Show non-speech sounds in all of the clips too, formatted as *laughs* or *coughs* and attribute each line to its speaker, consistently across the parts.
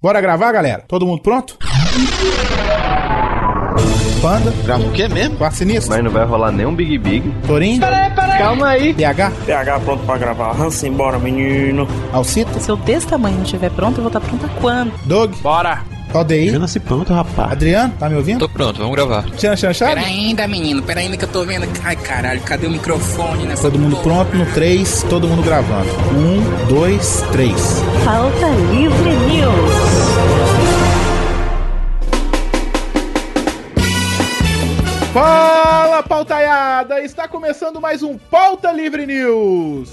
Speaker 1: Bora gravar, galera? Todo mundo pronto? Panda,
Speaker 2: Grava o quê mesmo?
Speaker 1: Quarto Sinistro,
Speaker 3: Mas não vai rolar nem um Big Big.
Speaker 1: Torinho,
Speaker 2: Calma aí.
Speaker 1: PH,
Speaker 4: PH pronto pra gravar. Hansa, embora, menino.
Speaker 1: Alcita,
Speaker 5: Se eu desse tamanho não estiver pronto, eu vou estar pronta quando?
Speaker 1: Doug,
Speaker 2: Bora.
Speaker 1: Aldeir,
Speaker 6: Eu nasci pronto, rapaz.
Speaker 1: Adriano, tá me ouvindo?
Speaker 7: Tô pronto, vamos gravar.
Speaker 1: Tchan, tchan, tchan.
Speaker 8: Pera ainda, menino, pera ainda que eu tô vendo. Ai, caralho, cadê o microfone né? nessa
Speaker 1: Todo mundo
Speaker 8: porra?
Speaker 1: pronto no 3, todo mundo gravando. 1, 2, 3.
Speaker 9: Falta Livre News.
Speaker 1: Fala, pautaiada! Está começando mais um Pauta Livre News.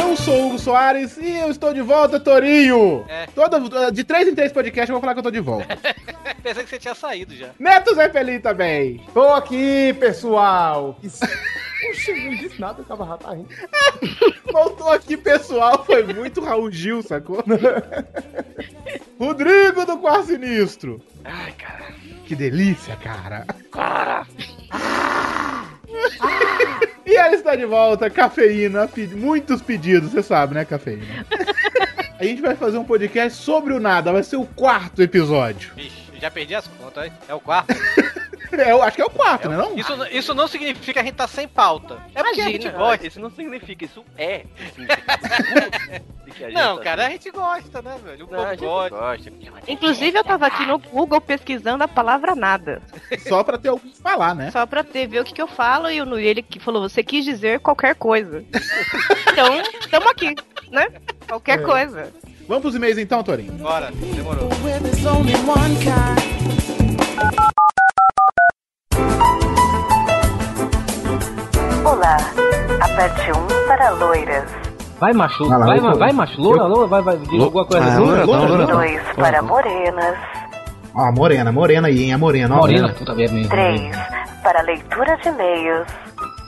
Speaker 1: Eu sou o Hugo Soares e eu estou de volta, Torinho. Todo, de três em três podcasts eu vou falar que eu tô de volta.
Speaker 2: *laughs* Pensei que você tinha saído já.
Speaker 1: Neto Zé Feliz também.
Speaker 10: Tô aqui, pessoal! Isso... Puxa, não disse nada, eu tava rata rindo.
Speaker 1: Voltou aqui, pessoal. Foi muito Raul Gil, sacou? Rodrigo do Quarto Sinistro. Ai, cara. Que delícia, cara. E ela está de volta, cafeína, pe- muitos pedidos, você sabe,
Speaker 2: *laughs*
Speaker 1: né, cafeína? A gente vai fazer um podcast sobre o nada, vai ser o quarto episódio.
Speaker 2: Vixe, já perdi as contas, hein? É o quarto.
Speaker 1: É, eu acho que é o quarto, né, não?
Speaker 2: Isso, n- isso não significa que a gente tá sem pauta. É porque a gente gosta.
Speaker 3: isso não significa, isso
Speaker 2: *laughs*
Speaker 3: é. tá
Speaker 2: Não, cara, a gente gosta, né, velho? O
Speaker 3: Não, a
Speaker 2: povo
Speaker 3: gente
Speaker 2: gosta.
Speaker 3: gosta.
Speaker 9: Inclusive, eu tava aqui no Google pesquisando a palavra nada.
Speaker 1: Só pra ter alguém falar, né?
Speaker 9: Só pra ter, ver o que, que eu falo. E o Nui, ele que falou, você quis dizer qualquer coisa. então, tamo aqui, né?
Speaker 1: É.
Speaker 9: Qualquer coisa.
Speaker 1: Vamos pros e-mails então, Torinho?
Speaker 2: Bora, demorou.
Speaker 9: Olá, aperte 1 para loiras,
Speaker 2: é-
Speaker 7: Vai, macho.
Speaker 10: Vai lá,
Speaker 7: vai,
Speaker 10: eu tô.
Speaker 7: vai, vai, macho. Loura, loura, vai, vai. Diga
Speaker 6: Lou-
Speaker 7: alguma coisa.
Speaker 6: Ah, loura,
Speaker 7: loura, loura,
Speaker 6: loura,
Speaker 7: loura.
Speaker 9: 2 para morenas,
Speaker 10: Ó, a morena, morena aí, hein? A morena, ó.
Speaker 7: Morena, puta merda. mesmo.
Speaker 9: 3 para leitura de e-mails,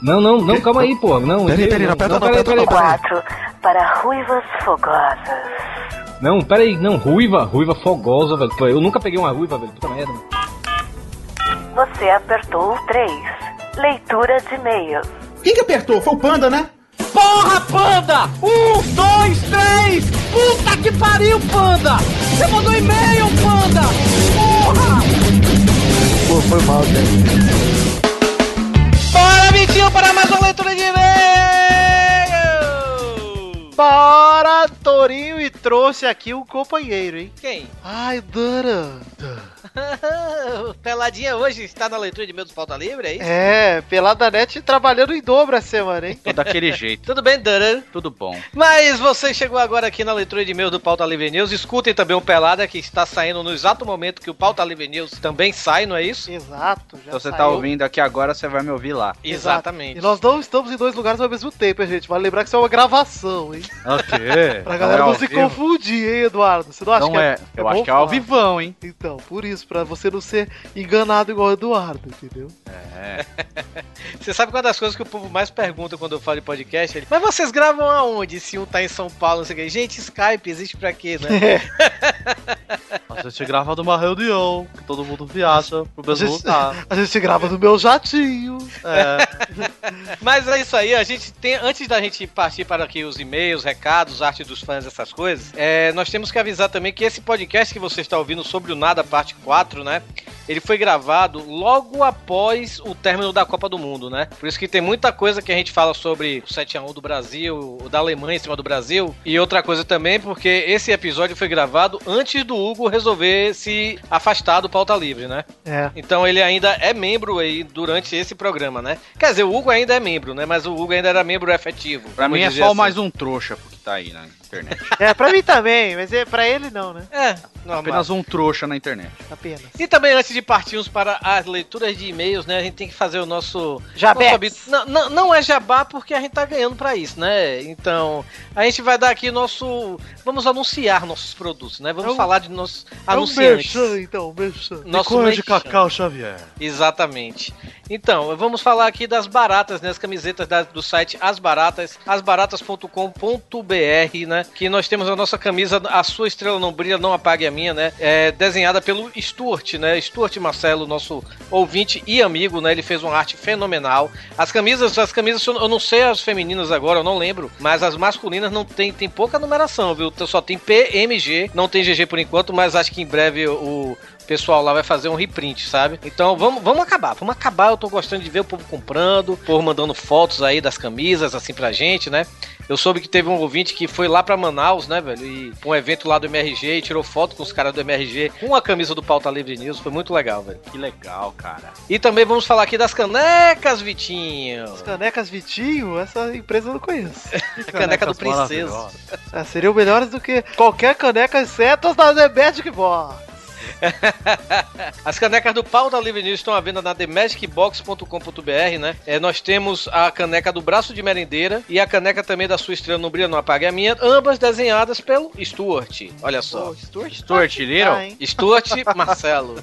Speaker 7: Não, não, não, calma aí, pô. Não,
Speaker 6: Peraí, peraí, não, aperta não, aperta não, peraí.
Speaker 9: 4 para ruivas fogosas,
Speaker 7: Não, peraí, não. Ruiva, ruiva fogosa, velho. Pô, Eu nunca peguei uma ruiva, velho. Puta merda. mano.
Speaker 9: você é apertou o 3. Leitura de e-mails.
Speaker 1: Quem que apertou? Foi o Panda, né?
Speaker 2: Porra, panda! Um, dois, três! Puta que pariu, panda! Você mandou e-mail, panda! Porra!
Speaker 6: Pô, foi mal, cara.
Speaker 2: Bora, Vitinho, para mais uma leitura de e-mail!
Speaker 3: Bora, Torinho, e trouxe aqui um companheiro, hein?
Speaker 2: Quem? *laughs*
Speaker 3: Ai, Dana.
Speaker 2: o Peladinha hoje está na leitura de meio dos pauta livre, é isso?
Speaker 3: É, pelada net trabalhando em dobro a semana, hein?
Speaker 2: Tô daquele jeito. Tudo bem, Duran?
Speaker 7: Tudo bom.
Speaker 2: Mas você chegou agora aqui na leitura de e-mails do Pauta Livre News. Escutem também o Pelada que está saindo no exato momento que o Pauta Livre News também sai, não é isso?
Speaker 3: Exato, já
Speaker 7: Então você tá
Speaker 3: saiu.
Speaker 7: ouvindo aqui agora, você vai me ouvir lá.
Speaker 3: Exato.
Speaker 2: Exatamente.
Speaker 3: E nós não estamos em dois lugares ao mesmo tempo, hein, gente? Vale lembrar que isso é uma gravação, hein?
Speaker 2: É.
Speaker 7: Ok.
Speaker 3: *laughs* Pra galera não se confundir, hein, Eduardo? Você não acha
Speaker 7: É Não
Speaker 3: que
Speaker 7: é. Eu acho
Speaker 3: bom
Speaker 7: que é ao
Speaker 3: falar?
Speaker 7: vivão, hein?
Speaker 3: Então, por isso, pra você não ser enganado igual o Eduardo, entendeu?
Speaker 7: É.
Speaker 2: Você sabe qual é das coisas que o povo mais pergunta quando eu falo de podcast? Ele, Mas vocês gravam aonde? Se um tá em São Paulo, não sei o quê. Gente, Skype existe pra quê, né?
Speaker 3: *laughs* A gente grava numa reunião, que todo mundo viaja pro mesmo
Speaker 7: é
Speaker 3: a gente, lugar. *laughs* A gente grava no meu
Speaker 2: *laughs*
Speaker 3: jatinho. É.
Speaker 2: Mas é isso aí, a gente tem. Antes da gente partir para aqui os e-mails, recados, arte dos fãs, essas coisas, é, nós temos que avisar também que esse podcast que você está ouvindo sobre o Nada Parte 4, né? Ele foi gravado logo após o término da Copa do Mundo, né? Por isso que tem muita coisa que a gente fala sobre o 7x1 do Brasil, o da Alemanha em cima do Brasil. E outra coisa também, porque esse episódio foi gravado antes do Hugo resolver se afastar do pauta livre, né?
Speaker 3: é.
Speaker 2: Então ele ainda é membro aí durante esse programa, né? Quer dizer, o Hugo ainda é membro, né? Mas o Hugo ainda era membro efetivo.
Speaker 7: Pra mim é
Speaker 3: assim.
Speaker 7: só
Speaker 2: mais
Speaker 7: mais um trouxa que tá aí na internet.
Speaker 3: É, pra mim também, mas é pra ele não, né?
Speaker 2: É, normal. Tá
Speaker 7: Apenas um trouxa na internet.
Speaker 3: Apenas.
Speaker 2: E também antes de partirmos para as leituras de e-mails, né? A gente tem que fazer o nosso. nosso
Speaker 3: Jabé.
Speaker 2: habit- Não, não, não é jabá porque a gente tá ganhando pra isso, né? Então, a gente vai dar aqui o nosso. Vamos anunciar nossos produtos, né? Vamos
Speaker 3: É um-
Speaker 2: falar de nossos
Speaker 3: É um
Speaker 2: anunciantes.
Speaker 11: é um
Speaker 3: merchan, então, merchan.
Speaker 2: Nosso
Speaker 3: Licor de
Speaker 2: merchan.
Speaker 3: cacau Xavier.
Speaker 2: Exatamente. Então, vamos falar aqui das baratas, né? As camisetas da- do site As Baratas, asbaratas.com.br, né? Que nós temos a nossa camisa A Sua Estrela Não Brilha, Não Apague a Minha, né? É, desenhada pelo Stuart, né? Stuart Marcelo, nosso ouvinte e amigo, né? Ele fez uma arte fenomenal. As camisas, as camisas, eu não sei as femininas agora, eu não lembro, mas as masculinas não tem, tem pouca numeração, viu? Só tem PMG, não tem GG por enquanto, mas acho que em breve o, pessoal lá vai fazer um reprint, sabe? Então vamos, vamos acabar, vamos acabar. Eu tô gostando de ver o povo comprando, o povo mandando fotos aí das camisas, assim pra gente, né? Eu soube que teve um ouvinte que foi lá pra Manaus, né, velho? E pra um evento lá do MRG e tirou foto com os caras do MRG com a camisa do Pauta Livre News. Foi muito legal, velho.
Speaker 11: Que legal, cara.
Speaker 2: E também vamos falar aqui das canecas, Vitinho.
Speaker 11: As canecas Vitinho, essa empresa eu não
Speaker 7: *laughs*
Speaker 11: conheço.
Speaker 2: A caneca do Princesa.
Speaker 11: maravilhosas. Ah, seriam melhores do que qualquer caneca exceto as da The Magic Box.
Speaker 2: *laughs* As canecas do Pauta Livre News estão à venda na TheMagicBox.com.br, né? É, nós temos a caneca do Braço de Merendeira e a caneca também da Sua Estrela Não Brilha, Não Apague a Minha, ambas desenhadas pelo Stuart. Olha só.
Speaker 11: Pô, Stuart,
Speaker 2: Stuart,
Speaker 11: Little? Ah, hein? *laughs*
Speaker 2: Stuart Marcelo.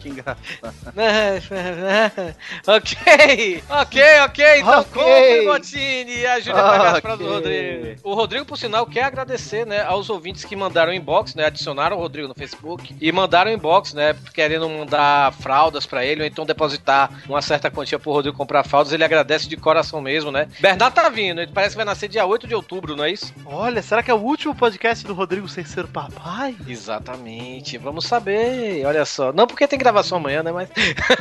Speaker 11: Que engraçado.
Speaker 2: né? *laughs* ok, ok, ok. Então
Speaker 11: Ok.
Speaker 2: compre, Botini, e ajude a pagar as
Speaker 11: Ok.
Speaker 2: pratas do Rodrigo. O Rodrigo, por sinal, quer agradecer né, aos ouvintes que mandaram inbox, né? Adicionaram o Rodrigo no Facebook e mandaram inbox, né? Querendo mandar fraldas pra ele ou então depositar uma certa quantia pro Rodrigo comprar fraldas. Ele agradece de coração mesmo, né? Bernardo tá vindo, ele parece que vai nascer dia 8 de outubro, não é isso?
Speaker 11: Olha, será que é o último podcast do Rodrigo sem ser papai?
Speaker 2: Exatamente, vamos saber. Olha só. Não porque tem gravação amanhã, né? Mas.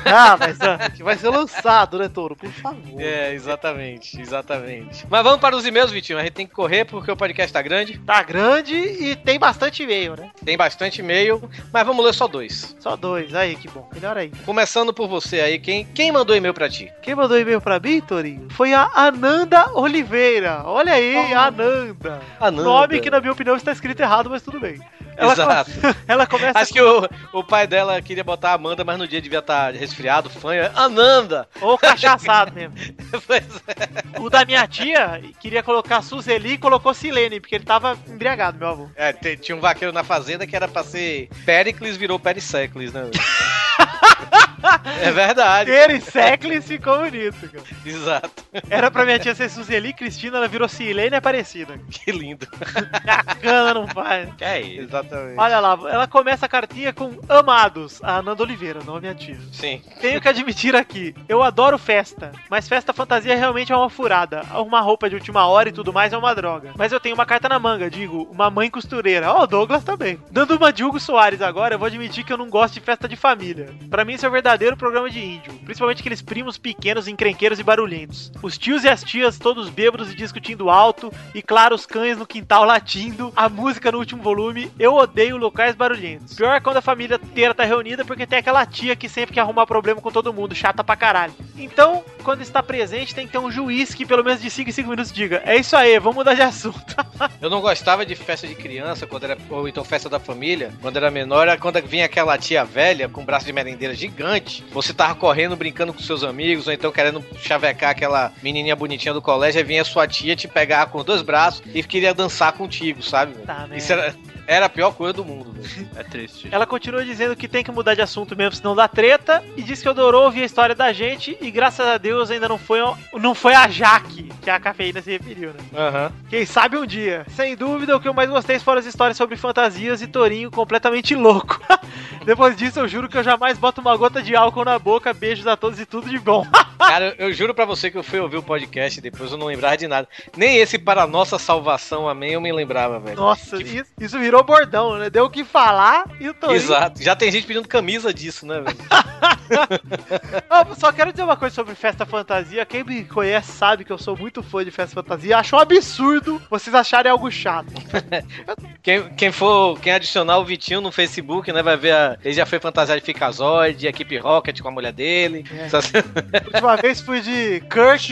Speaker 11: Ah, mas ah,
Speaker 2: *laughs*
Speaker 11: que vai ser lançado, né, Touro? Por favor.
Speaker 2: É, exatamente, exatamente. Mas vamos para os e-mails, Vitinho. A gente tem que correr porque o podcast tá grande,
Speaker 11: Tá grande e tem bastante e-mail, né?
Speaker 2: tem bastante e-mail, mas vamos ler só dois.
Speaker 11: Só dois, aí, que bom. Melhor aí.
Speaker 2: Começando por você aí, quem, quem mandou e-mail pra ti?
Speaker 11: Quem mandou e-mail pra mim, Torinho, foi a Ananda Oliveira. Olha aí, Ananda.
Speaker 2: Ah. Ananda.
Speaker 11: Nome que, na minha opinião, está escrito errado, mas tudo bem. Ela, co-
Speaker 2: Exato.
Speaker 11: *laughs* ela começa...
Speaker 2: Acho que o, o pai dela queria botar a Amanda, mas no dia devia estar resfriado, fanha. Ananda!
Speaker 11: Ou cachaçado mesmo.
Speaker 2: *laughs* Pois é.
Speaker 11: O da minha tia queria colocar Suzeli e colocou Silene, porque ele tava embriagado, meu avô.
Speaker 2: É, te- tinha um vaqueiro na fazenda que era pra ser Pericles, virou Pericles, né? é verdade.
Speaker 11: Ter e Seclis ficou bonito, cara.
Speaker 2: Exato.
Speaker 11: Era pra minha tia ser Suzeli, Cristina, ela virou Silene Aparecida.
Speaker 2: Que lindo.
Speaker 11: Cana não faz.
Speaker 2: É isso. Exatamente.
Speaker 11: Olha lá, ela tá- começa a cartinha com Amados, a Ananda Oliveira, não a minha tia.
Speaker 2: Sim.
Speaker 11: Tenho que admitir aqui, eu adoro festa, mas festa fantasia realmente é uma furada. Arrumar roupa de última hora e tudo mais é uma droga. Mas eu tenho uma carta na manga, digo, uma mãe costureira. Ó, o Douglas também. Dando uma de Hugo Soares agora, eu vou admitir que eu não gosto de festa de família. Pra mim isso é um verdadeiro programa de índio, principalmente aqueles primos pequenos, encrenqueiros e barulhentos. Os tios e as tias todos bêbados e discutindo alto, e claro, os cães no quintal latindo, a música no último volume. Eu odeio locais barulhentos. Pior é quando a família inteira tá reunida porque tem aquela tia que sempre quer arrumar problema com todo mundo, chata pra caralho. Então, quando está presente, tem que ter um juiz que pelo menos de 5 em 5 minutos diga: É isso aí, vamos mudar de assunto.
Speaker 2: Eu não gostava de festa de criança, quando era, ou então festa da família, quando era menor, era quando vinha aquela tia velha com um braço de merendeira gigante. Você tava correndo, brincando com seus amigos, ou então querendo chavecar aquela menininha bonitinha do colégio, aí vinha sua tia te pegar com dois braços e queria dançar contigo, sabe? velho?
Speaker 11: Tá, né?
Speaker 2: Isso era, era a pior coisa do mundo. velho.
Speaker 11: *laughs* É triste. Ela continua dizendo que tem que mudar de assunto mesmo, senão dá treta. E diz que adorou ouvir a história da gente. E graças a Deus ainda não foi, não foi a Jaque que a cafeína se referiu, né?
Speaker 2: Aham.
Speaker 11: Quem sabe um dia. Sem dúvida, o que eu mais gostei foram as histórias sobre fantasias e Torinho completamente louco. *laughs* Depois disso, eu juro que eu jamais boto uma gota de álcool na boca. Beijos a todos e tudo de bom. *laughs*
Speaker 2: Cara, eu juro pra você que eu fui ouvir o podcast e depois eu não lembrava de nada. Nem esse para a nossa salvação, amém, eu me lembrava, velho.
Speaker 11: Nossa, isso, isso virou bordão, né? Deu o que falar e o Torinho.
Speaker 2: Exato. Já tem gente pedindo camisa disso, né, velho?
Speaker 11: *laughs* Ah, só quero dizer uma coisa sobre festa fantasia. Quem me conhece sabe que eu sou muito fã de festa fantasia. Acho um absurdo vocês acharem algo
Speaker 2: *laughs*
Speaker 11: chato.
Speaker 2: Quem, quem for, quem adicionar o Vitinho no Facebook, né, vai ver a, ele já foi fantasiado de Ficazoide, Equipe Rocket com a mulher dele. Essas-
Speaker 11: Última É. *laughs* Uma vez fui de Kurt,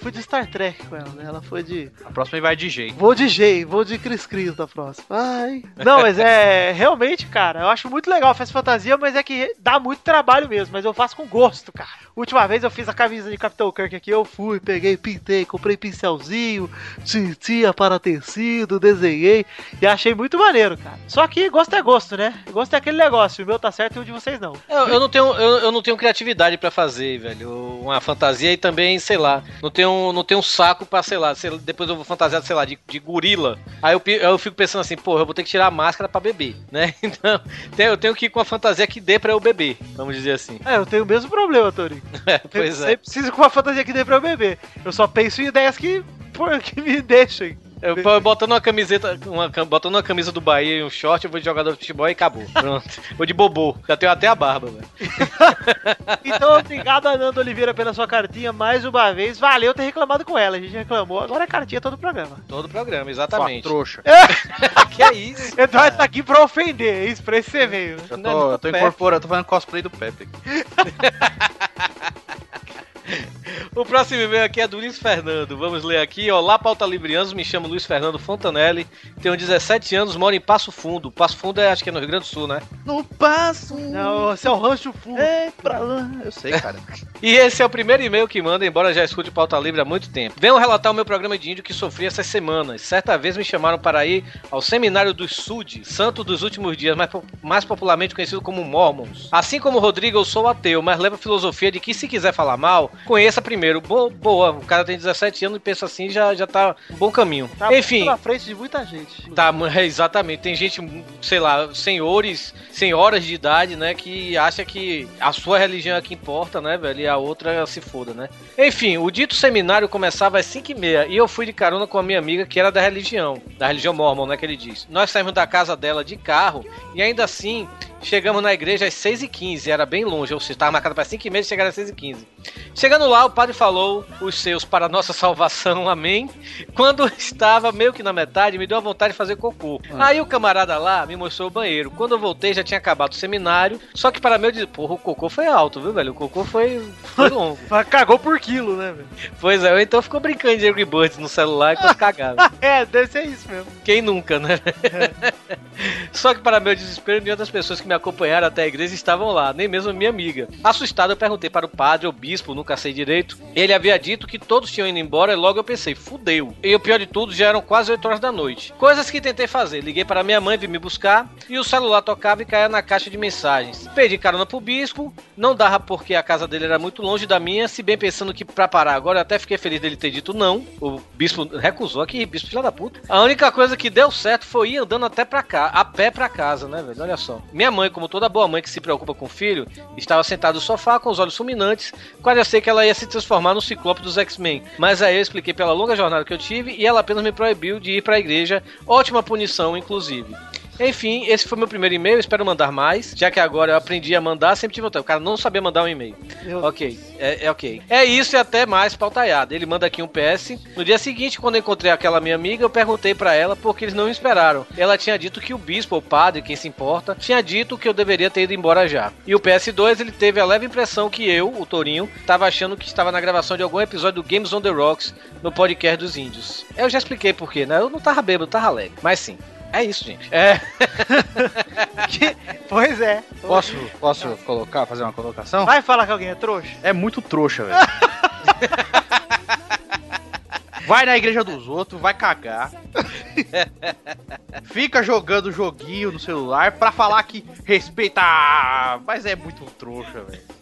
Speaker 11: fui de Star Trek com ela, né? Ela foi de.
Speaker 2: A próxima vai de jeito.
Speaker 11: Vou de Jay, vou de Cris Cris da próxima. Ai. Não, mas é. Realmente, cara, eu acho muito legal a festa fantasia, mas é que dá muito trabalho mesmo, mas eu faço com gosto, cara. Última vez eu fiz a camisa de Capitão Kirk aqui, eu fui, peguei, pintei, comprei pincelzinho, tintia para tecido, desenhei e achei muito maneiro, cara. Só que gosto é gosto, né? Gosto é aquele negócio, o meu tá certo e o de vocês não.
Speaker 2: Eu, eu não tenho, eu, eu não tenho criatividade pra fazer, velho. Uma fantasia e também, sei lá, não tenho, não tenho saco pra, sei lá, sei- depois eu vou fantasiar, sei lá, de, de gorila. Aí eu, pi- eu fico pensando assim, porra, eu vou ter que tirar a máscara pra beber, né? *laughs* Então, tem- eu tenho que ir com a fantasia que dê pra eu beber, vamos dizer assim. *laughs*
Speaker 11: É, eu tenho o mesmo problema, Tori.
Speaker 2: É,
Speaker 11: Eu
Speaker 2: pois é.
Speaker 11: sempre preciso com uma fantasia que dê pra eu beber. Eu só penso em ideias que, *laughs* por, que me deixem.
Speaker 2: Eu, eu botando uma camiseta, uma, cam- botando uma camisa do Bahia e um short, eu vou de jogador de futebol e acabou. Pronto. Vou de bobô. Já tenho até a barba, velho.
Speaker 11: Então, obrigado, Ananda Oliveira, pela sua cartinha mais uma vez. Valeu ter reclamado com ela. A gente reclamou. Agora é cartinha todo o
Speaker 7: *laughs*
Speaker 11: programa.
Speaker 2: Todo o programa, exatamente.
Speaker 7: trouxa.
Speaker 2: que é isso?
Speaker 11: Eduardo tá aqui pra ofender. É isso, pra isso você veio.
Speaker 7: Eu
Speaker 2: Não, não,
Speaker 7: tô, eu tô
Speaker 2: Pepe.
Speaker 7: incorporando, tô fazendo cosplay do Pepe. aqui.
Speaker 2: O próximo e-mail aqui é do Luiz Fernando. Vamos ler aqui. Olá, pauta librianos. Me chamo Luiz Fernando Fontanelli. Tenho 17 anos, moro em Passo Fundo. Passo Fundo é, acho que é no Rio Grande do Sul, né?
Speaker 7: *laughs* No passo.
Speaker 11: Não, você é o rancho fundo.
Speaker 7: É, pra lá. Eu sei, cara.
Speaker 2: E esse é o primeiro e-mail que manda, embora já escute pauta livre há muito tempo. Venho relatar o meu programa de índio que sofri essas semanas. Certa vez me chamaram para ir ao seminário dos Sud, santo dos últimos dias, mais, po- mais popularmente conhecido como Mormons. Assim como o Rodrigo, eu sou ateu, mas levo a filosofia de que se quiser falar mal, conheça primeiro. Bo- boa, o cara tem 17 anos e pensa assim, já, já tá um bom caminho.
Speaker 11: Tá
Speaker 2: Enfim.
Speaker 11: na frente de muita
Speaker 2: *laughs*
Speaker 11: gente.
Speaker 2: Tá, mu- é, exatamente. Tem gente, sei lá, senhores, senhoras de idade, né, que acha que a sua religião é que importa, né, velho, e a outra se foda, né. Enfim, o dito seminário começava às 5h30 e eu fui de carona com a minha amiga que era da religião, da religião mormon, né, que ele diz. Nós saímos da casa dela de carro e ainda assim chegamos na igreja às 6h15, era bem longe, ou seja, estava marcado para 5h30 e chegaram às 6h15. Chegando lá, o padre falou os seus para a nossa *laughs* salvação, amém. Quando *laughs* eu estava meio que na metade, me deu a vontade de fazer cocô.
Speaker 11: Ah.
Speaker 2: Aí o camarada lá me mostrou o banheiro. Quando eu voltei, já tinha acabado o seminário. Só que para meu dizer, porra, o cocô foi alto, viu, velho? O cocô foi, foi longo.
Speaker 11: *laughs* Mas cagou por quilo, né, velho?
Speaker 2: pois é, eu então ficou brincando de Angry Birds no celular enquanto cagava.
Speaker 11: É, deve ser isso mesmo.
Speaker 2: Quem nunca, né? Só que para meu desespero, nenhuma das pessoas que me acompanharam até a igreja estavam lá, nem mesmo minha amiga. Assustado, eu perguntei para o padre ou bispo, nunca sei direito. Ele havia dito que todos tinham ido embora e logo eu pensei, fudeu. E o pior de tudo, já eram quase 8 horas da noite. Coisas que tentei fazer. Liguei para minha mãe, vir me buscar e o celular tocava e caía na caixa de mensagens. Pedi carona pro bispo, não dava porque a casa dele era muito longe da minha, se bem pensando que pra parar agora, eu até fiquei feliz dele ter dito não. O bispo recusou aqui, bispo filha da puta. A única coisa que deu certo foi ir andando até pra cá, a pé pra casa, né, velho? Olha só. Minha mãe, como toda boa mãe que se preocupa com o filho, estava sentada no sofá com os olhos fulminantes, quase achei que ela ia se transformar no ciclope dos X-Men. Mas aí eu expliquei pela longa jornada que eu tive e ela apenas me proibiu de ir pra igreja. Ótima punição, inclusive. Enfim, esse foi meu primeiro e-mail, espero mandar mais, já que agora eu aprendi a mandar, sempre tive vontade. O cara não sabia mandar um e-mail.
Speaker 11: Eu-
Speaker 2: Ok, é, é ok. É isso e até mais pautaiada. Ele manda aqui um PS. No dia seguinte, quando eu encontrei aquela minha amiga, eu perguntei pra ela porque eles não me esperaram. Ela tinha dito que o bispo ou padre, quem se importa, tinha dito que eu deveria ter ido embora já. E o PS2, ele teve a leve impressão que eu, o Torinho, tava achando que estava na gravação de algum episódio do Games on the Rocks no podcast dos índios. Eu já expliquei por quê, né? Eu não tava bêbado, eu tava alegre. Mas sim. É isso, gente. É.
Speaker 11: Pois é.
Speaker 7: Posso, posso colocar, fazer uma colocação?
Speaker 11: Vai falar que alguém é trouxa?
Speaker 7: É muito
Speaker 11: *laughs*
Speaker 7: trouxa, velho. Vai na igreja dos outros, vai cagar. Fica jogando joguinho no celular pra falar que respeita. Ah, Mas é muito trouxa, velho.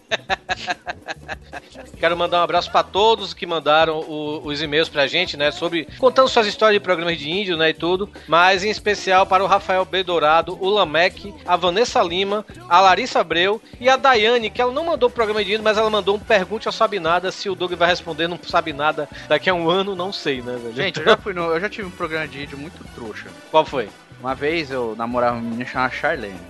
Speaker 2: Quero mandar um abraço pra todos que mandaram o- os e-mails pra gente, né? Sobre. contando suas histórias de programas de índio, né? E tudo. Mas em especial para o Rafael B. Dourado, o Lamec, a Vanessa Lima, a Larissa Abreu e a Daiane, que ela não mandou programa de índio, mas ela mandou um pergunte ao Sabe Nada. Se o Doug vai responder, não sabe nada daqui a um ano, não sei, né, velho?
Speaker 7: Gente, eu já, fui no- eu já tive um programa de vídeo muito trouxa.
Speaker 2: Qual foi?
Speaker 7: Uma vez eu namorava uma menina chamada Charlene.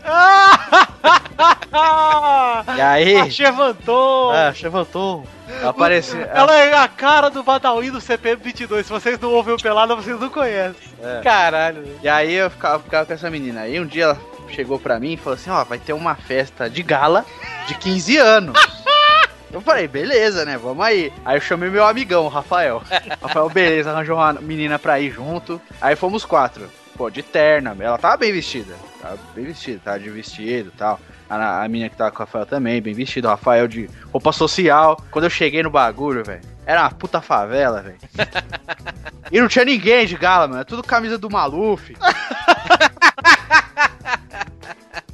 Speaker 7: E aí,
Speaker 11: A Chevanton!
Speaker 7: ah, levantou. Apareceu.
Speaker 11: Ela é a cara do Badawi do CPM22. Se vocês não ouvem o Pelada, vocês não conhecem.
Speaker 7: É.
Speaker 11: Caralho.
Speaker 7: E aí eu ficava, ficava com essa menina. Aí um dia ela chegou pra mim e falou assim: Ó, vai ter uma festa de gala de 15 anos. Eu falei, beleza, né? Vamos aí. Aí eu chamei meu amigão, o Rafael. Rafael, beleza, arranjou uma menina pra ir junto. Aí fomos quatro. Pô, de terna. Ela tava bem vestida. Tava bem vestida, tava de vestido e tal. A, a menina que tava com o Rafael também, bem vestida. O Rafael de roupa social. Quando eu cheguei no bagulho, velho, era uma puta favela, velho. E não tinha ninguém de gala, mano. É Tudo camisa do Maluf.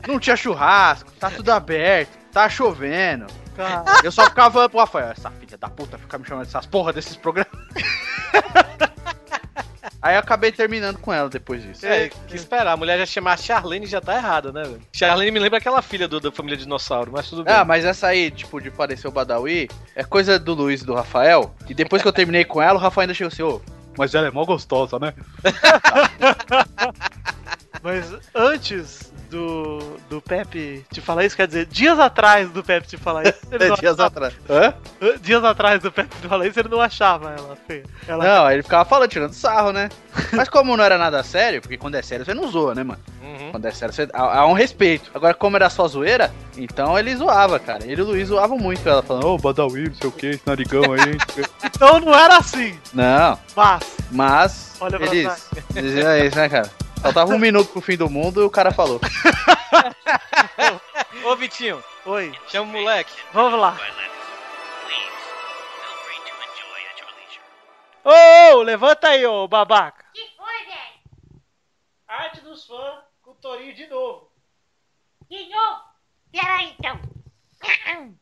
Speaker 7: Não tinha churrasco, tá tudo aberto, tá chovendo.
Speaker 11: Cara.
Speaker 7: Eu só ficava pro Rafael, essa filha da puta fica me chamando dessas porra desses programas. Aí eu acabei terminando com ela depois disso.
Speaker 2: *laughs* É, que esperar. A mulher já chamar Charlene já tá errada, né, velho? Charlene me lembra aquela filha do, da família dinossauro, mas tudo bem.
Speaker 7: Ah, mas essa aí, tipo, de parecer o Badawi, é coisa do Luiz e do Rafael. E depois que eu terminei com ela, o Rafael ainda chegou assim, ô, mas ela é mó gostosa, né?
Speaker 11: Mas antes do, do Pepe te falar isso, quer dizer, dias atrás do Pepe te falar isso.
Speaker 2: É,
Speaker 11: ele não
Speaker 7: dias
Speaker 11: achava-
Speaker 7: atrás. Hã?
Speaker 11: Hã? Dias atrás do Pepe te falar isso, ele não achava ela feia. Ela
Speaker 7: Não, aí ele ficava falando, tirando sarro, né? *laughs* Mas como não era nada sério, porque quando é sério você não zoa, né, mano? Quando é sério, você, há, há um respeito. Agora, como era só zoeira, então ele zoava, cara. Ele e o Luiz zoavam muito ela, falando, ô, Badawi, não sei o que, esse narigão aí. não *laughs* sei o quê."
Speaker 11: Então não era assim,
Speaker 7: não,
Speaker 11: mas.
Speaker 7: mas
Speaker 11: Olha pra
Speaker 7: eles
Speaker 11: trás.
Speaker 7: *laughs* diziam isso, né, cara? Faltava um minuto pro fim do mundo e o cara falou.
Speaker 2: *laughs* Ô, Vitinho,
Speaker 11: Oi,
Speaker 2: chama o moleque.
Speaker 11: vamos lá. Ô, ô, levanta aí, ô babaca.
Speaker 12: Que foi, velho?
Speaker 11: Arte dos fãs com o Torinho de novo.
Speaker 12: De novo? Pera aí, então. *coughs*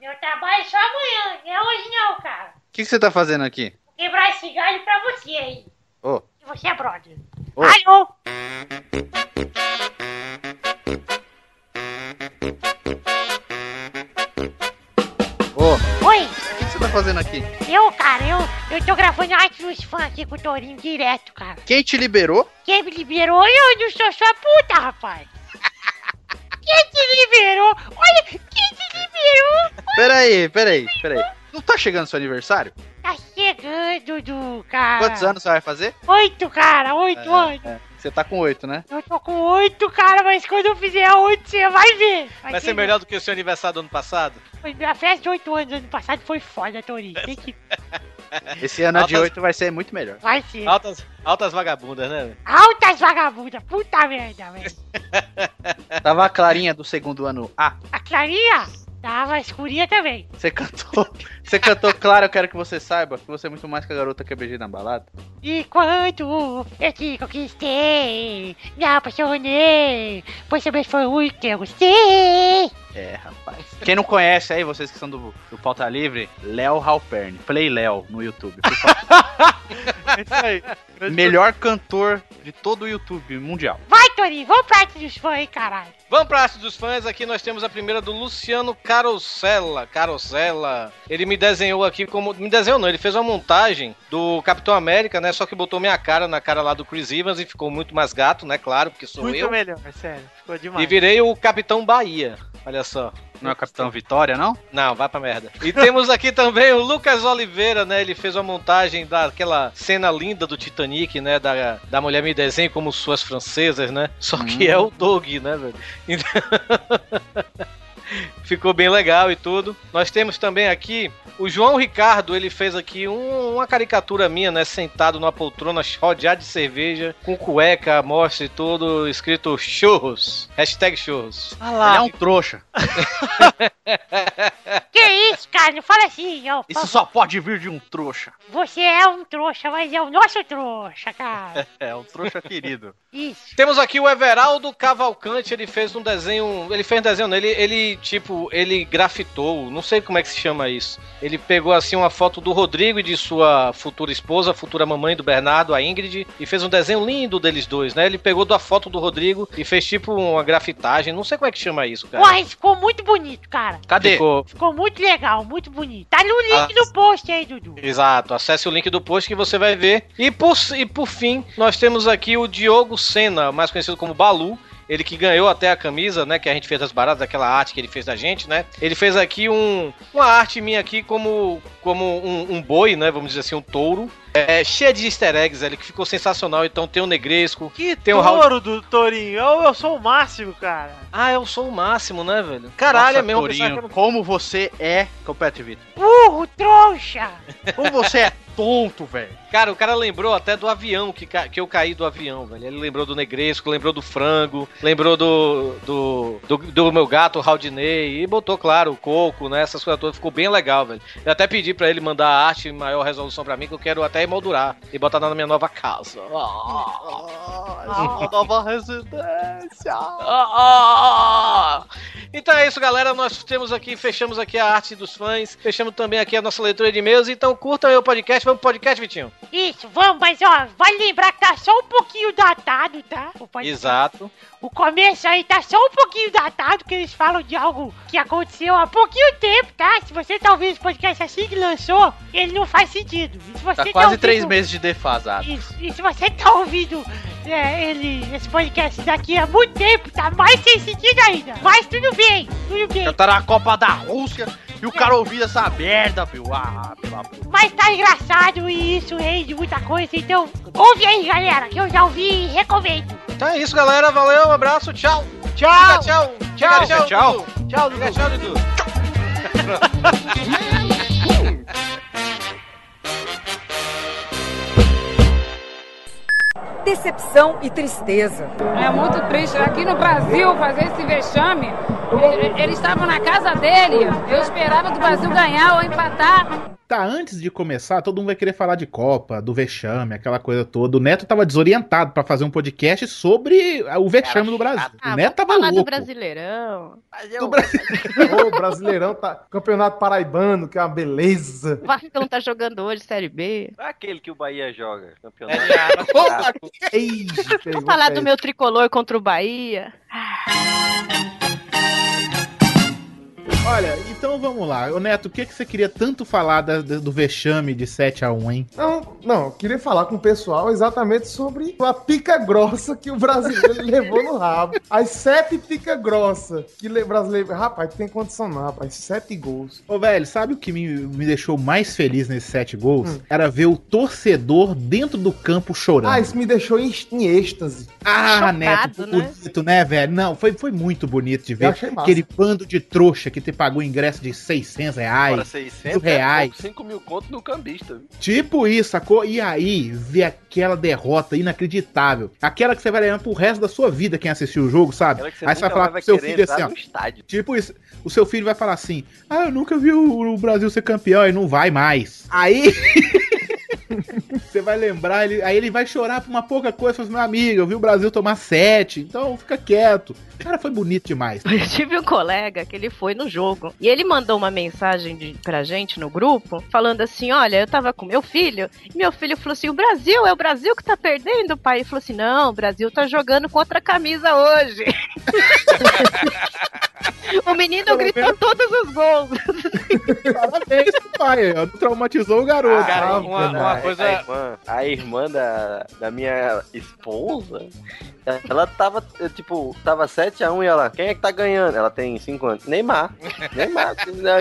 Speaker 12: Meu trabalho é só amanhã, não é hoje não, cara.
Speaker 7: O que, que você tá fazendo aqui?
Speaker 12: Vou quebrar esse galho pra você aí.
Speaker 7: Ô,
Speaker 12: Que você é brother.
Speaker 7: ô.
Speaker 12: Alô?
Speaker 7: Ô,
Speaker 12: Oi?
Speaker 7: o que, que você tá fazendo aqui?
Speaker 12: Eu, cara, eu, eu tô gravando arte dos fãs aqui com o Torinho direto, cara.
Speaker 7: Quem te liberou?
Speaker 12: Quem me liberou? Eu não sou sua puta, rapaz. *laughs* Quem te liberou? Olha, quem te liberou?
Speaker 7: Peraí, peraí, peraí. Não tá chegando seu aniversário?
Speaker 12: Tá chegando, Du, cara.
Speaker 7: Quantos anos você vai fazer?
Speaker 12: Oito, cara, oito anos.
Speaker 7: É, você tá com oito, né?
Speaker 12: Eu tô com oito, cara, mas quando eu fizer oito, você vai ver.
Speaker 2: Vai ser melhor do que o seu aniversário do ano passado?
Speaker 12: A festa de oito anos ano passado foi foda, Torinho. Tem que...
Speaker 7: Esse ano de
Speaker 2: Altas-
Speaker 7: oito vai ser muito melhor.
Speaker 12: Vai ser.
Speaker 2: Altas, altas vagabundas, né? velho?
Speaker 12: Altas vagabundas, puta merda, velho.
Speaker 7: Tava a Clarinha do segundo ano A.
Speaker 12: A Clarinha tava escurinha também.
Speaker 7: Você cantou. Você cantou Clara, eu quero que você saiba que você é muito mais que a garota que eu beijei na balada.
Speaker 12: E quando eu te conquistei, me apaixonei, pois seu beijo foi o único que eu gostei.
Speaker 7: É, rapaz. Quem não conhece aí, vocês que são do, do Pauta Livre, Léo Halpern. Play Léo no YouTube. por
Speaker 2: *laughs*
Speaker 7: favor.
Speaker 11: É isso aí. Grande
Speaker 7: Melhor cantor de todo o YouTube mundial.
Speaker 12: Vai, Torinho, vamos pra arte dos fãs aí, caralho.
Speaker 2: Vamos pra arte dos fãs, aqui nós temos a primeira do Luciano Carosella. Carosella. Ele me desenhou aqui como. Me desenhou não, ele fez uma montagem do Capitão América, né? Só que botou minha cara na cara lá do Chris Evans e ficou muito mais gato, né? Claro, porque sou
Speaker 11: Muito
Speaker 2: eu.
Speaker 11: melhor, sério. Ficou demais.
Speaker 2: E virei o Capitão Bahia. Olha só.
Speaker 7: Não é o Capitão Vitória, não?
Speaker 2: Não, vai pra merda. E temos aqui também o Lucas Oliveira, né? Ele fez uma montagem daquela cena linda do Titanic, né? Da, da mulher me desenha como suas francesas, né? Só que
Speaker 7: Hum.
Speaker 2: é o Doug, né, velho? Então- *laughs* Ficou bem legal e tudo. Nós temos também aqui o João Ricardo, ele fez aqui um- uma caricatura minha, né? Sentado numa poltrona, rodeado de cerveja, com cueca, mostra e tudo, escrito churros. Hashtag churros.
Speaker 11: Ah
Speaker 7: Ele é
Speaker 11: lá,
Speaker 7: um *laughs* trouxa.
Speaker 12: Que isso, cara, não fala assim, ó.
Speaker 7: Isso só pode vir de um trouxa.
Speaker 2: Tá,
Speaker 12: Você é um trouxa, mas é o nosso trouxa, cara.
Speaker 7: É, um trouxa
Speaker 2: *laughs*
Speaker 7: querido.
Speaker 12: Isso.
Speaker 2: Temos aqui o Everaldo Cavalcante, ele fez um desenho, ele fez um desenho, não, ele, ele tipo, ele grafitou, não sei como é que se chama isso. Ele pegou assim uma foto do Rodrigo e de sua futura esposa, futura mamãe do Bernardo, a Ingrid, e fez um desenho lindo deles dois, né? Ele pegou da foto do Rodrigo e fez tipo uma grafitagem, não sei como é que chama isso, cara.
Speaker 12: Porra, isso ficou muito bonito, cara.
Speaker 7: Cadê? Ah.
Speaker 2: Ficou-
Speaker 12: Ficou muito legal, muito bonito. Tá no link do post aí, Dudu.
Speaker 2: Exato, acesse o link do post que você vai ver. E por, e por fim, nós temos aqui o Diogo Senna, mais conhecido como Balu. Ele que ganhou até a camisa, né? Que a gente fez as baratas, aquela arte que ele fez da gente, né? Ele fez aqui um, uma arte minha aqui como, como um, um boi, né? Vamos dizer assim, um touro. é, cheia de easter eggs ali, que ficou sensacional. Então tem o Negresco,
Speaker 11: que
Speaker 2: tem o
Speaker 11: touro
Speaker 2: Raul.
Speaker 11: do Torinho. Eu, eu sou o máximo, cara.
Speaker 2: Ah, eu sou o máximo, né, velho? Caralho, é mesmo. eu pensava
Speaker 7: Torinho,
Speaker 2: que era um-
Speaker 7: como você é, compete Vitor.
Speaker 12: Burro, trouxa!
Speaker 7: Como você é tonto, velho.
Speaker 2: Cara, o cara lembrou até do avião, que, ca- que eu caí do avião, velho. Ele lembrou do Negresco, lembrou do Frango, lembrou do do, do, do meu gato, o Haldinei, e botou, claro, o Coco, né, essas coisas todas. Ficou bem legal, velho. Eu até pedi pra ele mandar a arte em maior resolução pra mim, que eu quero até emoldurar e botar na minha nova casa.
Speaker 11: Ah,
Speaker 7: nova residência.
Speaker 2: Ah, ah, ah. Então é isso, galera. Nós temos aqui, fechamos aqui a arte dos fãs, fechamos também aqui a nossa leitura de e-mails. Então curtam aí o podcast. Vamos pro podcast, Vitinho.
Speaker 12: Isso, vamos, mas ó, vai lembrar que tá só um pouquinho datado, tá? O, pod-
Speaker 2: Exato.
Speaker 12: o começo aí tá só um pouquinho datado, que eles falam de algo que aconteceu há pouquinho tempo, tá? Se você tá ouvindo esse podcast assim que lançou, ele não faz sentido. E se você
Speaker 7: Tá quase
Speaker 2: é
Speaker 12: ouvindo-
Speaker 7: três meses de defasado.
Speaker 12: Isso, e se você tá ouvindo é, ele, esse podcast daqui há muito tempo, tá mais sem sentido ainda. Mas tudo bem, tudo bem.
Speaker 7: Já tá na Copa da Rússia e o cara ouvindo essa merda, meu. Ah, pelo amor.
Speaker 12: Mas tá engraçado e isso rende muita coisa, então ouve aí, galera, que eu já ouvi e recomendo.
Speaker 2: Então é isso, galera. Valeu, um abraço, tchau.
Speaker 12: Tchau!
Speaker 2: Diga tchau.
Speaker 12: Tchau.
Speaker 2: Diga tchau.
Speaker 12: Tchau.
Speaker 2: Dudu.
Speaker 12: Tchau,
Speaker 2: Diga tchau, Dudu.
Speaker 6: decepção e tristeza.
Speaker 13: É muito triste. Aqui no Brasil, fazer esse vexame, e- e- eles estavam na casa dele. Eu esperava que o Brasil ganhar ou empatar.
Speaker 1: Tá, antes de começar, todo mundo vai querer falar de Copa, do vexame, aquela coisa toda. O Neto tava desorientado pra fazer um podcast sobre o vexame do Brasil.
Speaker 9: Ah,
Speaker 1: o Neto
Speaker 9: vamos
Speaker 1: tava
Speaker 9: falar do
Speaker 1: louco.
Speaker 9: Brasileirão.
Speaker 14: Ô, brasileirão tá. Campeonato Paraibano, que é uma beleza.
Speaker 9: O Vascão tá jogando hoje, Série B.
Speaker 15: Aquele é que o Bahia joga, campeonato.
Speaker 9: Vamos falar do meu tricolor contra o Bahia.
Speaker 1: Olha, então vamos lá. Ô Neto, o que, que você queria tanto falar da- da- do vexame de 7 a 1 hein?
Speaker 14: Não, não, eu queria falar com o pessoal exatamente sobre a pica grossa que o brasileiro *laughs* levou no rabo. As sete pica grossa que o brasileiro. Rapaz, tem condição não, rapaz. Sete gols.
Speaker 1: Ô, velho, sabe o que me, me deixou mais feliz nesses sete gols? Era ver o torcedor dentro do campo chorando.
Speaker 14: Hum. Ah, isso me deixou em, em êxtase.
Speaker 1: Ah,
Speaker 14: Chocado,
Speaker 1: Neto,
Speaker 14: né?
Speaker 1: bonito, né? velho? Não, foi, foi muito bonito de ver
Speaker 14: achei massa.
Speaker 1: aquele bando de trouxa que te pagou ingresso de 600 reais,
Speaker 15: Agora,
Speaker 7: é
Speaker 1: 600
Speaker 2: é
Speaker 1: reais.
Speaker 15: 5 mil conto no cambista.
Speaker 1: Tipo isso, sacou? E aí, ver aquela derrota inacreditável. Aquela que você vai levar pro resto da sua vida quem assistiu o jogo, sabe?
Speaker 15: Aquela que você
Speaker 1: aí você vai
Speaker 15: nunca mais
Speaker 1: falar
Speaker 15: vai
Speaker 1: pro seu
Speaker 15: querer
Speaker 1: filho
Speaker 15: entrar
Speaker 1: assim,
Speaker 15: no
Speaker 1: ó. Tipo isso. O seu filho vai falar assim: Ah, eu nunca vi o, o Brasil ser campeão e não vai mais. Aí. *laughs* Você vai lembrar, ele, aí ele vai chorar por uma pouca coisa, fala assim, meu amigo, eu vi o Brasil tomar sete, então fica quieto. Cara, foi
Speaker 9: *laughs*
Speaker 1: bonito demais.
Speaker 9: Eu tive um colega que ele foi no jogo e ele mandou uma mensagem de, pra gente no grupo falando assim: Olha, eu tava com meu filho, e meu filho falou assim: O Brasil, é o Brasil que tá perdendo, pai. Ele falou assim: Não, o Brasil tá jogando com outra camisa hoje. *laughs* o menino gritou todos os
Speaker 14: *laughs*
Speaker 9: gols.
Speaker 1: Parabéns, pai, ó, traumatizou o garoto.
Speaker 15: Cara,
Speaker 1: Ah,
Speaker 15: uma, uma
Speaker 1: verdade.
Speaker 15: coisa. A irmã, a irmã da, da minha esposa, ela tava, eh, tipo, tava 7x1 e ela, quem é que tá ganhando? Ela tem 5 anos. Neymar.
Speaker 2: *laughs*
Speaker 15: Neymar.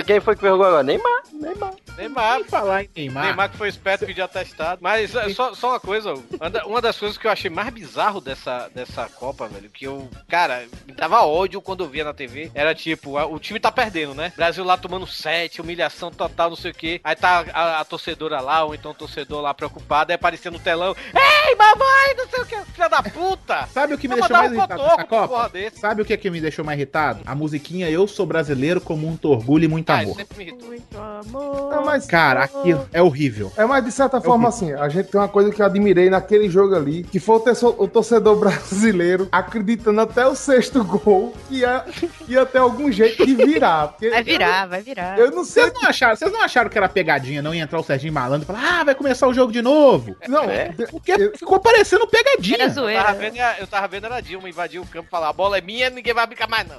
Speaker 15: quem foi que vergou agora? *laughs* Neymar. Neymar.
Speaker 1: Neymar. falar em Neymar.
Speaker 2: Neymar que foi esperto pedir atestado. Mas é, só, só uma coisa, Hugo. Anda- uma das coisas que eu achei mais bizarro dessa, dessa Copa, velho, que eu, cara, me dava ódio quando eu via na TV, era tipo, a- o time tá perdendo, né? Brasil lá tomando 7, humilhação total, não sei o quê. Aí tá a, a torcedora lá, ou então o torcedor lá preocupado, aí aparecia no telão, *laughs* ei, mamãe, não sei o que, filha da puta!
Speaker 1: Sabe o que me
Speaker 2: Vou
Speaker 1: deixou
Speaker 2: mandar
Speaker 1: mais
Speaker 2: um
Speaker 1: irritado
Speaker 2: cotoco
Speaker 1: nessa
Speaker 2: pra
Speaker 1: Copa?
Speaker 2: porra desse.
Speaker 1: Sabe o que, que me deixou mais irritado? A musiquinha Eu Sou Brasileiro como um orgulho e muito
Speaker 2: Ah,
Speaker 1: amor.
Speaker 2: é-
Speaker 9: Muito amor.
Speaker 14: Não, Tá, mas-
Speaker 1: Cara, aquilo é horrível.
Speaker 14: É, mas de certa forma, assim, a gente tem uma coisa que eu admirei naquele jogo ali, que foi o, teço- o torcedor *laughs* brasileiro acreditando até o sexto gol que é ia, ia ter algum jeito de virar.
Speaker 2: *laughs*
Speaker 14: Porque
Speaker 9: Vai virar, vai
Speaker 2: É.
Speaker 9: virar.
Speaker 14: Eu não sei.
Speaker 1: Vocês não acharam, vocês não acharam que era pegadinha, não? Ia entrar o Serginho Malandro e falar, ah, vai começar o jogo de novo.
Speaker 14: Não,
Speaker 1: porque ficou parecendo pegadinha.
Speaker 2: Eu É? tava, vendo, eu tava vendo era Dilma invadir o campo e falar, a bola é minha, ninguém vai brincar mais não.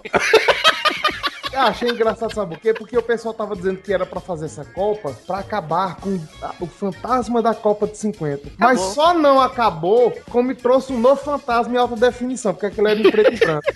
Speaker 14: Eu achei engraçado, sabe por quê? Porque o pessoal tava dizendo que era pra fazer essa Copa pra acabar com a- o fantasma da Copa de 50. Mas
Speaker 16: Acabou.
Speaker 14: só não acabou como me trouxe um novo fantasma em alta definição, porque aquilo era em preto e branco.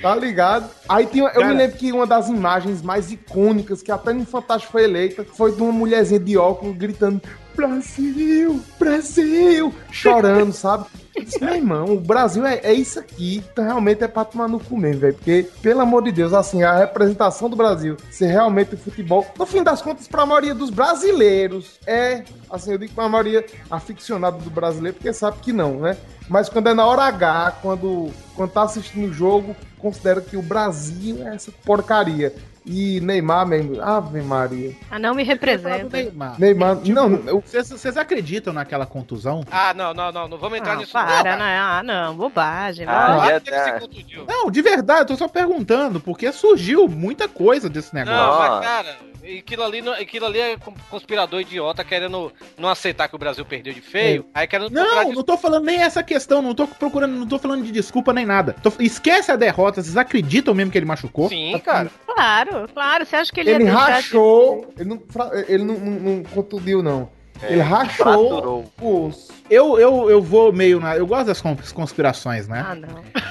Speaker 14: Tá ligado? Aí tem, uma- eu
Speaker 1: Cara.
Speaker 14: me lembro que uma das imagens mais icônicas, que até no Fantástico foi eleita, foi de uma mulherzinha de óculos gritando: Brasil, Brasil, chorando, *laughs* sabe? Eu disse, Meu irmão, o Brasil é, é isso aqui. Então, realmente é pra tomar no cu mesmo, velho. Porque, pelo amor de Deus, assim, a representação do Brasil ser realmente o futebol, no fim das contas, pra maioria dos brasileiros, é, assim, eu digo pra maioria aficionada do brasileiro, porque sabe que não, né? Mas quando é na hora H, quando, quando tá assistindo o jogo, considera que o Brasil é essa porcaria. E Neymar mesmo, Ave Maria.
Speaker 9: Ah, não me representa.
Speaker 14: Ah, Neymar, não, eu-
Speaker 1: Tipo, Vocês vocês acreditam naquela contusão?
Speaker 2: Ah, não, não, não, não vamos entrar nisso.
Speaker 9: Para,
Speaker 2: não, é.
Speaker 9: não, ah, não, bobagem.
Speaker 1: Ah,
Speaker 9: bobagem.
Speaker 1: já tá. Não, de verdade, eu tô só perguntando, porque surgiu muita coisa desse negócio.
Speaker 2: Não, mas cara, aquilo ali, não- aquilo ali é com- conspirador idiota querendo não aceitar que o Brasil perdeu de feio. Aí querendo procurar
Speaker 1: Não, não tô falando nem essa questão, não tô procurando, não tô falando de desculpa nem nada. Tô- esquece a derrota, vocês acreditam mesmo que ele machucou?
Speaker 2: Sim, cara.
Speaker 9: Claro, claro. Você acha que ele,
Speaker 14: Assim, Ele
Speaker 9: ia deixar de-
Speaker 14: rachou, ele não, fra- ele não, não, não contundiu, não. É,
Speaker 1: É,
Speaker 14: ele rachou o osso.
Speaker 1: Eu, eu, eu vou meio na. Eu gosto das cons- conspirações, né?
Speaker 9: Ah, não.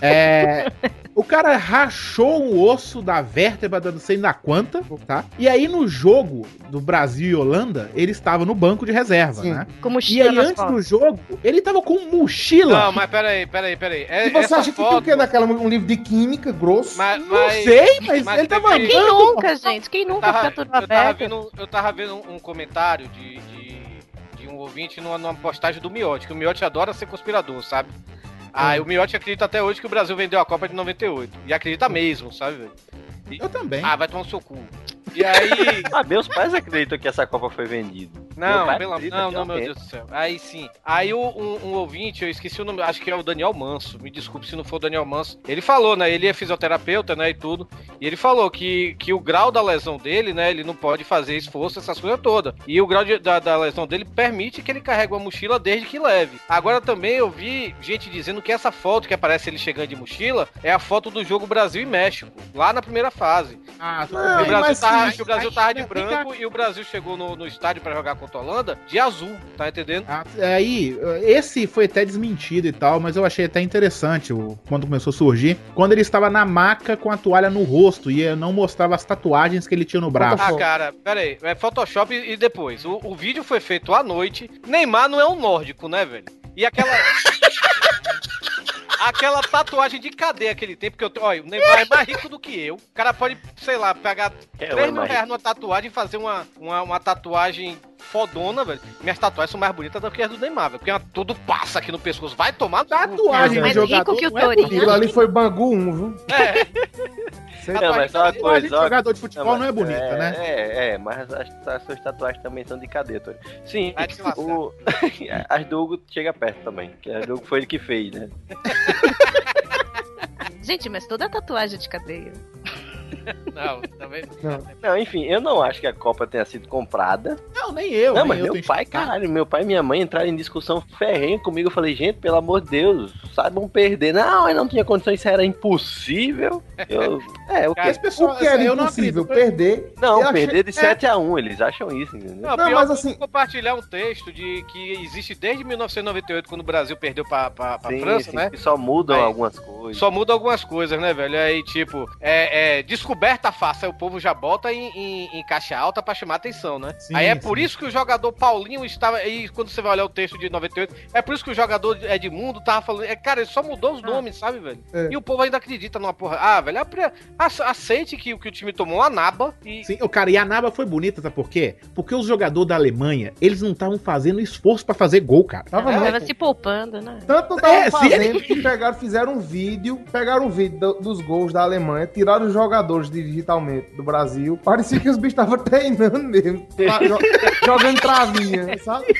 Speaker 1: É, o cara rachou o osso da vértebra, dando sei na quanta, tá? E aí no jogo do Brasil e Holanda, ele estava no banco de reserva, né?
Speaker 9: Com
Speaker 1: e
Speaker 9: mochila
Speaker 1: aí
Speaker 9: nas
Speaker 1: antes do
Speaker 9: costas.
Speaker 1: jogo, ele tava com mochila.
Speaker 2: Não, mas peraí, peraí, peraí. É,
Speaker 14: E você
Speaker 2: essa
Speaker 14: acha que tem o
Speaker 2: foto...
Speaker 14: quê naquela? Um livro de química grosso?
Speaker 2: Mas-
Speaker 14: não
Speaker 2: mas-
Speaker 14: sei, mas,
Speaker 2: mas
Speaker 14: ele tava
Speaker 2: tem que-
Speaker 14: andando.
Speaker 9: Quem nunca, gente? Quem nunca
Speaker 2: tava-
Speaker 9: fica tudo
Speaker 2: eu tava
Speaker 9: aberto?
Speaker 2: vendo, eu tava vendo um um comentário de, de, de um ouvinte numa, numa postagem do Miotti, que o Miotti adora ser conspirador, sabe?
Speaker 1: É.
Speaker 2: Ah, o Miotti acredita até hoje que o Brasil vendeu a Copa de 98. E acredita mesmo, sabe? velho? E-
Speaker 1: Eu também.
Speaker 2: Ah, vai tomar no seu cu. E aí.
Speaker 15: Ah, meus pais acreditam que essa Copa foi vendida. Meu
Speaker 2: Não,
Speaker 15: pai
Speaker 2: pelo
Speaker 15: acredita,
Speaker 2: não, não, meu
Speaker 15: realmente.
Speaker 2: Deus do céu. Aí sim. Aí o- um, um ouvinte, eu esqueci o nome, acho que é o Daniel Manso. Me desculpe se não for o Daniel Manso. Ele falou, né? Ele é fisioterapeuta, né? E tudo. E ele falou que, que o grau da lesão dele, né? Ele não pode fazer esforço, essas coisas todas. E o grau de- da, da lesão dele permite que ele carregue uma mochila desde que leve. Agora também eu vi gente dizendo que essa foto que aparece ele chegando de mochila é a foto do jogo Brasil e México, lá na primeira fase.
Speaker 1: Ah,
Speaker 2: o Brasil, tá tava,
Speaker 1: mas-
Speaker 2: o Brasil tava de
Speaker 1: mas- vem cá.
Speaker 2: branco e o Brasil chegou no, no estádio pra jogar contra a Holanda de azul, tá entendendo?
Speaker 1: é, Aí, esse foi até desmentido e tal, mas eu achei até interessante o, quando começou a surgir. Quando ele estava na maca com a toalha no rosto e não mostrava as tatuagens que ele tinha no braço.
Speaker 2: Ah, cara, pera aí. É Photoshop e, e depois. O, o vídeo foi feito à noite. Neymar não é um nórdico, né, velho? E aquela. *laughs* aquela tatuagem de cadeia que ele tem, porque eu, te- olha, o Neymar é mais rico do que eu. O cara pode, sei lá, pegar
Speaker 15: É,
Speaker 2: 3
Speaker 15: é
Speaker 2: mil
Speaker 15: mais
Speaker 2: reais numa tatuagem e fazer uma, uma, uma tatuagem fodona, velho. Minhas tatuagens são mais bonitas do que as do Neymar, velho. Porque é uma- tudo passa aqui no pescoço. Vai tomar
Speaker 14: Tatuagem
Speaker 2: do
Speaker 14: de jogador não é bonito. Aquilo ali foi Bangu 1, viu?
Speaker 15: Não, mas só uma coisa. ó.
Speaker 1: jogador de futebol não,
Speaker 15: mas
Speaker 1: é bonita, né?
Speaker 15: É, é, mas as, as suas tatuagens também são de cadê, Tori? Sim, o, *laughs* as do Hugo chega perto também. Que as do Hugo foi ele que fez, né?
Speaker 9: Gente, mas toda tatuagem de cadeia.
Speaker 2: Não, também
Speaker 14: não.
Speaker 15: Não, enfim, eu não acho que a Copa tenha sido comprada.
Speaker 1: Não, nem eu.
Speaker 15: não,
Speaker 1: nem
Speaker 15: mas
Speaker 1: eu
Speaker 15: meu
Speaker 1: tenho
Speaker 15: pai, caralho, meu pai e minha mãe entraram em discussão ferrenha comigo. Eu falei, gente, pelo amor de Deus, saibam perder. Não, eu não tinha condições, isso era impossível. Eu, é, o que?
Speaker 14: Cara, As pessoas- o que era eu não impossível, acredito. perder-
Speaker 15: Não,
Speaker 14: eu achei-
Speaker 15: perder de
Speaker 14: é.
Speaker 15: 7 a 1 eles acham isso, entendeu?
Speaker 2: Não, pior mas assim... compartilhar um texto de que existe desde 1998, quando o Brasil perdeu pra, pra, pra
Speaker 15: Sim,
Speaker 2: França,
Speaker 15: sim,
Speaker 2: né?
Speaker 15: que só mudam
Speaker 2: Aí,
Speaker 15: algumas coisas.
Speaker 2: Só muda algumas coisas, né, velho? Aí, tipo, é, é, descoberta fácil, aí o povo já bota em, em- em caixa alta pra chamar atenção, né? aí é por isso que o jogador Paulinho estava. E quando você vai olhar o texto de 98, é por isso que o jogador Edmundo tava falando. É, cara, ele só mudou os nomes, sabe, velho?
Speaker 1: É.
Speaker 2: E o povo ainda acredita numa porra. Ah, velho, apre- ace- aceite que, o- que o time tomou a naba e.
Speaker 1: Sim, o cara, e a Naba foi bonita, sabe por quê? Porque os jogadores da Alemanha, eles não estavam fazendo esforço pra fazer gol, cara.
Speaker 9: Ela
Speaker 2: É,
Speaker 9: tava se poupando, né?
Speaker 14: Tanto não
Speaker 2: um
Speaker 14: estavam
Speaker 1: É, se
Speaker 14: fazendo
Speaker 1: ele-
Speaker 14: que pegaram, fizeram um vídeo, pegaram um vídeo do- dos gols da Alemanha, tiraram os jogadores digitalmente do Brasil. Parecia que os bichos estavam treinando mesmo, tá,
Speaker 2: *laughs*
Speaker 14: jo- jogando travinha, sabe?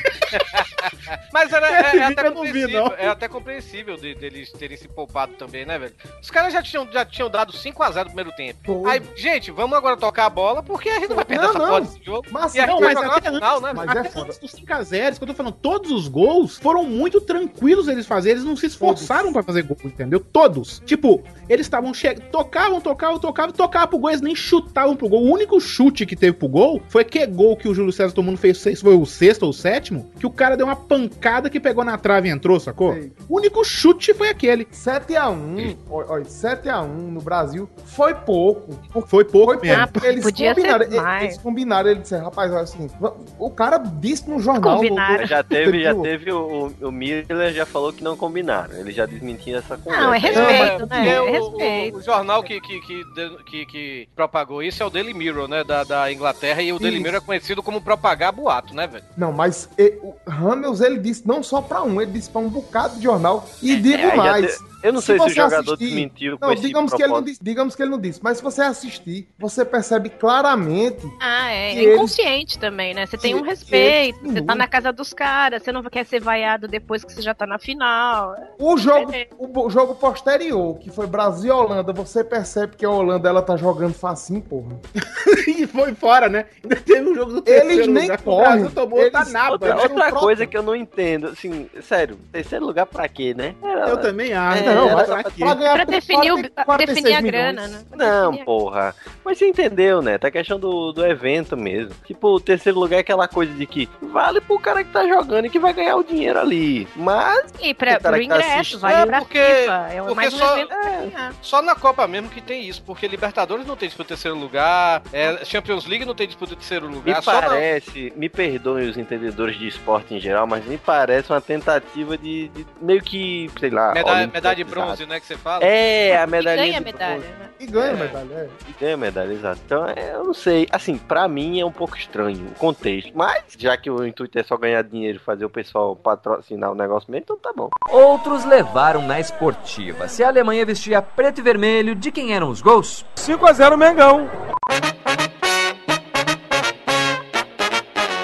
Speaker 2: Mas era, é-
Speaker 14: Esse
Speaker 2: é,
Speaker 14: vídeo
Speaker 2: até
Speaker 14: eu não vi,
Speaker 2: compreensível,
Speaker 14: não.
Speaker 2: é até compreensível de- deles terem se poupado também, né, velho? Os caras já tinham, já tinham dado 5x0 no primeiro tempo. Aí, gente, vamos agora tocar a bola, porque a gente não vai perder
Speaker 1: Não,
Speaker 2: essa
Speaker 1: não.
Speaker 2: bola desse jogo.
Speaker 1: Mas,
Speaker 2: e é a gente
Speaker 1: não,
Speaker 2: vai
Speaker 1: mas
Speaker 2: jogar
Speaker 1: até
Speaker 2: a final,
Speaker 1: antes,
Speaker 2: né?
Speaker 1: mas é
Speaker 2: velho?
Speaker 1: até antes dos 5 a 0 isso que eu tô falando, todos os gols foram muito tranquilos eles fazerem, eles não se esforçaram pra fazer gol, entendeu? todos. Tipo, eles estavam che... tocavam, tocavam, tocavam, tocavam pro gol, eles nem chutavam pro gol. O único chute que teve pro gol foi que gol que o Júlio César Tomundo fez, sei se foi o sexto ou o sétimo, que o cara deu uma pancada que pegou na trave e entrou, sacou? O único chute foi aquele.
Speaker 14: 7x1, olha, 7x1 no Brasil foi pouco.
Speaker 1: Foi pouco mesmo.
Speaker 14: pouco.
Speaker 1: Ah,
Speaker 14: Eles
Speaker 1: podia ser
Speaker 14: combinaram, e-
Speaker 1: mais.
Speaker 14: eles combinaram, ele disse, rapaz, olha assim, va- o cara disse no jornal. do- do-
Speaker 15: Já teve,
Speaker 1: *laughs*
Speaker 15: já
Speaker 1: Tipo-
Speaker 14: do-
Speaker 15: teve o, o, o Miller já falou que não combinaram. Ele já desmentiu essa conversa.
Speaker 9: Não, é respeito,
Speaker 2: Não, mas-
Speaker 9: né?
Speaker 2: é, o-
Speaker 9: É respeito.
Speaker 2: O jornal que, que, que, de- que- que propagou isso é o Daily Mirror, né? Da, da Inglaterra. E o Daily
Speaker 14: Isso.
Speaker 2: Mirror é conhecido como propagar boato, né, velho?
Speaker 14: Não, mas e, o Ramos, ele disse não só pra um, ele disse pra um bocado de jornal. E digo
Speaker 15: aí É, já
Speaker 14: mais.
Speaker 15: te- eu não sei se o
Speaker 14: você
Speaker 15: jogador desmentiu com
Speaker 14: Não,
Speaker 15: esse
Speaker 14: digamos que, ele não
Speaker 15: propósito.
Speaker 14: disse, digamos que ele não disse. Mas se você assistir, você percebe claramente.
Speaker 9: Ah, é.
Speaker 14: Que
Speaker 9: é inconsciente também, né? Você tem um
Speaker 14: que
Speaker 9: respeito,
Speaker 14: eles-
Speaker 9: você
Speaker 1: é.
Speaker 9: tá na casa dos caras, você não quer ser vaiado depois que você já tá na final.
Speaker 14: O jogo,
Speaker 9: É,
Speaker 14: o, bo- jogo posterior, que foi Brasil e Holanda, você percebe que a Holanda ela tá jogando facinho, porra.
Speaker 1: *laughs* e foi fora, né? Ainda teve um jogo do
Speaker 14: Eles nem
Speaker 1: lugar que O
Speaker 14: correm.
Speaker 1: Brasil tomou
Speaker 14: Eles-
Speaker 1: outra naba.
Speaker 15: Outra,
Speaker 1: né?
Speaker 15: outra coisa que eu não entendo, assim, sério, terceiro lugar pra quê, né? Era-
Speaker 1: Eu também acho.
Speaker 15: É,
Speaker 1: Não,
Speaker 15: era
Speaker 1: mas
Speaker 15: só
Speaker 1: pra quê?
Speaker 15: pra ganhar
Speaker 9: Pra definir, o, pra
Speaker 14: 46
Speaker 9: definir a
Speaker 14: milhões.
Speaker 9: grana, né?
Speaker 15: Não, porra. Mas você entendeu, né? Tá a questão do, do evento mesmo. Tipo, o terceiro lugar é aquela coisa de que vale pro cara que tá jogando e que vai ganhar o dinheiro ali. Mas.
Speaker 9: E pra,
Speaker 15: o cara
Speaker 9: É, pro
Speaker 15: que tá
Speaker 9: ingresso,
Speaker 15: assistindo-
Speaker 9: vale pra
Speaker 2: porque-
Speaker 9: FIFA. É
Speaker 2: porque
Speaker 9: mais um
Speaker 2: só-
Speaker 9: evento pra ganhar.
Speaker 2: Só na Copa mesmo que tem isso, porque Libertadores não tem disputa em terceiro lugar, é, Champions League não tem disputa em terceiro
Speaker 15: Me
Speaker 2: lugar, só na-
Speaker 15: parece, me perdoem os entendedores de esporte em geral, mas me parece uma tentativa de, de meio que, sei lá.
Speaker 2: medalha,
Speaker 15: olímpico,
Speaker 2: medalha de
Speaker 15: exato.
Speaker 2: bronze, né, que você fala.
Speaker 15: É, a medalha.
Speaker 9: Ganha a medalha, né?
Speaker 14: E ganha,
Speaker 15: É.
Speaker 14: medalha. é.
Speaker 15: E ganha medalha, exato. Então, é, eu não sei. Assim, pra mim é um pouco estranho o contexto. Mas, já que o intuito é só ganhar dinheiro e fazer o pessoal patrocinar o negócio mesmo, então tá bom.
Speaker 17: Outros levaram na esportiva. Se a Alemanha vestia preto e vermelho, de quem eram os gols? 5 a 0 Mengão.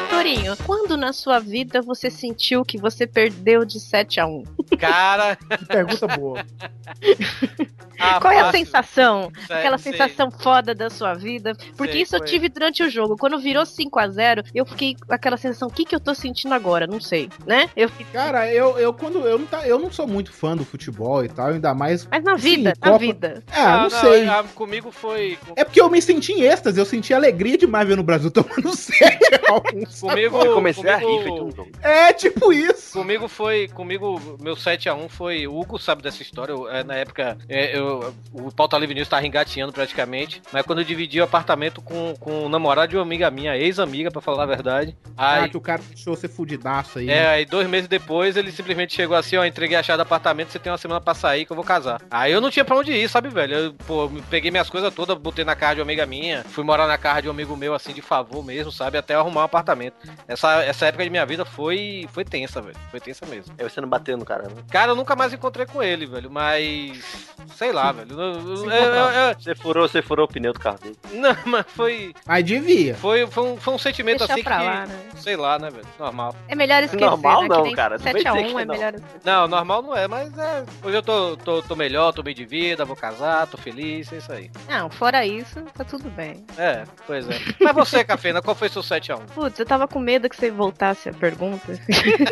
Speaker 9: Torinho, quando na sua vida você sentiu que você perdeu de 7 a 1?
Speaker 2: Cara.
Speaker 14: Pergunta boa.
Speaker 9: *laughs* Qual é a
Speaker 14: fácil.
Speaker 9: sensação?
Speaker 14: Sei,
Speaker 9: Aquela
Speaker 14: sei.
Speaker 9: sensação foda da sua vida? Porque
Speaker 14: Sei,
Speaker 9: isso eu
Speaker 14: foi.
Speaker 9: tive durante o jogo. Quando virou 5 a 0 eu fiquei com aquela sensação, o que, que eu tô sentindo agora? Não sei, né? Eu fiquei...
Speaker 1: Cara, eu, eu quando eu não, tá, eu não sou muito fã do futebol e tal, ainda mais.
Speaker 9: Mas na vida, na vida.
Speaker 1: É, não, sei.
Speaker 2: ah, comigo foi. com-
Speaker 1: É porque eu me senti em êxtase, eu senti alegria demais ver no Brasil *laughs* tomando um 7
Speaker 2: Comigo.
Speaker 1: Eu comecei a
Speaker 2: comigo-
Speaker 1: rir, feito um É tipo isso.
Speaker 2: Comigo foi. Comigo, meu 7x1 foi. O Hugo sabe dessa história. eu, é, na época, é, eu, o Pauta Livre News tava engatinhando praticamente. Mas quando eu dividi o apartamento com, com o namorado de uma amiga minha, ex-amiga, pra falar a verdade.
Speaker 1: Ah,
Speaker 2: Aí,
Speaker 1: que o cara deixou você fudidaço aí. né? *laughs*
Speaker 2: É, aí dois meses depois ele simplesmente chegou assim, ó, entreguei a chave do apartamento, você tem uma semana pra sair que eu vou casar. Aí eu não tinha pra onde ir, sabe, velho? Eu, pô, me- peguei minhas coisas todas, botei na casa de uma amiga minha, fui morar na casa de um amigo meu, assim, de favor mesmo, sabe? Até eu arrumar um apartamento. Essa, essa época de minha vida foi, foi tensa, velho. Foi tensa mesmo.
Speaker 15: Aí É, você não bateu no cara, né?
Speaker 2: Cara, eu nunca mais encontrei com ele, velho, mas... Sei lá, velho. Eu- eu- eu- eu-
Speaker 15: Você furou, você furou o pneu do carro dele.
Speaker 2: *laughs* não, mas foi...
Speaker 1: Mas devia.
Speaker 2: Foi, foi, um, foi um sentimento
Speaker 9: Deixa
Speaker 2: assim
Speaker 9: pra
Speaker 2: que...
Speaker 9: lá, né?
Speaker 2: Sei lá, né, velho? Normal.
Speaker 9: É melhor esquecer,
Speaker 15: Normal
Speaker 9: né?
Speaker 15: não,
Speaker 9: que nem
Speaker 15: cara, tu vai
Speaker 9: 7 a 1
Speaker 15: dizer que
Speaker 9: é
Speaker 15: não.
Speaker 9: melhor...
Speaker 2: Não, normal não é, mas é. Hoje eu tô, tô, tô melhor, tô bem de vida, vou casar, tô feliz, é isso aí.
Speaker 9: Não, fora isso, tá tudo bem.
Speaker 2: É,
Speaker 15: *laughs*
Speaker 2: pois é. Mas você, Cafena, qual foi seu 7x1?
Speaker 9: Putz, eu tava com medo que você voltasse a pergunta. assim. *laughs*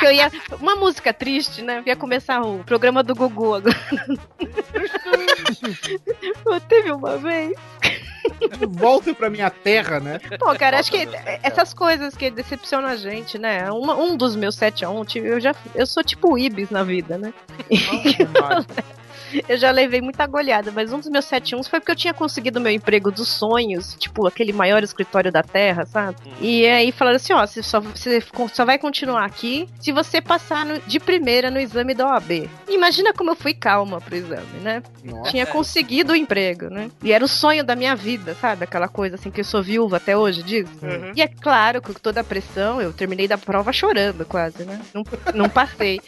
Speaker 9: que eu ia... Uma música triste, né? Eu ia começar o programa do Gugu agora. Pô, Teve uma vez...
Speaker 1: Volta pra minha terra, né?
Speaker 9: Pô, cara, acho que essas coisas que decepcionam a gente, né? Uma- um dos meus 7 a 1, tive- eu já eu sou tipo o Ibis na vida,
Speaker 1: *laughs*
Speaker 9: né? eu já levei muita goleada, mas um dos meus 7 a 1 foi porque eu tinha conseguido meu emprego dos sonhos, tipo aquele maior escritório da Terra, sabe?
Speaker 1: Uhum.
Speaker 9: E aí falaram assim, ó, você só, você ficou- só vai continuar aqui se você passar no- de primeira no exame da OAB. Imagina como eu fui calma pro exame, né?
Speaker 1: Nossa. é.
Speaker 9: Tinha conseguido o emprego, né? E era o sonho da minha vida, sabe? Aquela coisa assim que eu sou viúva até hoje disso.
Speaker 12: Uhum.
Speaker 9: E é claro, com toda a pressão, eu terminei da prova chorando quase, né? Não, não
Speaker 1: *laughs*
Speaker 9: passei.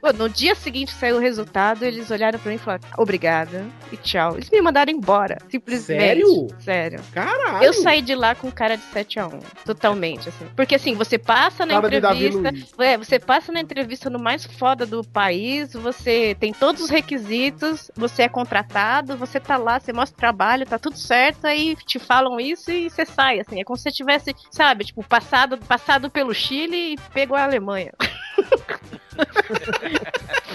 Speaker 9: Pô, no dia seguinte saiu o resultado, eles olharam pra mim e falaram, obrigada e tchau. Eles me mandaram embora, simplesmente.
Speaker 1: Sério?
Speaker 9: Sério.
Speaker 1: Caralho!
Speaker 9: Eu saí de lá com cara de 7x1, totalmente, assim. Porque assim, você passa na
Speaker 14: Cara de Davi
Speaker 9: entrevista,
Speaker 14: Luiz.
Speaker 9: é, você passa na entrevista no mais foda do país, você tem todos os requisitos, você é contratado, você tá lá, você mostra o trabalho, tá tudo certo, aí te falam isso e você sai, assim. É como se você tivesse, sabe, tipo, passado, passado pelo Chile e pegou a Alemanha. *laughs*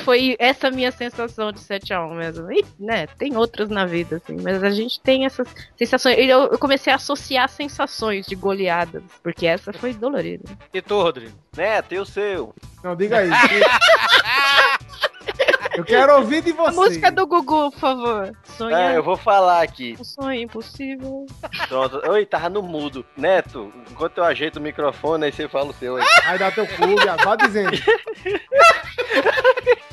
Speaker 9: Foi essa minha sensação de 7x1 mesmo. E, né, tem outras na vida, assim, mas a gente tem essas sensações. E Eu, eu comecei a associar sensações de goleadas, porque essa foi dolorida.
Speaker 2: E tu, Rodrigo?
Speaker 15: Neto, e o seu?
Speaker 14: Não, diga aí. Eu quero ouvir de
Speaker 9: A
Speaker 14: você.
Speaker 9: música do Gugu, por favor. Sonha.
Speaker 15: É, eu vou falar aqui.
Speaker 9: Um sonho impossível.
Speaker 15: Pronto. Oi, tava no mudo. Neto, enquanto eu ajeito o microfone, aí você fala o seu aí.
Speaker 14: Aí dá teu cu, viado. Vá dizendo.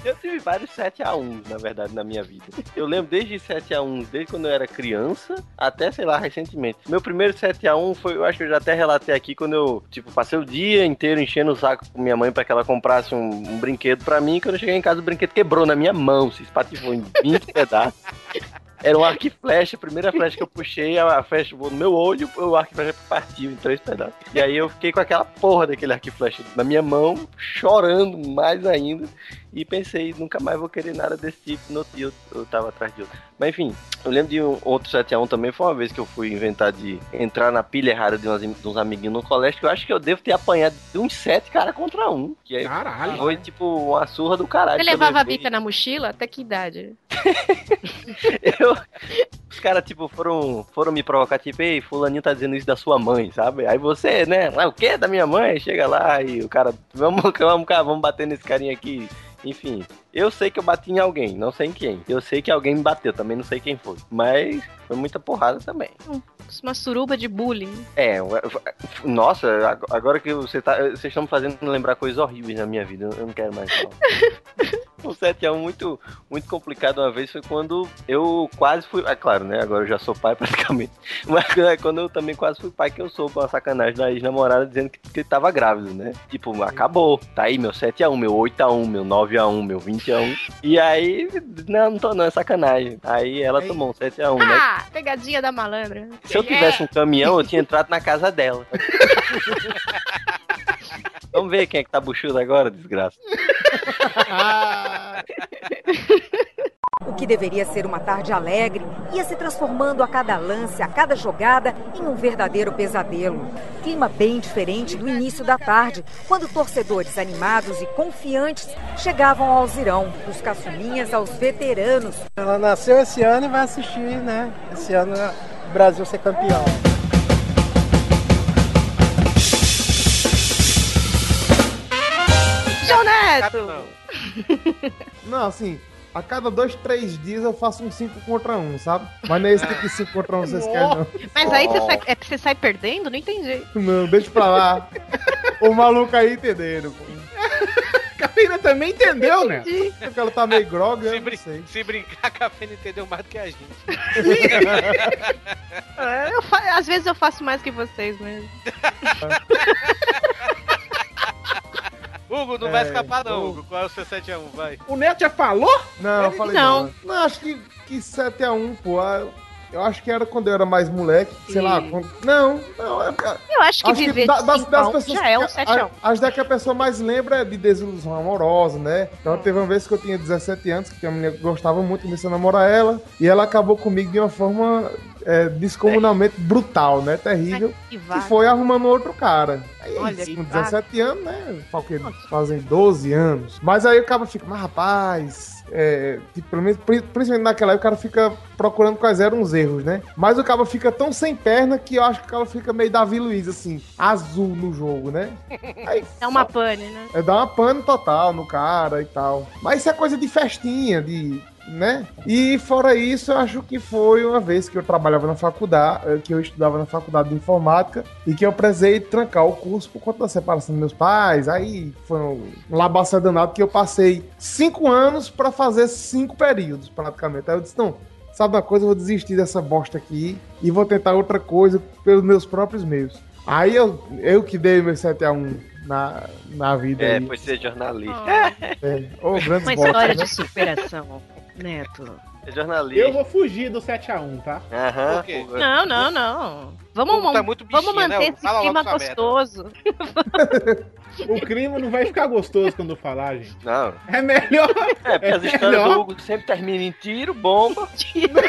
Speaker 15: Eu tive vários 7x1, na verdade, na minha vida. Eu lembro desde 7x1, desde quando eu era criança, até, sei lá, recentemente. Meu primeiro 7x1 foi, eu acho que eu já até relatei aqui, quando eu, tipo, passei o dia inteiro enchendo o saco com minha mãe pra que ela comprasse um, um brinquedo pra mim. Quando eu cheguei em casa, o brinquedo quebrou na minha mão, se espatifou em 20 *laughs* pedaços. Era um arco e flecha, a primeira flecha que eu puxei, a a flecha voou no meu olho, o arco e flecha partiu em três pedaços. E aí eu fiquei com aquela porra daquele arco e flecha na minha mão, chorando mais ainda. E pensei, nunca mais vou querer nada desse tipo. No outro dia eu, eu tava atrás de outro. Mas enfim, eu lembro de um outro 7x1 também. Foi uma vez que eu fui inventar de entrar na pilha errada de, umas, de uns amiguinhos no colégio. Que eu acho que eu devo ter apanhado de uns sete cara contra um. Que aí
Speaker 1: Caralho.
Speaker 15: Foi tipo uma surra do caralho.
Speaker 9: Você
Speaker 15: que eu
Speaker 9: levava a
Speaker 15: levei.
Speaker 9: bica na mochila? Até que idade?
Speaker 15: Os caras, tipo, foram, foram me provocar, tipo, ei, fulaninho tá dizendo isso da sua mãe, sabe? Aí você, né, ah, o quê? Da minha mãe? Chega lá e o cara, vamos, *laughs* vamos, cara, vamos bater nesse carinha aqui. Enfim, eu sei que eu bati em alguém, não sei em quem. Eu sei que alguém me bateu, também não sei quem foi. Mas foi muita porrada também.
Speaker 9: Um, Uma suruba de bullying.
Speaker 15: É, eu- eu- nossa, ag- agora que você tá, vocês estão me fazendo lembrar coisas horríveis na minha vida, eu não quero mais falar. *laughs* um 7x1 muito, muito complicado uma vez foi quando eu quase fui. É claro, né? Agora eu já sou pai *laughs* praticamente. Mas *laughs* né, quando eu também quase fui pai, que eu soube uma sacanagem da ex-namorada dizendo que, que tava grávido, né? Tipo, acabou. Tá aí meu 7x1, meu 8x1, meu 9x1, meu 20x1. E aí, não, não tô não, é sacanagem. Aí ela tomou um 7x1, né?
Speaker 9: Ah, pegadinha da malandra.
Speaker 15: Se
Speaker 2: É.
Speaker 15: eu
Speaker 14: É.
Speaker 15: tivesse um caminhão, eu tinha entrado na casa
Speaker 2: *laughs*
Speaker 15: dela. Vamos ver quem é que tá buchudo agora, desgraça.
Speaker 6: Ah. O que deveria ser uma tarde alegre ia se transformando a cada lance, a cada jogada, em um verdadeiro pesadelo. Clima bem diferente do início da tarde, quando torcedores animados e confiantes chegavam ao Zirão, dos caçulinhas aos veteranos.
Speaker 16: Ela nasceu esse ano e vai assistir, né? Esse ano o Brasil ser campeão.
Speaker 9: João Neto!
Speaker 14: Não, assim, a cada dois, três dias eu faço um 5 contra 1, um, sabe? Mas não é esse tipo de 5 contra 1 um, vocês querem, não. Oh.
Speaker 9: Mas aí você sai, é que você sai perdendo? Não entendi.
Speaker 14: Não, deixa pra lá. O maluco aí entenderam,
Speaker 1: *laughs*
Speaker 14: pô.
Speaker 1: Cafeína também entendeu, né?
Speaker 14: Porque ela tá meio groga, eu não sei.
Speaker 2: Se brincar, *laughs* a cafeína entendeu mais do que a
Speaker 1: *laughs*
Speaker 2: gente.
Speaker 9: É, eu fa- às vezes eu faço mais que vocês mesmo.
Speaker 2: Hugo, não
Speaker 1: É,
Speaker 2: vai escapar não,
Speaker 1: o-
Speaker 2: Hugo. Qual é o seu 7x1? Vai.
Speaker 1: O Neto já falou?
Speaker 14: Não, eu falei não. Não, acho que, que 7x1, pô. ah, Eu, eu acho que era quando eu era mais moleque, sei lá. quando- não, não. é-
Speaker 9: Eu acho que viver de cinco a um já é um
Speaker 14: que-
Speaker 9: 7x1.
Speaker 14: a- Acho que a que a pessoa mais lembra é de desilusão amorosa, né? Então teve uma vez que eu tinha 17 anos, que tinha uma menina que eu gostava muito, comecei a namorar ela, e ela acabou comigo de uma forma é, descomunalmente brutal, né? Terrível.
Speaker 9: que
Speaker 14: E
Speaker 9: vaga.
Speaker 14: foi arrumando outro cara. Aí, assim,
Speaker 9: Olha,
Speaker 14: com
Speaker 9: que vaga.
Speaker 14: 17 anos, né? Fal- que Fazem 12 anos. Mas aí o cara fica, mas rapaz, é, tipo, pelo menos, pri- principalmente naquela época, o cara fica procurando quais eram os erros, né? Mas o cara fica tão sem perna que eu acho que o cara fica meio Davi Luiz, assim, azul no jogo, né?
Speaker 9: É uma pane, né?
Speaker 14: É dar uma pane total no cara e tal. Mas isso é coisa de festinha, de. né? E fora isso, eu acho que foi uma vez que eu trabalhava na faculdade, eh, que eu estudava na faculdade de informática e que eu precisei trancar o curso por conta da separação dos meus pais. Aí foi um labaça danado que eu passei cinco anos pra fazer cinco períodos, praticamente. Aí eu disse, não. Sabe uma coisa, eu vou desistir dessa bosta aqui e vou tentar outra coisa pelos meus próprios meios. Aí eu, eu que dei meu 7x1 na, na vida.
Speaker 15: É,
Speaker 14: aí.
Speaker 15: foi ser jornalista.
Speaker 14: É, ô, grandes
Speaker 9: Uma
Speaker 14: bosta,
Speaker 9: história
Speaker 14: né?
Speaker 9: de superação, Neto.
Speaker 15: É jornalista. É,
Speaker 1: Eu vou fugir do 7x1, tá?
Speaker 15: Aham.
Speaker 1: Por quê?
Speaker 9: Não, não, não. Vamos,
Speaker 1: Hugo tá
Speaker 9: man-
Speaker 1: muito
Speaker 9: vamos
Speaker 1: bichinha, né,
Speaker 9: manter
Speaker 1: Hugo?
Speaker 9: esse
Speaker 1: Fala logo
Speaker 9: clima
Speaker 1: sua meta.
Speaker 9: gostoso.
Speaker 1: O clima não vai ficar gostoso quando eu falar, gente.
Speaker 15: Não.
Speaker 1: É melhor.
Speaker 15: É, porque as histórias do Hugo sempre terminam em tiro, bomba.
Speaker 2: *laughs*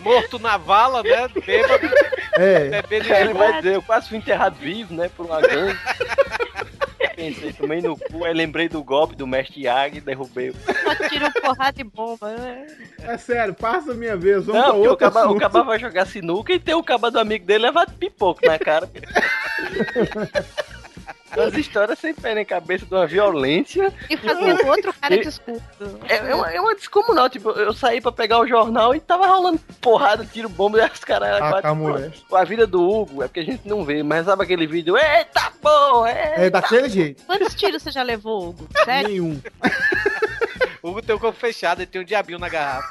Speaker 2: Morto na vala, né? Bêbado.
Speaker 14: É.
Speaker 2: Bebendo
Speaker 15: É,
Speaker 2: *laughs*
Speaker 15: Ele vai dizer, eu quase fui enterrado vivo, né? Por uma gangue. pensei, tomei no cu, aí lembrei do golpe do mestre Yagi, derrubei.
Speaker 9: Tirou porrada e bomba. né?
Speaker 1: É sério, passa a minha vez.
Speaker 14: Então
Speaker 1: Vamos
Speaker 14: tá
Speaker 15: Não,
Speaker 1: pra
Speaker 15: porque o
Speaker 1: outro
Speaker 15: caba, o
Speaker 1: assunto.
Speaker 15: caba vai jogar sinuca e tem o caba do amigo dele levado pipoco na cara.
Speaker 14: *laughs*
Speaker 15: As histórias sem pé nem cabeça de uma violência.
Speaker 9: E fazendo outro cara
Speaker 15: E-
Speaker 9: de escudo.
Speaker 15: É, é uma, é uma descomunal, tipo, eu saí pra pegar o jornal e tava rolando porrada, tiro, bomba e as caras...
Speaker 14: Ah,
Speaker 15: quatro.
Speaker 14: tá, moleque.
Speaker 15: a vida do Hugo é porque a gente não vê, mas sabe aquele vídeo? Eita porra!
Speaker 14: É daquele jeito.
Speaker 9: Quantos tiros você já levou, Hugo? Sério?
Speaker 1: Nenhum.
Speaker 2: Hugo tem o corpo fechado e tem um diabinho na garrafa.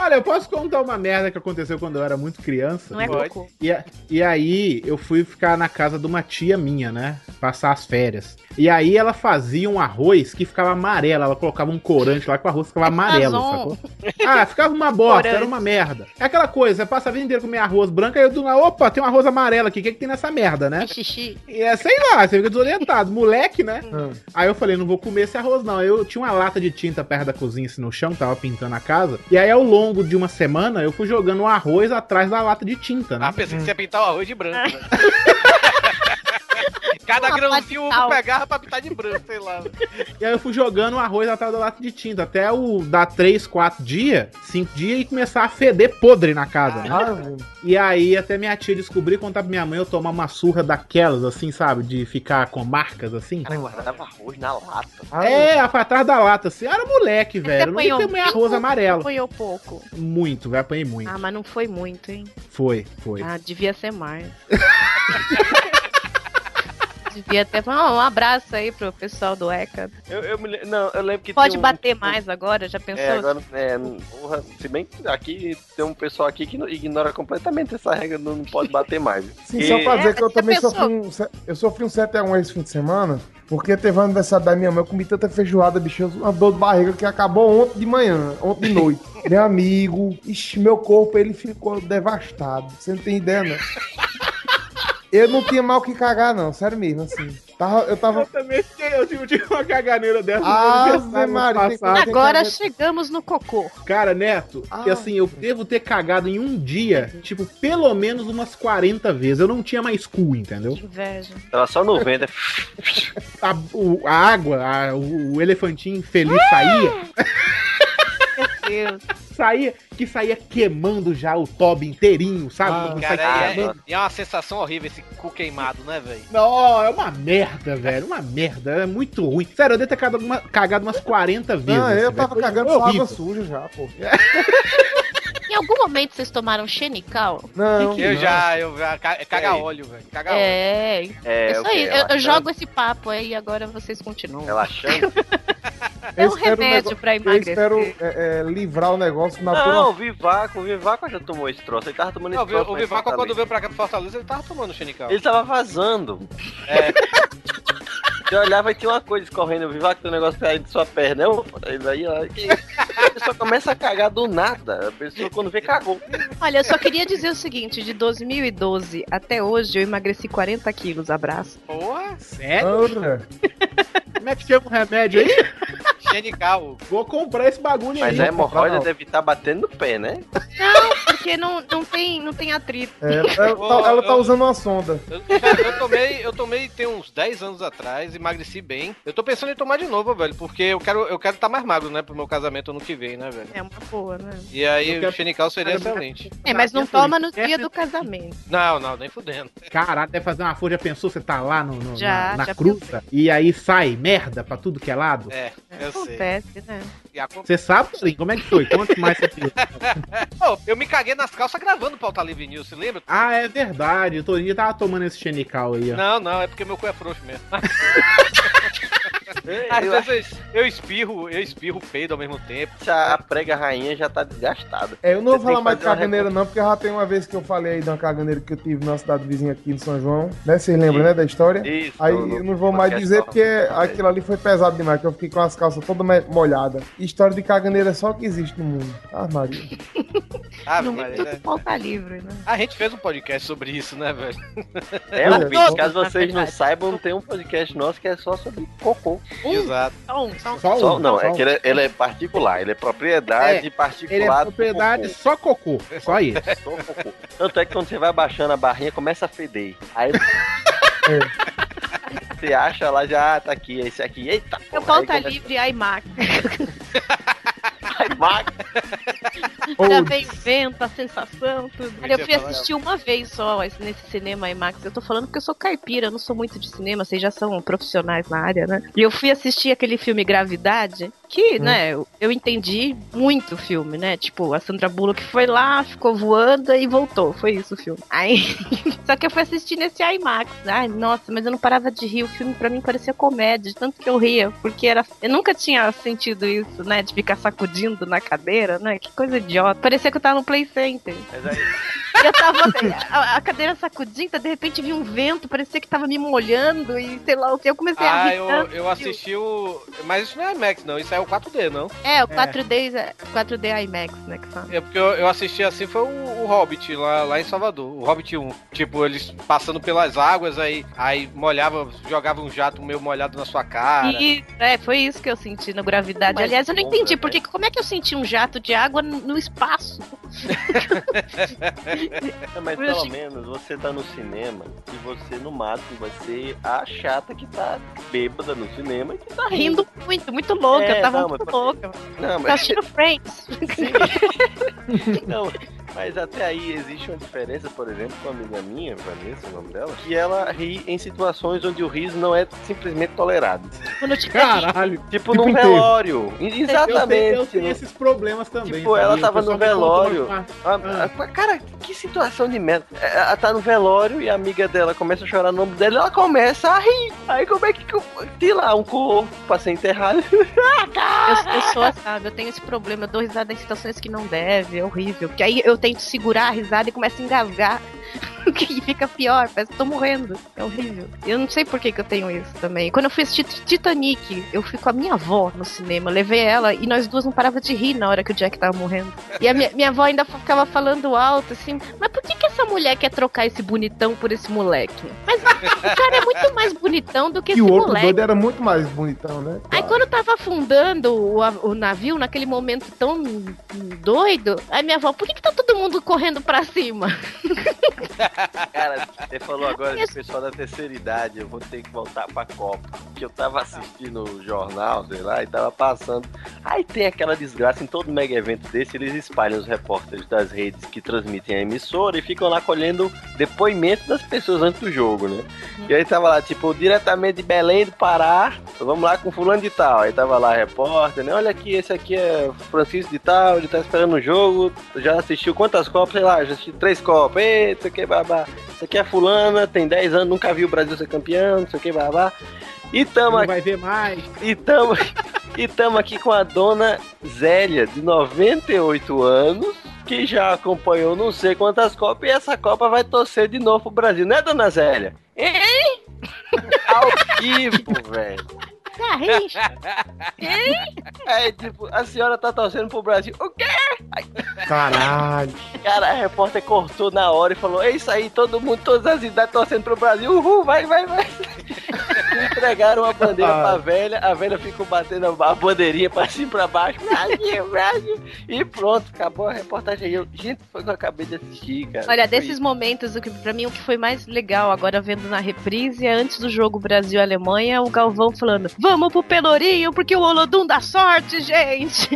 Speaker 1: Olha, eu posso contar uma merda que aconteceu quando eu era muito criança.
Speaker 2: Não é Pode. cocô.
Speaker 1: E, a- e aí eu fui ficar na casa de uma tia minha, né? Passar as férias. E aí ela fazia um arroz que ficava amarelo. Ela colocava um corante lá que o arroz ficava amarelo,
Speaker 18: Sazon.
Speaker 1: sacou?
Speaker 2: *laughs*
Speaker 1: Ah, ficava uma bosta,
Speaker 18: Corante.
Speaker 1: era uma merda. É aquela coisa, você passa a vida inteira comer arroz branco, aí eu do nada, opa, tem um arroz amarelo aqui, o que, que tem nessa merda, né?
Speaker 9: Xixi.
Speaker 1: É, sei lá, você fica desorientado, moleque, né? Aí eu falei, não vou comer esse arroz, não. Eu tinha uma lata de tinta perto da cozinha, assim, no chão, tava pintando a casa. E aí, ao longo de uma semana, eu fui jogando o arroz atrás da lata de tinta, né?
Speaker 2: Ah, pensei que você ia pintar o arroz de branco.
Speaker 9: *laughs*
Speaker 2: né? Cada grãozinho um. o Hugo pegava pra pintar de branco, sei lá.
Speaker 1: E aí eu fui jogando o arroz atrás da lata de tinta, até o dar 3, 4 dias, 5 dias e começar a feder podre na casa, né? *laughs* E aí até minha tia descobrir, contar pra minha mãe, eu tomar uma surra daquelas, assim, sabe? De ficar com marcas, assim.
Speaker 15: Guardava arroz na lata.
Speaker 1: É, pra trás da lata, assim. Eu era moleque, velho. Eu não ia
Speaker 9: Apanhou
Speaker 1: comer arroz
Speaker 9: muito,
Speaker 1: amarelo.
Speaker 9: Apanhou um pouco.
Speaker 1: Muito, velho, apanhei muito.
Speaker 9: Ah, mas não foi muito, hein?
Speaker 1: Foi, foi.
Speaker 9: Ah, devia ser mais. *laughs* devia até falar um abraço aí pro pessoal do ECA.
Speaker 15: Eu, eu me lem- não, eu lembro que
Speaker 9: Pode
Speaker 15: tinha um-
Speaker 9: bater mais agora, já pensou?
Speaker 15: É, agora, é, porra, se bem que aqui tem um pessoal aqui que não- ignora completamente essa regra, não, não pode bater mais.
Speaker 14: Sim, só pra
Speaker 15: É,
Speaker 14: dizer que eu também
Speaker 15: sou
Speaker 14: sofri um, eu sofri um 7x1 esse fim de semana, porque teve o aniversário da minha mãe, eu comi tanta feijoada, bicho, uma dor de barriga que acabou ontem de manhã, ontem de
Speaker 1: *laughs*
Speaker 14: noite. meu amigo, ixi, meu corpo, ele ficou devastado, você não tem ideia, não. Eu não tinha mal o que cagar, não, sério mesmo, assim. Tava, eu tava...
Speaker 1: também eu tive, uma caganeira dessa.
Speaker 14: Ave Maria, tem coisa que
Speaker 9: Agora
Speaker 14: eu-
Speaker 9: chegamos no cocô.
Speaker 1: Cara, Neto,
Speaker 9: Ah.
Speaker 1: e assim, eu devo ter cagado em um dia, tipo, pelo menos umas 40 vezes. Eu não tinha mais cu, entendeu?
Speaker 9: Inveja.
Speaker 15: Ela só no vento. né?
Speaker 1: A, o- a água, a- o, o elefantinho feliz saía.
Speaker 9: Meu Deus.
Speaker 1: Saía, que saía queimando já o toba inteirinho, sabe? Não sai
Speaker 2: Cara, é,
Speaker 1: queimando.
Speaker 2: é- é uma sensação horrível esse cu queimado, né, velho?
Speaker 1: Não, é uma merda, velho. Uma merda. É muito ruim. Sério, eu devo ter cagado, uma- cagado umas 40 vezes. assim,
Speaker 14: Não, Ah, eu
Speaker 1: velho.
Speaker 14: tava
Speaker 1: Foi
Speaker 14: cagando só água
Speaker 1: horrível.
Speaker 14: suja já, pô.
Speaker 9: Em algum momento vocês tomaram xenical?
Speaker 14: Não.
Speaker 2: Eu já, eu já. ca- Caga óleo, velho. Caga óleo.
Speaker 9: É, é,
Speaker 2: É,
Speaker 9: isso
Speaker 2: o quê?
Speaker 9: aí. Eu- Eu,
Speaker 2: Relaxante?
Speaker 9: jogo esse papo aí e agora vocês continuam.
Speaker 15: Relaxante?
Speaker 9: É
Speaker 14: Eu
Speaker 9: um
Speaker 14: espero
Speaker 9: remédio
Speaker 14: negócio-
Speaker 9: pra emagrecer.
Speaker 14: Eu espero é, é, livrar o negócio *laughs* na
Speaker 15: Não, o
Speaker 14: tua.
Speaker 15: Vivaco, o Vivaco já tomou esse troço. Ele tava tomando
Speaker 2: Não,
Speaker 15: esse
Speaker 2: viu,
Speaker 15: troço.
Speaker 2: o
Speaker 15: lá em
Speaker 2: Vivaco, quando
Speaker 15: Fortaleza.
Speaker 2: veio pra cá pra Fortaleza, ele tava tomando xenical.
Speaker 15: Ele tá- tava vazando. É.
Speaker 2: É.
Speaker 15: Você olhava e tinha uma coisa escorrendo. O Vivaco tem um negócio caindo de sua perna. Eu, ele aí, ó, que- a pessoa começa a cagar do nada. A pessoa, quando vê, cagou.
Speaker 9: Olha, eu só queria dizer o seguinte: de 2012 até hoje eu emagreci 40 quilos. Abraço.
Speaker 2: Porra!
Speaker 1: Sério? Como é que chama um remédio aí?
Speaker 2: Xenical.
Speaker 1: Vou comprar esse bagulho aí.
Speaker 14: né?
Speaker 15: Mas a
Speaker 1: Vou comprar,
Speaker 15: hemorroida
Speaker 1: não.
Speaker 15: deve estar batendo no pé, né?
Speaker 9: Não, porque não, não, tem, não tem atrito.
Speaker 14: É, ela, tá, ela tá usando uma sonda.
Speaker 2: Eu tomei, eu tomei tem uns 10 anos atrás, emagreci bem. Eu tô pensando em tomar de novo, velho, porque eu quero eu quero tá mais magro, né, pro meu casamento ano que vem, né, velho?
Speaker 9: É uma boa, né?
Speaker 2: E aí
Speaker 1: Eu
Speaker 2: o
Speaker 1: quero-
Speaker 2: xenical seria
Speaker 1: Cara, eu-
Speaker 2: excelente.
Speaker 9: É,
Speaker 14: Tá,
Speaker 9: mas não toma no dia do casamento.
Speaker 2: Não, não, nem fudendo.
Speaker 1: Caralho, deve fazer uma folha, já pensou? Você tá lá no, no-
Speaker 9: Já,
Speaker 1: na, na
Speaker 9: já
Speaker 1: cruza e aí sai merda pra tudo que é lado?
Speaker 2: É, eu sei.
Speaker 9: Acontece, né?
Speaker 2: E aco-
Speaker 1: Você sabe, Torinho, como é que foi? Quanto mais você fez?
Speaker 2: *laughs* Ô, eu me caguei nas calças gravando o Pauta Livre News, você lembra?
Speaker 1: Ah, é verdade, o Torinho tava tomando esse xenical aí, ó.
Speaker 2: Não, não, é porque meu cu é frouxo mesmo. Às
Speaker 15: eu
Speaker 2: vezes eu, eu espirro, eu espirro peido ao mesmo tempo.
Speaker 15: A prega rainha já tá desgastada.
Speaker 14: É, eu não vou
Speaker 15: Você tem
Speaker 14: falar
Speaker 15: que
Speaker 14: mais de
Speaker 15: fazer uma
Speaker 14: caganeira,
Speaker 15: recu-
Speaker 14: não, porque já tem uma vez que eu falei aí de uma caganeira que eu tive na cidade vizinha aqui de São João. Né? Vocês lembram, né, da história?
Speaker 15: Isso,
Speaker 14: Aí
Speaker 15: no- no
Speaker 14: eu não vou mais
Speaker 15: podcast
Speaker 14: dizer,
Speaker 15: normal.
Speaker 14: porque aquilo ali foi pesado demais, que eu fiquei com as calças todas me- molhadas. História de caganeira é só o que existe no mundo. Ah, Maria.
Speaker 2: Ah,
Speaker 9: Não
Speaker 2: mas-
Speaker 9: tudo pauta livre, né?
Speaker 2: A gente fez um podcast sobre isso, né, velho?
Speaker 15: *laughs* É, ouvinte, caso vocês não saibam, tem um podcast nosso que é só sobre cocô.
Speaker 2: Exato.
Speaker 9: Só um, só um.
Speaker 15: Só- não, é que ele é, ele é particular, ele é propriedade
Speaker 1: É,
Speaker 15: particular.
Speaker 1: Ele é
Speaker 15: do
Speaker 1: propriedade
Speaker 15: cocô.
Speaker 1: só cocô, só isso.
Speaker 15: É, Só um cocô. Tanto é que quando você vai baixando a barrinha, começa a feder. Aí você acha lá já, ah, tá aqui, esse aqui. Eita,
Speaker 9: Meu
Speaker 15: porra,
Speaker 9: pau
Speaker 15: aí
Speaker 9: tá
Speaker 15: começa- *laughs*
Speaker 9: livre, ai, Mac.
Speaker 15: Mac.
Speaker 9: *laughs* Já
Speaker 15: Oh.
Speaker 9: vem o vento, a sensação, tudo.
Speaker 15: Muito
Speaker 9: Cara, eu fui
Speaker 15: bom.
Speaker 9: assistir uma vez só esse- nesse cinema IMAX. Eu tô falando porque eu sou caipira, eu não sou muito de cinema, vocês já são profissionais na área, né? E eu fui assistir aquele filme Gravidade, que,
Speaker 6: Hum.
Speaker 9: né, eu, eu entendi muito o filme, né? Tipo, a Sandra Bullock foi lá, ficou voando e voltou. Foi isso o filme. Aí. *laughs* Só que eu fui assistir nesse IMAX. Ai, nossa, mas eu não parava de rir. O filme pra mim parecia comédia, de tanto que eu ria, porque era. Eu nunca tinha sentido isso, né? De ficar sacudindo na cadeira, né? Que coisa idiota. Parecia que eu tava no play center.
Speaker 15: Mas aí,
Speaker 9: E Eu tava a, a cadeira sacudindo, de repente vi um vento, parecia que tava me molhando e sei lá o que. Eu comecei é, a
Speaker 2: Ah,
Speaker 9: rir.
Speaker 2: eu,
Speaker 9: tanto.
Speaker 2: eu assisti o. Mas isso não é IMAX, não. Isso é o 4D, não.
Speaker 9: É, o 4D, é- 4D IMAX, né? Que fala.
Speaker 2: É porque eu, eu assisti assim, foi o, o Hobbit lá, lá em Salvador, o Hobbit 1. Tipo, eles passando pelas águas, aí, aí molhava, jogava um jato meio molhado na sua cara.
Speaker 9: Isso, é, foi isso que eu senti no Gravidade.
Speaker 2: Mas
Speaker 9: Aliás, eu não
Speaker 2: bom,
Speaker 9: entendi,
Speaker 2: né?
Speaker 9: porque como é que eu senti um jato de água no no espaço?
Speaker 15: É, mas
Speaker 9: Eu
Speaker 15: pelo
Speaker 9: achei-
Speaker 15: menos você tá no cinema e você no máximo vai ser a chata que tá bêbada no cinema e que tá
Speaker 9: Tá rindo muito, muito louca,
Speaker 15: É,
Speaker 9: eu tava
Speaker 15: não,
Speaker 9: muito
Speaker 15: mas-
Speaker 9: louca.
Speaker 15: Não,
Speaker 9: Tá
Speaker 15: mas,
Speaker 9: assistindo
Speaker 15: *laughs*
Speaker 9: Friends.
Speaker 15: não, mas até aí existe uma diferença, por exemplo, com uma amiga minha, Vanessa, o nome dela, que ela ri em situações onde o riso não é simplesmente tolerado.
Speaker 1: Tipo, Caralho. um
Speaker 15: Tipo num velório. Exatamente.
Speaker 1: Eu tenho, eu tenho esses problemas também.
Speaker 15: Tipo, ela
Speaker 1: sabia?
Speaker 15: tava
Speaker 1: O
Speaker 15: no
Speaker 1: pessoal me contou
Speaker 15: velório.
Speaker 1: uma-
Speaker 15: Ah, ah, Cara, que situação de merda. Ela tá no velório e a amiga dela começa a chorar no ombro dela e ela começa a rir. Aí como é que co- tem lá um corpo pra ser enterrado? *laughs*
Speaker 9: Eu, eu sou, sabe, eu tenho esse problema, eu dou risada em situações que não deve, é horrível. Porque aí eu tento segurar a risada e começo a engasgar. *laughs* que fica pior, parece que eu tô morrendo. É horrível. Eu não sei por que, que eu tenho isso também. Quando eu fui assistir Titanic, eu fui com a minha avó no cinema, levei ela e nós duas não parava de rir na hora que o Jack tava morrendo. E a minha, minha avó ainda ficava falando alto, assim, mas por que, que essa mulher quer trocar esse bonitão por esse moleque? Mas o cara é muito mais bonitão do *laughs* que
Speaker 14: E
Speaker 9: esse
Speaker 14: o outro
Speaker 9: moleque.
Speaker 14: doido era muito mais bonitão, né?
Speaker 9: Aí quando tava afundando o, a- o navio, naquele momento tão doido, aí minha avó, por que, que tá todo mundo correndo pra cima?
Speaker 15: Cara, você falou agora de pessoal da terceira idade, eu vou ter que voltar pra Copa. Que eu tava assistindo o jornal, sei lá, e tava passando. Aí tem aquela desgraça, em todo mega evento desse, eles espalham os repórteres das redes que transmitem a emissora e ficam lá colhendo depoimento das pessoas antes do jogo, né? E aí tava lá, tipo, diretamente de Belém do Pará, vamos lá com fulano de tal. Aí tava lá repórter, né? Olha aqui, esse aqui é Francisco de tal, ele tá esperando o jogo, já assistiu quantas copas, sei lá, já assisti três copas, ei, não sei o que, babá. Isso aqui é fulana, tem 10 anos, nunca viu o Brasil ser campeão, não sei o que, babá. E tamo
Speaker 1: Não vai ver mais.
Speaker 15: E tamo, *laughs* e tamo aqui com a dona Zélia, de 98 anos, que já acompanhou não sei quantas copas, e essa Copa vai torcer de novo pro Brasil, né, dona Zélia?
Speaker 9: Hein?
Speaker 15: Ao vivo, velho.
Speaker 9: Tá, Garrincha.
Speaker 15: É tipo, a senhora tá torcendo pro Brasil. O quê?
Speaker 14: Caralho.
Speaker 15: Cara, a repórter cortou na hora e falou: É isso aí, todo mundo, todas as idades tá torcendo pro Brasil. Uhul, vai, vai, vai. *laughs* Entregaram a bandeira pra velha, a velha ficou batendo a bandeirinha pra cima e pra baixo. Brasil, Brasil. E pronto, acabou a reportagem. aí. Eu, gente, foi o que eu acabei de assistir, cara.
Speaker 9: *laughs* Olha,
Speaker 15: Foi
Speaker 9: desses momentos, o que para mim o que foi mais legal agora vendo na reprise é antes do jogo Brasil e Alemanha, o Galvão falando: "Vamos pro Pelourinho, porque o Olodum dá sorte, gente".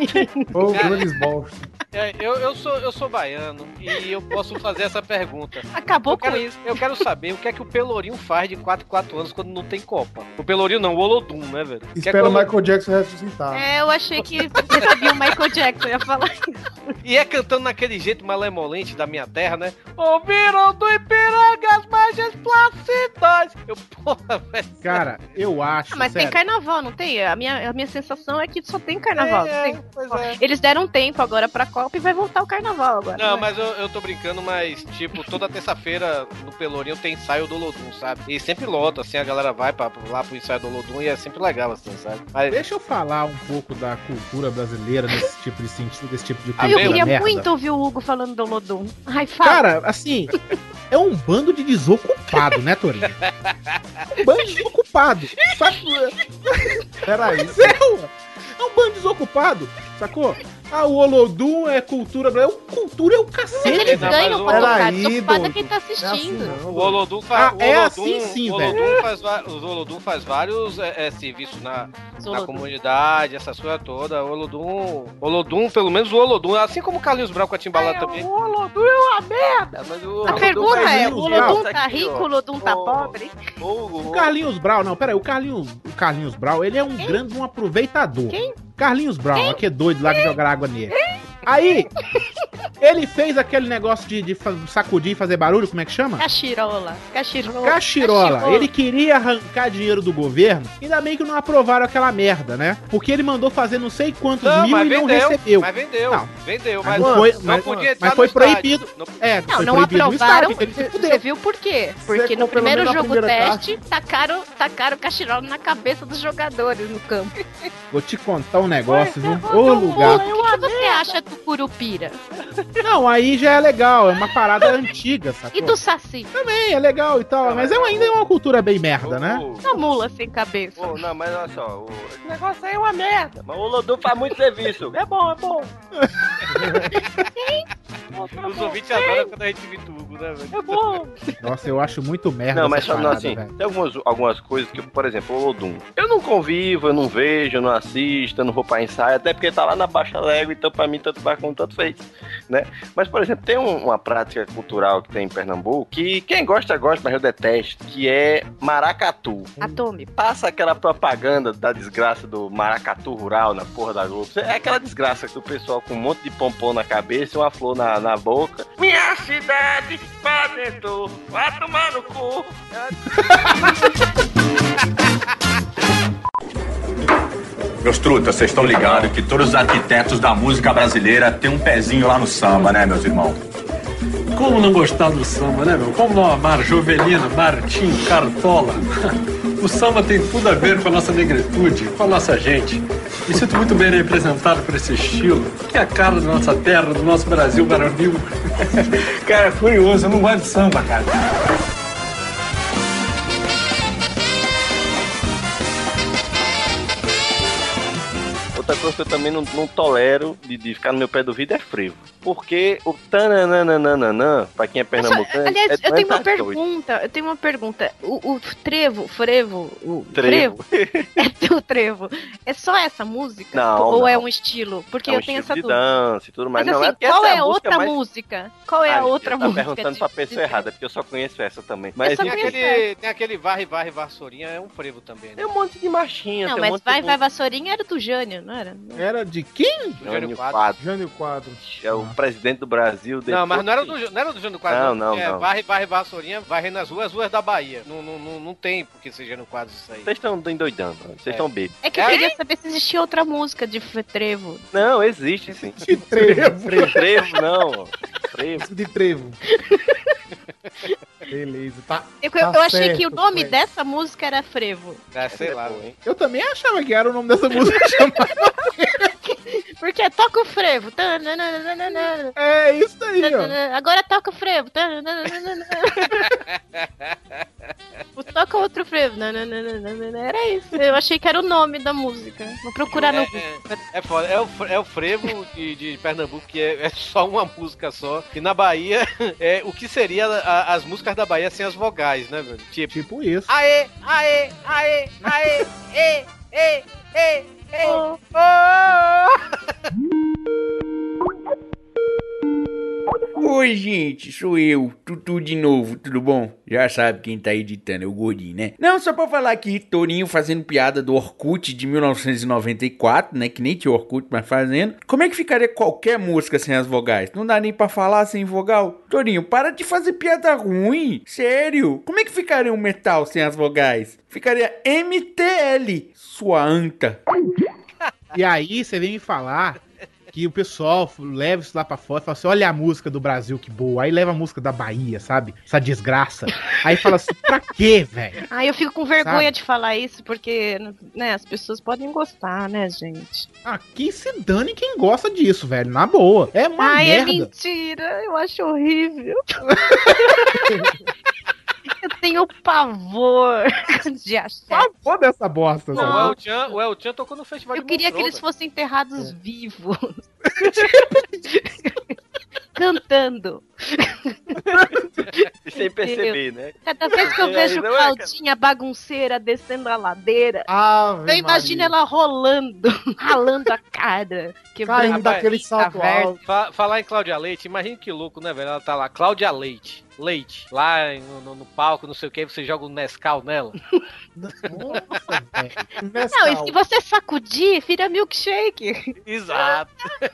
Speaker 14: Ô, grandes bosta.
Speaker 2: É, eu, eu, sou, eu sou baiano e eu posso fazer essa pergunta.
Speaker 9: Acabou
Speaker 2: eu quero, isso. Eu quero saber o que é que o Pelourinho faz de 4 4 anos quando não tem Copa. O Pelourinho não, o Olodum, né, velho? Que é
Speaker 14: Espera o
Speaker 2: quando-
Speaker 14: Michael Jackson ressuscitar.
Speaker 9: É, eu achei que você sabia o Michael Jackson ia falar isso.
Speaker 2: E é cantando naquele jeito malemolente da minha terra, né? Ouviram do Ipiranga as margens placidas. Eu, porra, velho.
Speaker 1: Cara, eu acho.
Speaker 9: Ah, mas
Speaker 1: sério.
Speaker 9: tem carnaval, não tem? A minha, a minha sensação é que só tem carnaval.
Speaker 2: É,
Speaker 9: não tem?
Speaker 2: pois é.
Speaker 9: Eles deram um tempo agora pra Copa e vai voltar o carnaval agora.
Speaker 2: Não, mas eu, eu tô brincando, mas, tipo, toda terça-feira no Pelourinho tem ensaio do Lodum, sabe? E sempre lota, assim, a galera vai pra, lá pro ensaio do Lodum e é sempre legal, assim, sabe? Mas...
Speaker 1: Deixa eu falar um pouco da cultura brasileira nesse tipo de sentido, desse tipo de
Speaker 9: Ai,
Speaker 1: cultura.
Speaker 9: Ah, eu queria
Speaker 1: merda.
Speaker 9: muito ouvir o Hugo falando do Lodum. Ai, fala.
Speaker 1: Cara, assim, é um bando de desocupado, né, Torinho? Um bando de desocupado. Sabe?
Speaker 14: Peraí.
Speaker 1: Mas é, ué. é um bando desocupado, sacou? Ah, o Olodum é cultura brasileira. Cultura é o cacete.
Speaker 9: Mas eles ganham
Speaker 1: tá
Speaker 9: pra tocar, desocupado é quem tá
Speaker 2: É assim,
Speaker 9: assistindo.
Speaker 2: não. o Olodum faz,
Speaker 1: Ah,
Speaker 2: o
Speaker 1: é
Speaker 2: Olodum-
Speaker 1: assim sim,
Speaker 2: o
Speaker 1: velho.
Speaker 2: Olodum faz va- o Olodum faz vários é, é, serviços na, na
Speaker 9: Olodum.
Speaker 2: comunidade, essas coisas todas. O Olodum, Olodum, pelo menos o Olodum, assim como o Carlinhos Brown com a Timbalada também.
Speaker 12: O Olodum é uma merda!
Speaker 2: o
Speaker 9: A
Speaker 2: Olodum
Speaker 9: pergunta
Speaker 2: faz
Speaker 9: é, o
Speaker 2: isso,
Speaker 9: Olodum
Speaker 2: tá
Speaker 9: tá
Speaker 2: aqui,
Speaker 9: rico,
Speaker 2: ó.
Speaker 9: o Olodum tá pobre?
Speaker 1: O Carlinhos Brau, não, peraí, o Carlinhos, o Carlinhos Brau, ele é um grande um aproveitador. Carlinhos Brau, que é doido lá de jogar água nele. Aí, ele fez aquele negócio de, de fa- sacudir e fazer barulho, como é que chama?
Speaker 9: Cachirola, cachirola.
Speaker 1: Cachirola, ele queria arrancar dinheiro do governo, ainda bem que não aprovaram aquela merda, né? Porque ele mandou fazer não sei quantos
Speaker 2: Não,
Speaker 1: mil
Speaker 2: mas
Speaker 1: e não
Speaker 2: vendeu,
Speaker 1: recebeu.
Speaker 2: mas vendeu,
Speaker 1: Não,
Speaker 2: vendeu,
Speaker 1: mas
Speaker 2: mas,
Speaker 1: não foi-
Speaker 2: não
Speaker 1: mas-
Speaker 2: podia entrar
Speaker 1: mas foi
Speaker 2: no estádio.
Speaker 1: proibido.
Speaker 2: Não-
Speaker 1: É,
Speaker 9: Não,
Speaker 1: foi
Speaker 9: não
Speaker 1: proibido no
Speaker 9: aprovaram.
Speaker 1: estádio, então ele
Speaker 9: Você viu por quê? Porque no
Speaker 1: pelo
Speaker 9: primeiro
Speaker 1: menos na
Speaker 9: jogo
Speaker 1: primeira
Speaker 9: teste, tacaram, tacaram cachirola na cabeça dos jogadores no
Speaker 1: *laughs*
Speaker 9: campo.
Speaker 1: Vou te contar um negócio, viu?
Speaker 2: é
Speaker 1: Ô
Speaker 9: O
Speaker 1: lugar.
Speaker 2: né?
Speaker 9: que, que você acha do Curupira?
Speaker 1: Não, aí já é legal, é uma parada antiga, sacou?
Speaker 9: E do Saci?
Speaker 1: Também, é legal e tal, mas é uma- ainda é uma cultura bem merda, né?
Speaker 9: Uma tá mula sem cabeça.
Speaker 15: Pô, não, mas olha só, o...
Speaker 12: Esse negócio aí é uma merda!
Speaker 15: mas o Olodum faz muito serviço.
Speaker 12: É bom, é bom!
Speaker 2: Os ouvintes adoram é quando a gente vitugo, né, velho?
Speaker 12: É bom!
Speaker 1: Nossa, eu acho muito merda
Speaker 15: Não, mas
Speaker 1: essa
Speaker 15: só
Speaker 1: parada,
Speaker 15: assim,
Speaker 1: velho.
Speaker 15: tem algumas, algumas coisas que, por exemplo, o Olodum. Eu não convivo, eu não vejo, eu não assisto, eu não vou pra ensaio, até porque tá lá na Baixa Légua, então pra mim tanto faz como tanto fez, né? Mas, por exemplo, tem um- uma prática cultural que tem em Pernambuco que quem gosta, gosta, mas eu detesto, que é maracatu.
Speaker 9: Atome.
Speaker 15: Passa aquela propaganda da desgraça do maracatu rural na porra da Globo. É aquela desgraça do pessoal com um monte de pompom na cabeça e uma flor na, na boca. Minha cidade pra dentro, vai tomar no cu.
Speaker 18: Meus trutas, vocês estão ligados que todos os arquitetos da música brasileira têm um pezinho lá no samba, né, meus irmãos?
Speaker 19: Como não gostar do samba, né, meu? Como não amar Jovelino, Martim, Cartola? *laughs* O samba tem tudo a ver com a nossa negritude, com a nossa gente. Me sinto muito bem representado por esse estilo, que é a cara da nossa terra, do nosso Brasil varonil. *laughs* cara, é furioso, eu não gosto de samba, cara.
Speaker 15: Outra coisa que eu também não, não tolero de, de ficar no meu pé do vidro é frevo. Porque o tananananananã, pra quem é pernambucano,
Speaker 9: Aliás,
Speaker 15: é
Speaker 9: eu tenho uma
Speaker 15: 48.
Speaker 9: pergunta. Eu tenho uma pergunta. O, o trevo, frevo, o
Speaker 15: Um Trevo.
Speaker 9: o trevo, é só essa música?
Speaker 15: Não,
Speaker 9: Ou
Speaker 15: não.
Speaker 9: é um estilo? Porque
Speaker 15: É um
Speaker 9: eu tenho
Speaker 15: estilo
Speaker 9: essa
Speaker 15: de
Speaker 9: dúvida.
Speaker 15: dança e tudo mais.
Speaker 9: Mas assim,
Speaker 15: não, é porque
Speaker 9: qual é
Speaker 15: essa
Speaker 9: a
Speaker 15: música
Speaker 9: outra
Speaker 15: mais-
Speaker 9: música? Qual é
Speaker 15: Ah,
Speaker 9: a outra
Speaker 15: tá
Speaker 9: música?
Speaker 15: perguntando
Speaker 9: de-
Speaker 15: pra pessoa errada, porque eu só conheço essa também.
Speaker 2: Mas
Speaker 15: Mas
Speaker 2: tem,
Speaker 15: enfim,
Speaker 2: aquele, tem aquele varre, varre, vassourinha, é um frevo também, né?
Speaker 15: um monte de marchinha.
Speaker 9: Não,
Speaker 2: tem um
Speaker 9: mas
Speaker 2: monte
Speaker 9: vai,
Speaker 2: de
Speaker 9: vai, vassourinha era do Jânio, não era?
Speaker 1: Era de quem?
Speaker 15: Jânio Quadros.
Speaker 14: Jânio Quadros.
Speaker 15: É o
Speaker 9: Ah.
Speaker 15: presidente do Brasil.
Speaker 2: Não, mas não era
Speaker 15: depois-
Speaker 2: do, não era do Jânio Quadros.
Speaker 15: Não, não,
Speaker 2: É,
Speaker 15: não.
Speaker 2: Varre, varre, vassourinha, varre nas ruas, as ruas da Bahia. Não, não, não, não tem porque seja no quadro isso aí.
Speaker 15: Vocês estão endoidando, vocês estão bêbados.
Speaker 9: É que eu queria saber se existia outra música de f- trevo.
Speaker 15: Não, existe sim.
Speaker 1: De trevo.
Speaker 15: De trevo, não. Trevo.
Speaker 14: De trevo. Beleza, tá.
Speaker 9: Eu,
Speaker 14: tá
Speaker 9: eu achei
Speaker 14: certo,
Speaker 9: que o nome
Speaker 14: Fred.
Speaker 9: dessa música era frevo.
Speaker 2: É, sei lá, hein?
Speaker 1: Eu também achava que era o nome dessa música chamada.
Speaker 9: *laughs* Porque é toca o frevo. Tananana.
Speaker 1: É isso aí, ó.
Speaker 9: Tananana. Agora toca o frevo. Tananana. toca outro frevo. Nananana. Era isso. Eu achei que era o nome da música. Vou procurar no Google.
Speaker 2: É, é foda, é o, fre- é o frevo de, de Pernambuco, que é, é só uma música só. E na Bahia, *laughs* é o que seria a- as músicas da Bahia sem as vogais, né, velho? Tipo,
Speaker 1: tipo isso.
Speaker 2: Aê, aê, aê, aê, ê, ê, ê, ê,
Speaker 12: Oh.
Speaker 2: ô, Oh.
Speaker 20: Oi, gente, sou eu, Tutu de novo, tudo bom? Já sabe quem tá editando, é o Gordinho, né? Não, só pra falar que Torinho fazendo piada do Orkut de 1994, né? Que nem tinha Orkut, mas fazendo. Como é que ficaria qualquer música sem as vogais? Não dá nem pra falar sem vogal? Torinho, para de fazer piada ruim, sério. Como é que ficaria um metal sem as vogais? Ficaria MTL, sua anta.
Speaker 1: E aí você vem me falar que o pessoal leva isso lá pra fora e fala assim: olha a música do Brasil, que boa. Aí leva a música da Bahia, sabe? Essa desgraça. Aí fala assim: pra quê, velho?
Speaker 9: Ai, eu fico com vergonha
Speaker 1: Sabe?
Speaker 9: de falar isso, porque né, as pessoas podem gostar, né, gente?
Speaker 1: Ah, quem se dane quem gosta disso, velho. Na boa. É uma
Speaker 9: Ai, é
Speaker 1: merda. *laughs*
Speaker 9: mentira. Eu acho horrível. eu tenho pavor *laughs* de achar.
Speaker 14: Pô dessa bosta,
Speaker 2: Não, o El Chan, o El Chan tocou no festival
Speaker 9: Eu
Speaker 2: de
Speaker 9: queria que
Speaker 2: Montreux,
Speaker 9: eles
Speaker 2: velho.
Speaker 9: fossem
Speaker 1: É.
Speaker 9: enterrados
Speaker 1: *laughs*
Speaker 9: vivos. *laughs* Cantando.
Speaker 15: E sem perceber, né?
Speaker 9: Cada vez
Speaker 15: *laughs*
Speaker 9: que eu
Speaker 15: Aí
Speaker 9: vejo
Speaker 15: não é, cara.
Speaker 9: Claudinha bagunceira descendo a ladeira,
Speaker 14: ah,
Speaker 9: eu imagino ela rolando, *laughs* ralando a cara, quebrando
Speaker 14: Caindo daquele salto
Speaker 9: aberto.
Speaker 14: alto.
Speaker 2: Fa- falar em Cláudia Leite, imagina que louco, né, velho? Ela tá lá, Cláudia Leite. Leite, lá em- no, no- no palco, não sei o que, você joga um Nescau nela.
Speaker 9: Não, e se você sacudir, vira milkshake. *laughs*
Speaker 2: Exato.
Speaker 9: é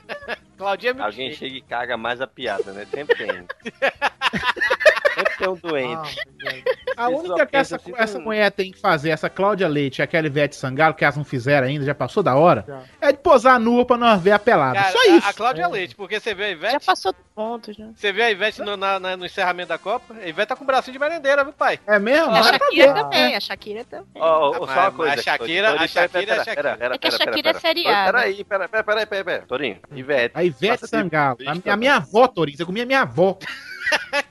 Speaker 2: Claudinha me
Speaker 15: Alguém chega e caga mais a piada, né? Sempre tem. Sempre tem um doente.
Speaker 1: A
Speaker 15: Isso
Speaker 14: é
Speaker 1: única é que
Speaker 15: pensa
Speaker 1: essa,
Speaker 15: assim,
Speaker 1: essa
Speaker 15: hum.
Speaker 1: mulher tem que fazer, essa Cláudia Leite e aquela Ivete Sangalo, que elas não fizeram ainda, já passou da hora, é de posar nua pra nós ver a
Speaker 14: Ah,
Speaker 1: pelada.
Speaker 2: Cara,
Speaker 1: Só
Speaker 2: a-
Speaker 1: isso.
Speaker 2: A,
Speaker 14: É.
Speaker 2: Cláudia Leite, porque você vê a Ivete. Já
Speaker 9: passou pontos, né?
Speaker 2: Você vê a Ivete no, na- na- no encerramento da Copa? A Ivete tá com o bracinho de merendeira, viu, pai?
Speaker 1: É mesmo?
Speaker 14: tá
Speaker 9: A Shakira também, a Shakira também.
Speaker 15: Ó, ó,
Speaker 2: Ah,
Speaker 15: só uma
Speaker 2: mas
Speaker 15: coisa. Então,
Speaker 2: a Shakira-
Speaker 15: Torinho,
Speaker 2: a Shakira é
Speaker 15: pera,
Speaker 2: a Shakira.
Speaker 15: pera, pera,
Speaker 9: É que a
Speaker 15: pera, pera,
Speaker 9: Shakira é
Speaker 15: pera.
Speaker 9: seriada.
Speaker 15: Peraí, peraí, peraí, peraí, peraí, peraí. Torinho, Ivete.
Speaker 1: A Ivete Sangalo. A,
Speaker 2: tá
Speaker 1: minha- a minha avó, Torinho, você comia minha avó.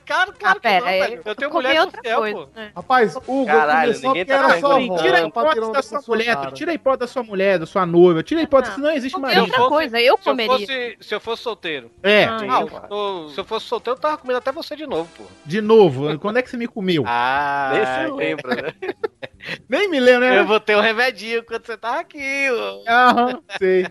Speaker 2: Claro, claro
Speaker 9: ah, pera,
Speaker 2: não,
Speaker 9: é-
Speaker 2: velho. Eu tenho
Speaker 9: comer
Speaker 2: mulher do
Speaker 9: outra
Speaker 2: céu,
Speaker 9: coisa,
Speaker 2: pô.
Speaker 9: né?
Speaker 14: Rapaz, Hugo,
Speaker 15: Caralho,
Speaker 14: começou
Speaker 15: ninguém
Speaker 14: porque era
Speaker 15: tá
Speaker 14: só
Speaker 15: perguntando.
Speaker 14: avó.
Speaker 1: Tira a
Speaker 14: Não, pra tirar
Speaker 1: hipótese
Speaker 14: um
Speaker 1: da
Speaker 14: da
Speaker 1: sua
Speaker 14: sua
Speaker 1: mulher,
Speaker 14: cara.
Speaker 1: tira a hipótese da sua mulher, da sua noiva, tira a hipótese, senão não existe
Speaker 9: Porque
Speaker 1: marido.
Speaker 9: outra coisa, eu
Speaker 2: Se eu
Speaker 9: comeria.
Speaker 2: fosse- se eu fosse solteiro.
Speaker 1: É.
Speaker 2: Ah,
Speaker 1: Sim,
Speaker 2: eu tô- se eu fosse solteiro, eu tava comendo até você de novo, pô.
Speaker 1: De novo, quando é que você me comeu?
Speaker 2: Ah,
Speaker 1: Nem se
Speaker 2: lembra, né?
Speaker 1: *laughs* Nem me lembro, né?
Speaker 2: Eu vou ter um remedinho quando você tava aqui, Hugo.
Speaker 14: Ah,
Speaker 1: Aham, sei.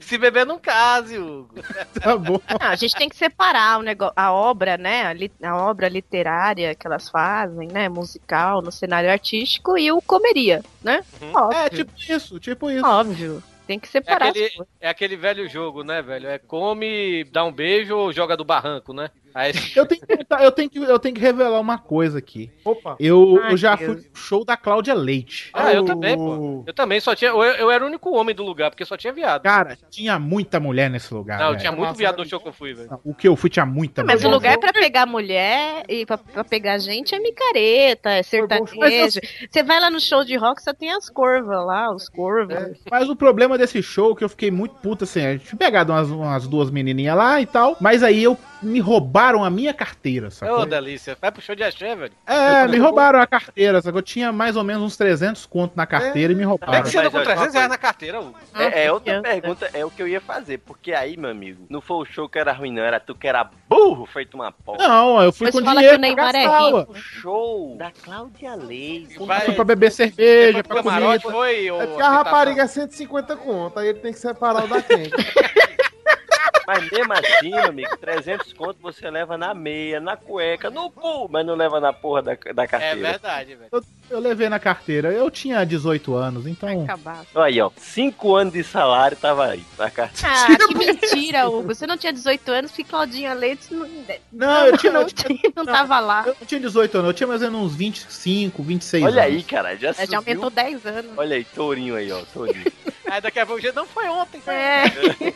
Speaker 2: Se beber, não case, Hugo.
Speaker 1: Tá bom.
Speaker 9: Não, a gente tem que separar o negócio, a obra, né? A, li- a obra literária que elas fazem, né? Musical, no cenário artístico e o comeria, né?
Speaker 15: Uhum.
Speaker 1: É, tipo isso, tipo isso.
Speaker 9: Óbvio. Tem que
Speaker 2: É
Speaker 9: separar.
Speaker 2: aquele, é aquele velho jogo, né, velho? É come, dá um beijo ou joga do barranco, né? Aí,
Speaker 1: Eu tenho, que, contar- eu, tenho que, eu tenho que revelar uma coisa aqui.
Speaker 14: Opa.
Speaker 1: Eu,
Speaker 2: Ai,
Speaker 1: eu já
Speaker 2: Deus.
Speaker 1: fui no show da Cláudia Leite.
Speaker 2: ah, eu também, pô. Eu também só tinha. Eu, eu era o único homem do lugar, porque só tinha viado.
Speaker 1: Cara, tinha muita mulher nesse lugar.
Speaker 2: não,
Speaker 1: velho.
Speaker 2: tinha muito viado no show que eu fui, velho.
Speaker 1: O que eu fui tinha muita
Speaker 9: Mas
Speaker 15: é
Speaker 9: o
Speaker 1: mulher.
Speaker 9: lugar é pra pegar mulher e pra, pra pegar gente é micareta, é sertanejo. Você vai lá no show de rock, só tem as corvas lá, os
Speaker 15: É.
Speaker 9: corvos.
Speaker 1: Mas o problema desse show é que eu fiquei muito puto assim, a gente pegado umas, umas duas menininhas lá e tal, mas aí eu me roubaram a minha carteira,
Speaker 2: Ô,
Speaker 1: sacou?
Speaker 2: delícia. Vai pro show de axé, velho.
Speaker 1: É, me roubaram a carteira, sacou? Eu tinha mais ou menos uns 300 conto na carteira e me
Speaker 15: Como é
Speaker 1: roubaram.
Speaker 15: que você anda
Speaker 2: Com 300 reais na carteira, Hugo.
Speaker 15: É, é outra pergunta, é o que eu ia fazer, porque aí, meu amigo, não foi o show que era ruim, não, era tu que era burro, feito uma porra.
Speaker 1: Não, eu fui
Speaker 15: Pois
Speaker 1: com
Speaker 15: fala
Speaker 1: dinheiro
Speaker 15: que o
Speaker 1: pra
Speaker 15: Neymar é
Speaker 1: gastar,
Speaker 15: rico.
Speaker 1: ué.
Speaker 15: O show da Cláudia Leite.
Speaker 1: Foi pra beber cerveja, pra comer.
Speaker 2: foi,
Speaker 14: É porque a rapariga é 150 conto, aí ele tem que separar o da quem.
Speaker 15: Mas mesmo assim, meu amigo, 300 conto você leva na meia, na cueca, no cu, mas não leva na porra da, da carteira.
Speaker 2: É verdade, velho.
Speaker 1: Eu, eu levei na carteira. Eu tinha 18 anos, então.
Speaker 15: Olha aí, ó, 5 anos de salário tava aí na carteira.
Speaker 9: Ah, que mentira, Hugo. Você não tinha 18 anos, porque Claudinha Leite não, né?
Speaker 1: Não, eu tinha-
Speaker 9: não,
Speaker 1: eu
Speaker 9: tinha- não tava lá.
Speaker 1: Eu tinha 18 anos, eu tinha mais ou menos uns 25, 26
Speaker 15: Olha
Speaker 1: anos.
Speaker 15: aí, cara, já,
Speaker 11: né?
Speaker 9: Já
Speaker 15: subiu.
Speaker 9: aumentou 10 anos.
Speaker 15: Olha aí, tourinho aí, ó, tourinho.
Speaker 2: Aí daqui a pouco o jeito não foi ontem, foi
Speaker 9: É.
Speaker 15: *laughs*
Speaker 2: ontem.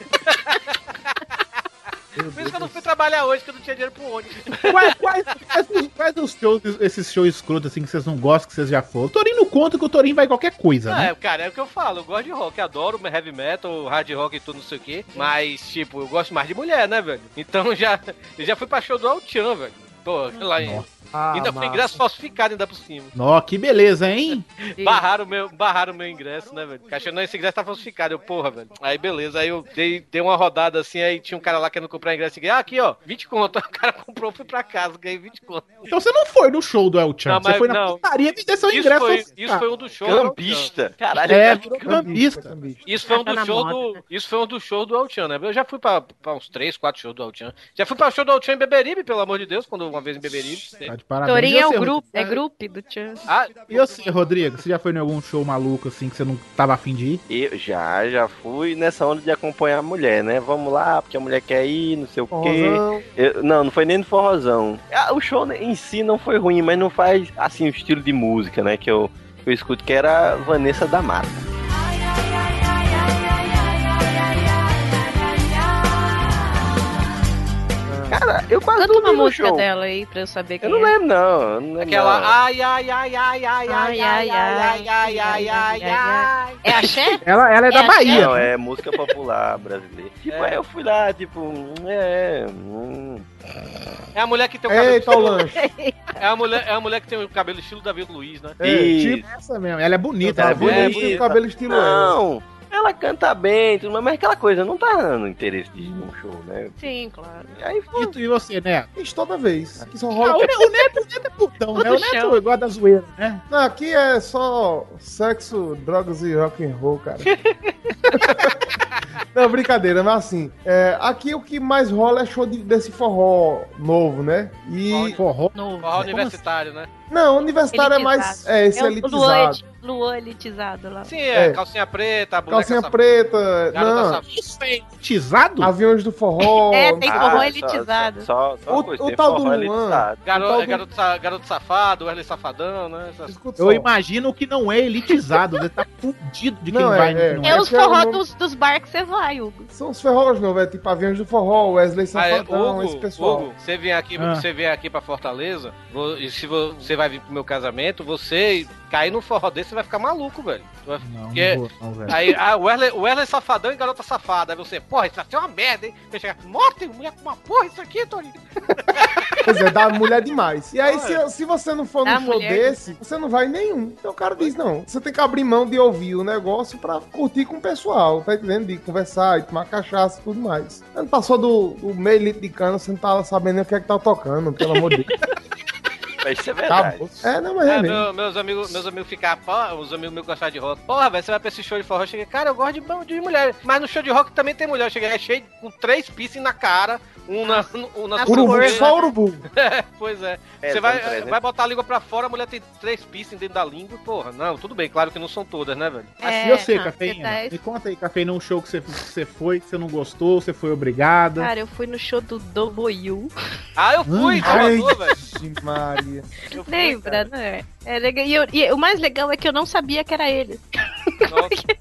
Speaker 2: Por isso que eu não fui trabalhar hoje, que eu não tinha dinheiro pro ônibus.
Speaker 1: Quais, quais, quais, os- quais os shows, esses shows escrotos assim que vocês não gostam, que vocês já foram? O Torinho não conta que o Torinho vai em qualquer coisa,
Speaker 2: Ah,
Speaker 1: né?
Speaker 2: é, cara, é o que eu falo, eu gosto de rock, adoro heavy metal, hard rock e tudo, não sei o quê. Mas, tipo, eu gosto mais de mulher, né, velho? Então *laughs* já, eu já fui pra show do Altian, velho. Pô, sei lá, em- ainda foi
Speaker 1: Ah, massa.
Speaker 2: ingresso falsificado ainda por cima.
Speaker 1: Nó, que beleza, hein?
Speaker 2: Barraram meu, barraram meu ingresso, né, velho? Porque Achando, não, esse ingresso tá falsificado. Eu, porra, velho. Aí, beleza. Aí eu dei, dei uma rodada assim, aí tinha um cara lá querendo comprar ingresso. e, Ah, aqui, ó, 20 conto. *laughs* Aí O cara comprou, fui pra casa, ganhei 20 conto.
Speaker 1: Então você não foi no show do El Chan,
Speaker 2: Não,
Speaker 1: você
Speaker 2: mas
Speaker 1: foi na
Speaker 2: não.
Speaker 1: putaria e deu seu
Speaker 2: Isso
Speaker 1: ingresso.
Speaker 2: foi-
Speaker 1: assim,
Speaker 2: isso
Speaker 1: cara.
Speaker 2: foi um dos shows.
Speaker 15: Cambista. Caralho,
Speaker 1: É,
Speaker 15: cara.
Speaker 1: virou cambista.
Speaker 2: Isso foi um
Speaker 1: Tá
Speaker 2: dos
Speaker 1: na
Speaker 2: shows
Speaker 1: moda,
Speaker 2: do. Isso foi um dos shows do Altian, né? Eu já fui pra, pra uns 3, 4 shows do Altian. Já fui pra show do Altian em Beberibe, pelo amor de Deus, quando uma vez em Beberibe.
Speaker 1: Tá de
Speaker 9: Torinho
Speaker 1: parabéns. E
Speaker 9: é
Speaker 1: você,
Speaker 9: o grupo, é
Speaker 1: Rodrigo?
Speaker 9: grupo do Tchan.
Speaker 2: Ah,
Speaker 1: E você, Rodrigo, você já foi em algum show maluco assim que você não tava afim de ir?
Speaker 15: Eu já, já fui nessa onda de acompanhar a mulher, né? Vamos lá, porque a mulher quer ir, não sei o
Speaker 14: Forrozão.
Speaker 15: quê. Eu- não, não foi nem no forrozão. Ah, o show em si não foi ruim, mas não faz, assim, o estilo de música, né? Que eu, que eu escuto, que era Vanessa da Mata. Cara, Eu quase
Speaker 9: Canta uma
Speaker 15: dormi no
Speaker 9: música
Speaker 15: show.
Speaker 9: dela aí pra eu saber quem
Speaker 15: Eu não
Speaker 9: é.
Speaker 15: lembro, não. eu não lembro, não.
Speaker 2: Aquela ah, ai, ai, ai, ai, ai, ai, ai, ai, ai, ai, ai, ai, ai. É axé?
Speaker 15: Ela, ela
Speaker 2: é da É, Bahia.
Speaker 15: Não, é música popular brasileira. Tipo, aí eu fui lá, tipo, hum, é. hum.
Speaker 2: É a mulher que tem o
Speaker 15: Eita,
Speaker 2: cabelo.
Speaker 15: o lanche.
Speaker 2: É a mulher, é a mulher que tem o cabelo estilo Davi Luiz, né?
Speaker 1: É, tipo essa mesmo. Ela é bonita,
Speaker 15: Tá
Speaker 1: ela é bonita.
Speaker 15: bonita.
Speaker 1: tem o cabelo estilo ela.
Speaker 15: Não, ela canta bem, tudo mais, mas aquela coisa não tá no interesse de ir num show, né?
Speaker 9: Sim, claro.
Speaker 1: E, tu- e você, né?
Speaker 14: Isso toda vez. Que só rola.
Speaker 1: Ah, o, ne- o Neto, o Neto é putão, né? O Neto gosta da zoeira, né?
Speaker 14: Não, aqui é só sexo, drogas e rock and roll,
Speaker 1: *laughs*
Speaker 14: cara. Não, brincadeira, mas assim, é, aqui o que mais rola é show de- desse forró novo, né? E
Speaker 1: forró
Speaker 2: Forró universitário, né?
Speaker 14: Não, universitário é mais é, esse
Speaker 9: o Luan,
Speaker 14: elitizado.
Speaker 9: eliti- Luan elitizado lá.
Speaker 2: Sim, é,
Speaker 14: É.
Speaker 2: calcinha preta, boneca
Speaker 14: Calcinha
Speaker 2: safada.
Speaker 14: preta,
Speaker 2: Garota
Speaker 14: não.
Speaker 2: safada.
Speaker 1: Isso é elitizado?
Speaker 14: Aviões do forró.
Speaker 9: É, tem forró
Speaker 14: Ah,
Speaker 9: elitizado.
Speaker 15: Só, só
Speaker 14: O-
Speaker 15: uma coisa,
Speaker 14: o
Speaker 15: tem
Speaker 14: tal do
Speaker 15: forró
Speaker 14: Luan.
Speaker 15: elitizado.
Speaker 2: Garo-
Speaker 14: Então,
Speaker 2: é, garoto, sa- garoto safado, Wesley Safadão, né? Essas-
Speaker 1: Eu imagino que não é elitizado, você tá fudido
Speaker 9: *laughs*
Speaker 1: de quem
Speaker 14: Não, é,
Speaker 1: vai.
Speaker 14: é.
Speaker 1: não
Speaker 9: É os
Speaker 14: Esse é o
Speaker 9: forró
Speaker 14: nome-
Speaker 9: dos, dos bar que você vai, Hugo.
Speaker 14: São os forrós novos, é tipo aviões do forró, Wesley
Speaker 2: Ah, é,
Speaker 14: Safadão, esse pessoal.
Speaker 2: Hugo, você vem aqui,
Speaker 14: Ah.
Speaker 2: você vem aqui para Fortaleza, vou- e se vo- você vai vir pro meu casamento, você cair num forró desse, você vai ficar maluco, velho. Tu vai- porque-
Speaker 1: vou, não, velho.
Speaker 2: Aí, ah, Wesley, Wesley safadão e garota safada. Aí você, porra, isso vai ser uma merda, hein? Você chega, morta, mulher com uma porra, isso aqui, Tony.
Speaker 14: Pois é, dá mulher demais. E
Speaker 2: Ah,
Speaker 14: aí,
Speaker 2: é.
Speaker 14: se, se você não for
Speaker 2: Dá
Speaker 14: num show
Speaker 2: mulher
Speaker 14: desse, você não vai em nenhum. Então o cara diz, não, você tem que abrir mão de ouvir o negócio pra curtir com o pessoal, tá entendendo? De conversar e tomar cachaça e tudo mais. Não passou do, do meio litro de cana, você não tá sabendo nem o que é que tá tocando, pelo amor de Deus.
Speaker 15: Mas isso é verdade.
Speaker 14: Acabou. É, não, mas é,
Speaker 2: É,
Speaker 14: mesmo.
Speaker 2: meu- meus amigos, meus amigos ficar, pô, os amigos meus gostaram de rock. Porra, velho, você vai pra esse show de forró, chega, cara, eu gosto de, bom- de mulher. Mas no show de rock também tem mulher, chega, é cheio com três piercing na cara, um na, um na
Speaker 14: Urubu,
Speaker 2: sobrancelha.
Speaker 14: só urubu.
Speaker 2: É, *laughs* pois é.
Speaker 14: É,
Speaker 2: Você vai,
Speaker 14: vamos trazer.
Speaker 2: vai botar a língua pra fora, a mulher tem três piercing dentro da língua, porra. Não, tudo bem, claro que não são todas, né, velho?
Speaker 1: Assim, eu sei,
Speaker 9: É, não,
Speaker 1: Cafeína.
Speaker 9: você tá-
Speaker 1: Me conta aí, Cafeína, um show que você, que você foi, que você não gostou, você foi obrigada.
Speaker 9: Cara, eu fui no show do Doboyu.
Speaker 2: Ah, eu fui,
Speaker 1: Hum,
Speaker 2: Salvador, velho.
Speaker 9: *laughs*
Speaker 14: Maria.
Speaker 9: Lembra, né? É legal. E, eu- e o mais legal é que eu não sabia que era ele.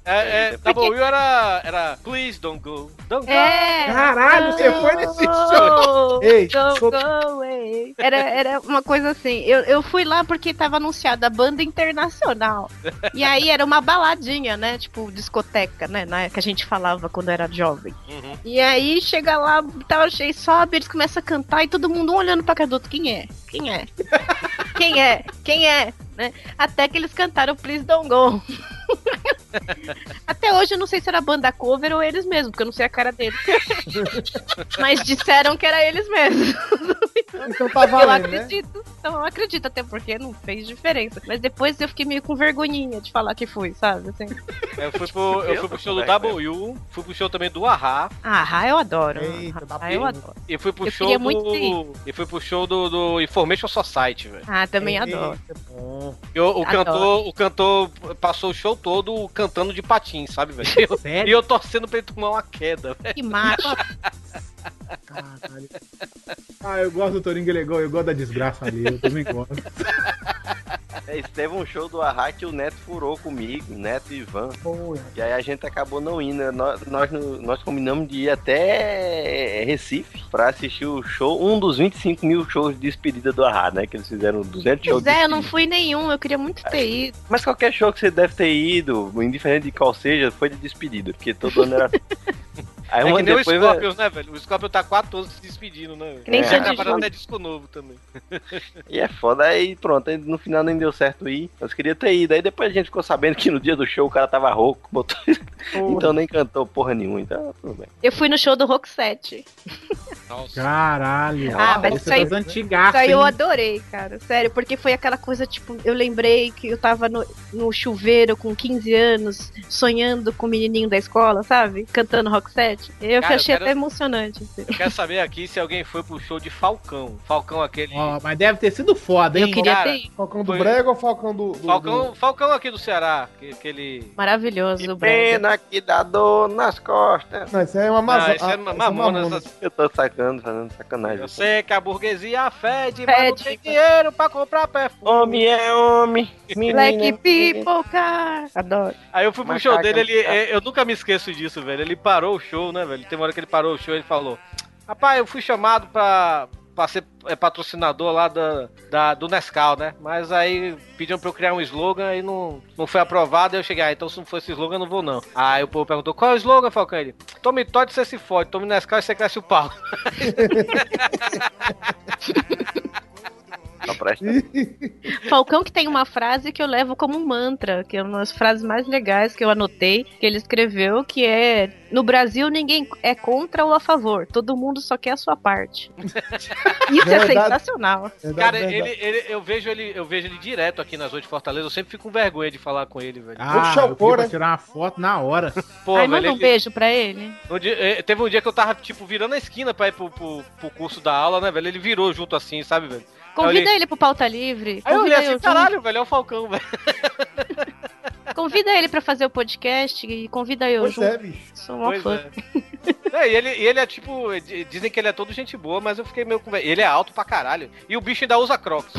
Speaker 2: É, é, Double Will era, era Please Don't Go. Don't
Speaker 9: É.
Speaker 2: Go.
Speaker 1: Caralho, você foi nesse show?
Speaker 2: Ei,
Speaker 9: Don't
Speaker 2: sou-
Speaker 9: go away. Era, era uma coisa assim. Eu, eu fui lá porque tava anunciada a banda internacional. *laughs* E aí era uma baladinha, né? Tipo, discoteca, né? Na, que a gente falava quando era jovem. E aí chega lá, tá cheio, sobe, eles começam a cantar e todo mundo um olhando pra cada outro. Quem é? Quem é? *laughs* Quem é? Quem é? Né? Até que eles cantaram Please Don't Go. Até hoje eu não sei se era banda cover ou eles mesmos, porque eu não sei a cara deles. Mas disseram que era eles mesmos.
Speaker 14: Então tá valendo,
Speaker 9: Eu
Speaker 14: né?
Speaker 9: acredito. Então eu acredito, até porque não fez diferença. Mas depois eu fiquei meio com vergonhinha de falar que fui, sabe? Assim.
Speaker 2: É, Eu fui pro, eu fui pro show do W, fui pro show também do Ahá.
Speaker 9: Ah, eu adoro. ah, eu adoro.
Speaker 2: E fui pro
Speaker 9: Eu
Speaker 2: show
Speaker 9: queria
Speaker 2: do.
Speaker 9: muito ter
Speaker 2: E fui pro show do, do Information Society, velho.
Speaker 9: Ah, também adoro.
Speaker 2: E o, o
Speaker 9: Adoro.
Speaker 2: cantor, o cantor passou o show todo cantando de patins, sabe, velho? E eu-
Speaker 1: Sério?
Speaker 2: E eu torcendo pra ele tomar uma queda, velho.
Speaker 9: Que macho.
Speaker 1: *laughs* Ah, eu gosto do Torinho Guilegol, eu gosto da desgraça ali, eu também gosto.
Speaker 15: É, teve um show do Arra que o Neto furou comigo, Neto e Ivan. E aí a gente acabou não indo. Nós, nós, no- nós combinamos de ir até é, Recife pra assistir o show, um dos 25 mil shows de despedida do Arra, né? Que eles fizeram 200 shows.
Speaker 9: Pois é,
Speaker 15: de
Speaker 9: eu não fui nenhum, eu queria muito ter ido.
Speaker 15: Mas qualquer show que você deve ter ido, indiferente de qual seja, foi de despedida, porque todo
Speaker 2: *laughs*
Speaker 15: ano era. Aí
Speaker 2: é
Speaker 15: um
Speaker 2: que
Speaker 15: ano
Speaker 2: nem
Speaker 15: depois.
Speaker 2: o Scorpions, né, velho? O Scorpion tá quatro anos se despedindo, né? velho?
Speaker 15: Que nem
Speaker 2: Tá
Speaker 15: Sandy
Speaker 2: preparando
Speaker 15: Júnior.
Speaker 2: até disco novo
Speaker 15: *laughs*
Speaker 2: também.
Speaker 15: E é foda, aí pronto, aí no final nem deu certo ir. Nós queria ter ido. Aí depois a gente ficou sabendo que no dia do show o cara tava rouco, botou. *laughs* então nem cantou porra nenhuma, então tudo bem.
Speaker 9: Eu fui no show do Roxette.
Speaker 1: Caralho.
Speaker 9: Ah, mas
Speaker 1: você
Speaker 9: isso aí-
Speaker 1: das antigaças,
Speaker 9: Isso aí eu
Speaker 1: hein?
Speaker 9: adorei, cara. Sério, porque foi aquela coisa, tipo, eu lembrei que eu tava no, no chuveiro com 15 anos, sonhando com o menininho da escola, sabe? Cantando rock set. Eu
Speaker 2: Cara, eu
Speaker 9: achei
Speaker 2: quero-
Speaker 9: até emocionante. assim.
Speaker 2: Eu quero saber aqui se alguém foi pro show de Falcão. Falcão aquele.
Speaker 1: Ó, mas deve ter sido foda, hein?
Speaker 2: Cara,
Speaker 14: Falcão do
Speaker 2: Foi-
Speaker 14: Brega ou Falcão do. do-
Speaker 2: Falcão,
Speaker 14: do-
Speaker 2: Falcão aqui do Ceará, que- aquele.
Speaker 9: Maravilhoso, o Brega.
Speaker 15: Pena que dá dor nas costas.
Speaker 14: Não, isso aí é uma
Speaker 2: Não,
Speaker 14: Amazônia.
Speaker 2: isso é ma- Mamonas, essas-
Speaker 15: Eu tô sacando, fazendo sacanagem.
Speaker 2: Eu sei que a burguesia fede, mas não tem dinheiro pra comprar perfume.
Speaker 15: Homem é homem. é
Speaker 9: Black People, cara. Adoro.
Speaker 2: Aí eu fui pro
Speaker 9: Macaco,
Speaker 2: show dele, ele,
Speaker 9: macaco.
Speaker 2: eu nunca me esqueço disso, velho. Ele parou o show, né, velho? Tem uma hora que ele parou o show, ele falou: Rapaz, eu fui chamado pra, pra ser é, patrocinador lá da, da- do Nescau, né? Mas aí pediram pra eu criar um slogan e não, não foi aprovado. Aí eu cheguei, ah, então se não for esse slogan, eu não vou não. Aí o povo perguntou, qual é o slogan, Falcão? Ele, tome Todd, você se fode, tome Nescau e você cresce o pau.
Speaker 15: Tá presta.
Speaker 9: Falcão que tem uma frase que eu levo como um mantra, que é uma das frases mais legais que eu anotei, que ele escreveu, que é no Brasil ninguém é contra ou a favor, todo mundo só quer a sua
Speaker 2: *laughs*
Speaker 9: parte. Isso é
Speaker 2: Verdade.
Speaker 9: sensacional.
Speaker 2: Cara, ele, ele- eu, vejo ele, eu vejo ele direto aqui nas ruas de Fortaleza, eu sempre fico com vergonha de falar com ele, velho.
Speaker 1: Ah, eu fui pra tirar uma foto na hora.
Speaker 2: Pô,
Speaker 9: Ai,
Speaker 2: velho, é
Speaker 9: manda um
Speaker 2: ele-
Speaker 9: beijo pra ele.
Speaker 2: Um dia- eh, teve um dia que eu tava, tipo, virando a esquina pra ir pro, pro- pro curso da aula, né, velho? Ele virou junto assim, sabe, velho? Aí eu
Speaker 9: Convida
Speaker 2: olhei-
Speaker 9: ele pro pauta livre.
Speaker 2: Aí eu olhei
Speaker 9: Convida,
Speaker 2: assim,
Speaker 9: eu-
Speaker 2: caralho, velho, é o Falcão, *laughs* velho.
Speaker 9: convida ele pra fazer o podcast e convida eu
Speaker 2: Pois
Speaker 9: junto.
Speaker 2: é, bicho.
Speaker 9: Sou uma
Speaker 2: Pois
Speaker 9: fã.
Speaker 2: é. É, e ele, e ele é tipo. di- Dizem que ele é todo gente boa, mas eu fiquei meio com. ver- Ele é alto pra caralho. E o bicho ainda usa Crocs.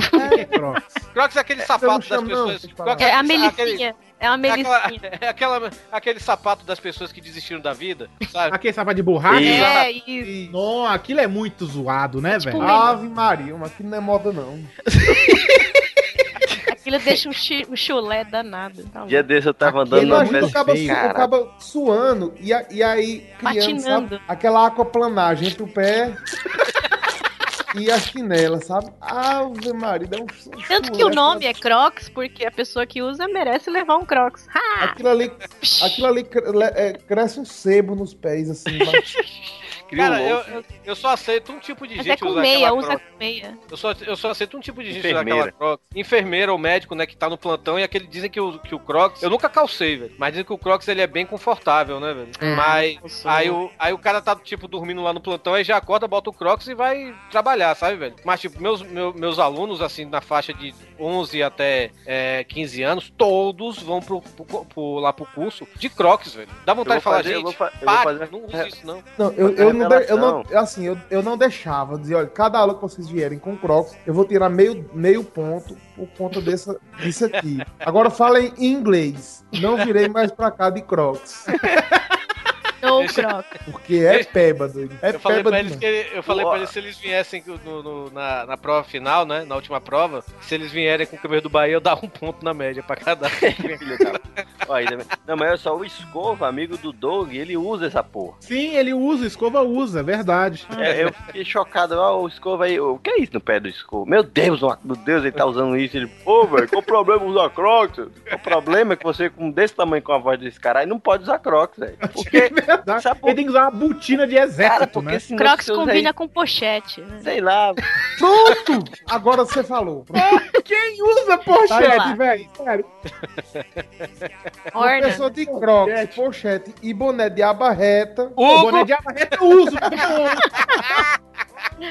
Speaker 1: Crocs.
Speaker 2: Crocs é aquele sapato das
Speaker 9: chamo, não,
Speaker 2: pessoas.
Speaker 9: deixa eu falar.
Speaker 2: Crocs
Speaker 9: É a
Speaker 2: ah, aquele-
Speaker 9: melicinha, É uma
Speaker 2: aquela-
Speaker 9: melicinha.
Speaker 2: é *laughs* aquela- aquele sapato das pessoas que desistiram da vida, sabe?
Speaker 1: Aquele sapato de borracha?
Speaker 2: É,
Speaker 9: isso.
Speaker 1: Não, aquilo é muito zoado, né,
Speaker 9: Tipo um
Speaker 1: velho?
Speaker 14: Ave Maria, mas que não é moda não.
Speaker 9: Aquilo deixa um, chi, um chulé danado. Tá
Speaker 15: Dia desse eu tava andando na
Speaker 14: Imagina o
Speaker 15: festa.
Speaker 14: cabo, o
Speaker 15: Cara,
Speaker 14: cabo suando e, a- e aí criando
Speaker 9: Patinando.
Speaker 14: sabe, aquela aquaplanagem entre o pé *laughs* e a chinela, sabe? Ave Maria, dá um su-
Speaker 9: Tanto que o nome é Crocs, porque a pessoa que usa merece levar um Crocs. Ha!
Speaker 14: Aquilo ali, aquilo ali cre- le- é, cresce um sebo nos pés, assim.
Speaker 2: Cara, eu, eu- eu só aceito um tipo de
Speaker 9: Mas é
Speaker 2: gente
Speaker 9: com
Speaker 2: usar
Speaker 9: meia,
Speaker 2: aquela
Speaker 9: usa
Speaker 2: Crocs.
Speaker 9: com meia.
Speaker 2: Eu só, eu só aceito um tipo de gente usar
Speaker 15: Enfermeira.
Speaker 2: aquela Crocs. Enfermeira ou médico, né, que tá no plantão e aquele dizem que o, que o Crocs. Eu nunca calcei, velho. Mas dizem que o Crocs ele é bem confortável, né, velho?
Speaker 15: Ah,
Speaker 2: mas aí o, aí o cara tá, tipo, dormindo lá no plantão, aí já acorda, bota o Crocs e vai trabalhar, sabe, velho? Mas, tipo, meus, meu- meus alunos, assim, na faixa de 11 até é, 15 anos, todos vão pro, pro- pro- lá pro curso de Crocs, velho. Dá vontade
Speaker 15: Eu vou
Speaker 2: de falar,
Speaker 15: fazer- eu
Speaker 2: gente,
Speaker 15: vou fa- eu vou
Speaker 2: pare,
Speaker 15: fazer- é,
Speaker 2: não use isso, não.
Speaker 14: Não, eu, eu, não, de- eu não. Assim, eu, eu não deixava. Eu dizia, olha, cada aula que vocês vierem com Crocs, eu vou tirar meio, meio ponto por conta dessa, disso aqui. Agora falem em inglês. Não virei mais pra cá de Crocs.
Speaker 9: Não, Crocs.
Speaker 14: Porque é peba, doido. É
Speaker 2: eu falei
Speaker 14: peba
Speaker 2: pra eles
Speaker 14: demais.
Speaker 2: que eu falei pra eles se eles viessem no- no- na, na prova final, né? Na última prova, se eles vierem com o cabelo do Bahia, eu dava um ponto na média
Speaker 9: *laughs*
Speaker 2: pra cada. um.
Speaker 9: É
Speaker 14: É,
Speaker 15: filho da- Ó, aí também- Não, mas olha só, o escova, amigo do Doug, ele usa essa porra.
Speaker 1: Sim, ele usa, escova usa, é verdade.
Speaker 15: É, eu fiquei chocado, ó, o escova aí, o que é isso no pé do escova? Meu Deus, uma- meu Deus, ele tá usando isso. Ele, pô, velho, qual o problema usar Crocs? O problema é que você, com desse tamanho com a voz desse cara, aí não pode usar Crocs,
Speaker 1: *laughs*
Speaker 15: velho. Porque,
Speaker 1: Sabe por- É Ele tem que usar uma botina de exército, né?
Speaker 9: Crocs combina com pochete. Né? *laughs*
Speaker 15: Sei lá.
Speaker 14: Pronto! Agora você *laughs* falou. Tá
Speaker 1: Quem usa
Speaker 14: Vai
Speaker 1: pochete,
Speaker 14: lá.
Speaker 1: velho? Sério.
Speaker 14: Uma pessoa de crocs, pochete e boné de aba reta.
Speaker 1: O boné de aba reta eu uso. *laughs*
Speaker 14: tá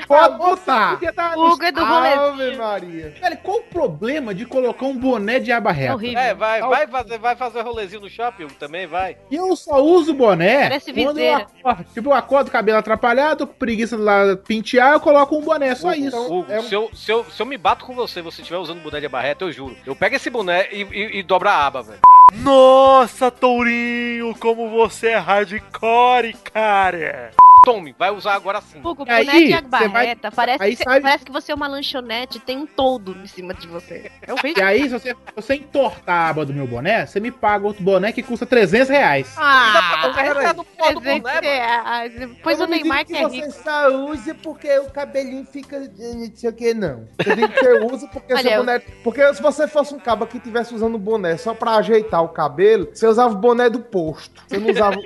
Speaker 1: Pode botar.
Speaker 14: Hugo é do
Speaker 1: Ave
Speaker 14: rolezinho.
Speaker 1: Maria. Velho, qual o problema de colocar um boné de aba reta?
Speaker 2: É, vai, vai, fazer, vai fazer rolezinho no shopping também, vai.
Speaker 1: E eu só uso boné
Speaker 2: Parece
Speaker 1: quando eu
Speaker 2: viseira.
Speaker 1: acordo. Tipo, eu acordo, cabelo atrapalhado, com preguiça de lá pentear, eu coloco um boné, só
Speaker 14: Então,
Speaker 1: isso.
Speaker 2: Hugo,
Speaker 14: É um-
Speaker 2: se, eu, se, eu, se eu me bato com você e você estiver usando boné de barreta, eu juro. Eu pego esse boné e, e, e dobro a aba, velho.
Speaker 11: Nossa, Tourinho, como você é hardcore, cara.
Speaker 2: Tome, vai usar agora sim.
Speaker 9: Hugo,
Speaker 2: Aí,
Speaker 9: boneca e a
Speaker 2: você
Speaker 9: barreta.
Speaker 1: vai-
Speaker 9: Parece,
Speaker 1: aí
Speaker 9: que, cê-
Speaker 1: sai-
Speaker 9: parece que você é uma lanchonete, tem um todo em cima de você. É
Speaker 1: E
Speaker 9: horrível.
Speaker 1: aí, se você, se você entortar a aba do meu boné, você me paga outro boné que custa 300 reais.
Speaker 15: Tá
Speaker 9: Ah,
Speaker 14: Ainda pra carregar no pó do
Speaker 9: 300
Speaker 14: boné, mano.
Speaker 9: reais. Pois é, ah, o Neymar que é
Speaker 14: Você
Speaker 9: rico.
Speaker 14: só usa porque o cabelinho fica. eh, Não sei o que, não. Eu digo que você usa porque
Speaker 9: Olha,
Speaker 14: seu
Speaker 9: eu-
Speaker 14: boné. Porque se você fosse um caba que tivesse usando boné só pra ajeitar o cabelo, você usava o boné do posto. Você não usava o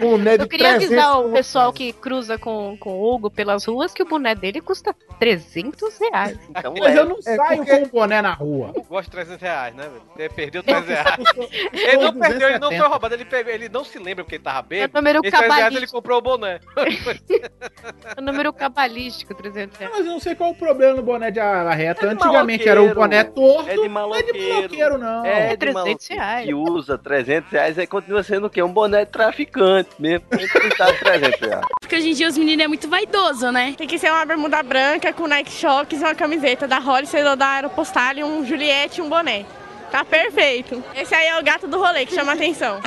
Speaker 14: boné de
Speaker 9: Eu queria
Speaker 14: 300
Speaker 9: avisar o pessoal que cruza com, com o Hugo pelas ruas que o boné dele custa 300 reais.
Speaker 15: Então é.
Speaker 1: Mas eu não saio com um boné na rua.
Speaker 2: Eu gosto de 300 reais, né, velho? Ele perdeu 300 reais. ele não
Speaker 1: 270.
Speaker 2: perdeu, ele não foi roubado, ele, pegou, ele não se lembra porque ele tava bêbado.
Speaker 9: número
Speaker 2: Esse 300 reais ele
Speaker 9: cabalístico.
Speaker 2: comprou o boné. *laughs*
Speaker 9: É um número cabalístico, 300 reais.
Speaker 1: Ah, Mas eu não sei qual o problema no boné de aba reta. Antigamente era um boné torto.
Speaker 15: É de
Speaker 1: Não é de maloqueiro, não.
Speaker 15: É, de maluco Que usa 300 reais, aí continua sendo o quê? Um boné de traficante mesmo. Tem que custar 300 reais.
Speaker 21: Porque hoje em dia os meninos é muito vaidoso, né? Tem que ser uma bermuda branca com Nike Shox, uma camiseta da Hollister ou da Aeropostale, um Juliette e um boné. Tá perfeito. Esse aí é o gato do rolê que chama a atenção.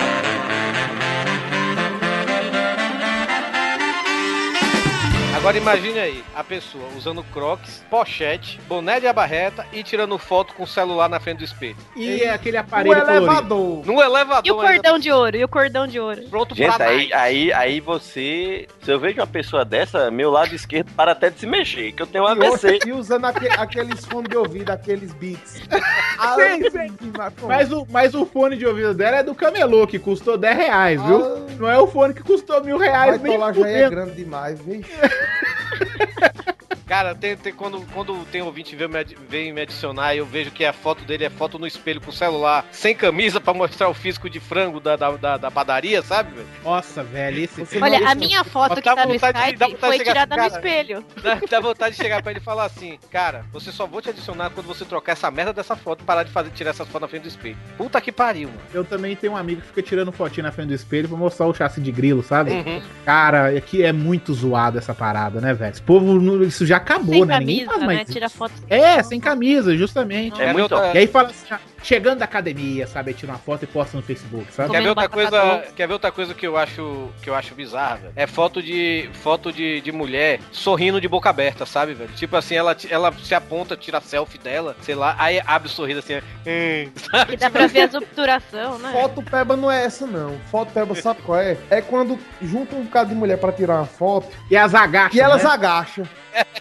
Speaker 2: Agora imagine aí, a pessoa usando crocs, pochete, boné de abarreta e tirando foto com o celular na frente do espelho.
Speaker 1: E é aquele aparelho colorido.
Speaker 2: No Um elevador.
Speaker 9: E o cordão de ouro, e o cordão de ouro.
Speaker 2: Pronto
Speaker 15: Gente, aí, aí, aí você. Se eu vejo uma pessoa dessa, meu lado esquerdo para até de se mexer, que eu tenho um
Speaker 14: E,
Speaker 15: AVC.
Speaker 1: assim?
Speaker 14: outra- e usando aque- aqueles fones de ouvido, aqueles
Speaker 1: *laughs*
Speaker 14: beats.
Speaker 1: Mas o, mas o fone de ouvido dela é do camelô, que custou 10 reais, viu? Não é o fone que custou mil reais,
Speaker 14: Mas
Speaker 1: nem
Speaker 14: Ah. colar já é
Speaker 1: fudendo.
Speaker 14: grande demais, vixe.
Speaker 2: Cara, tem- tem- quando, quando tem ouvinte vem me, ad- vem me adicionar, eu vejo que a foto dele é foto no espelho com o celular, sem camisa pra mostrar o físico de frango da, da, da- da padaria, sabe? velho?
Speaker 1: Nossa, velho, esse
Speaker 9: Olha, a minha foto que
Speaker 2: Dá
Speaker 9: tá no
Speaker 2: vontade de- dá
Speaker 9: Skype
Speaker 2: vontade de
Speaker 9: foi
Speaker 2: chegar-
Speaker 9: tirada no
Speaker 2: cara.
Speaker 9: espelho.
Speaker 2: Dá, dá vontade de chegar pra ele e falar assim, cara, você só vou te adicionar quando você trocar essa merda dessa foto e parar de fazer, tirar essas fotos na frente do espelho. Puta que pariu, mano.
Speaker 1: Eu também tenho um amigo que fica tirando fotinho na frente do espelho pra mostrar o chassi de grilo, sabe?
Speaker 2: Uhum.
Speaker 1: Cara, aqui é muito zoado essa parada, né, velho? Esse povo, não- isso já acabou,
Speaker 9: Sem
Speaker 1: né? Ninguém
Speaker 9: camisa,
Speaker 1: faz mais
Speaker 9: né?
Speaker 1: isso.
Speaker 9: Tira foto.
Speaker 1: É, sem camisa, justamente.
Speaker 2: É Quer ver muito- outra-
Speaker 1: E aí fala assim, ah, chegando da academia, sabe? Aí tira uma foto e posta no Facebook, sabe?
Speaker 2: Quer ver, outra coisa, quer ver outra coisa que eu acho que eu acho bizarra, velho? É foto de foto de, de mulher sorrindo de boca aberta, sabe, velho? Tipo assim, ela, ti- ela se aponta, tira selfie dela, sei lá, aí abre o sorriso assim, "Hum", *laughs* sabe?
Speaker 9: E dá pra ver as obturação, né?
Speaker 14: Foto peba não é essa, não. Foto peba, sabe qual é? É quando junta um bocado de mulher pra tirar uma foto.
Speaker 1: E as agacham.
Speaker 14: E elas
Speaker 1: né?
Speaker 14: agacham.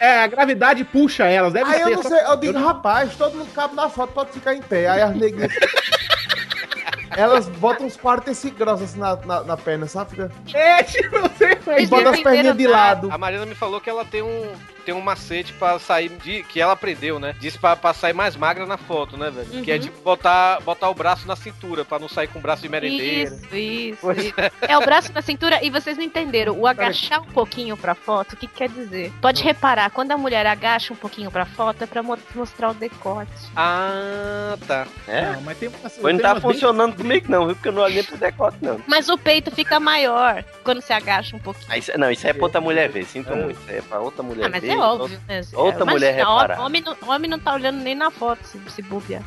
Speaker 1: É, a gravidade puxa elas, deve
Speaker 14: Aí
Speaker 1: ser.
Speaker 14: eu não
Speaker 1: só-
Speaker 14: sei, eu digo, rapaz, todo mundo cabe na foto, pode ficar em pé. Aí as negras. *laughs* Elas botam uns 45 graus assim na, na, na perna, sabe? Fica-
Speaker 1: É, tipo, você
Speaker 14: E bota as perninhas de lado.
Speaker 2: A Marina me falou que ela tem um tem um macete pra sair de que ela aprendeu, né? Disse pra, pra sair mais magra na foto, né, velho?
Speaker 9: Uhum.
Speaker 2: Que é tipo botar botar o braço na cintura pra não sair com o braço de merendeira.
Speaker 9: Isso, isso.
Speaker 2: Pois
Speaker 9: isso. É o braço na cintura e vocês não entenderam. O agachar um pouquinho pra foto, o que que quer dizer? Pode reparar, quando a mulher agacha um pouquinho pra foto, é pra mo- mostrar o decote.
Speaker 2: Ah, tá.
Speaker 15: É?
Speaker 1: Não, mas tem umas-
Speaker 15: Mas não
Speaker 1: tem
Speaker 15: tá
Speaker 1: umas bem-
Speaker 15: funcionando comigo, não, viu? Porque eu não olho nem pro decote, não.
Speaker 9: Mas o peito fica maior quando se agacha um pouquinho.
Speaker 15: Ah, isso- não, isso aí é pra outra mulher ver, sinto muito. Isso aí é pra outra mulher
Speaker 9: Ah, mas
Speaker 15: ver.
Speaker 9: é óbvio, né?
Speaker 15: Outra mulher
Speaker 9: ó-
Speaker 15: reparar.
Speaker 9: Homem não, homem não tá olhando nem na foto, se, se bobear.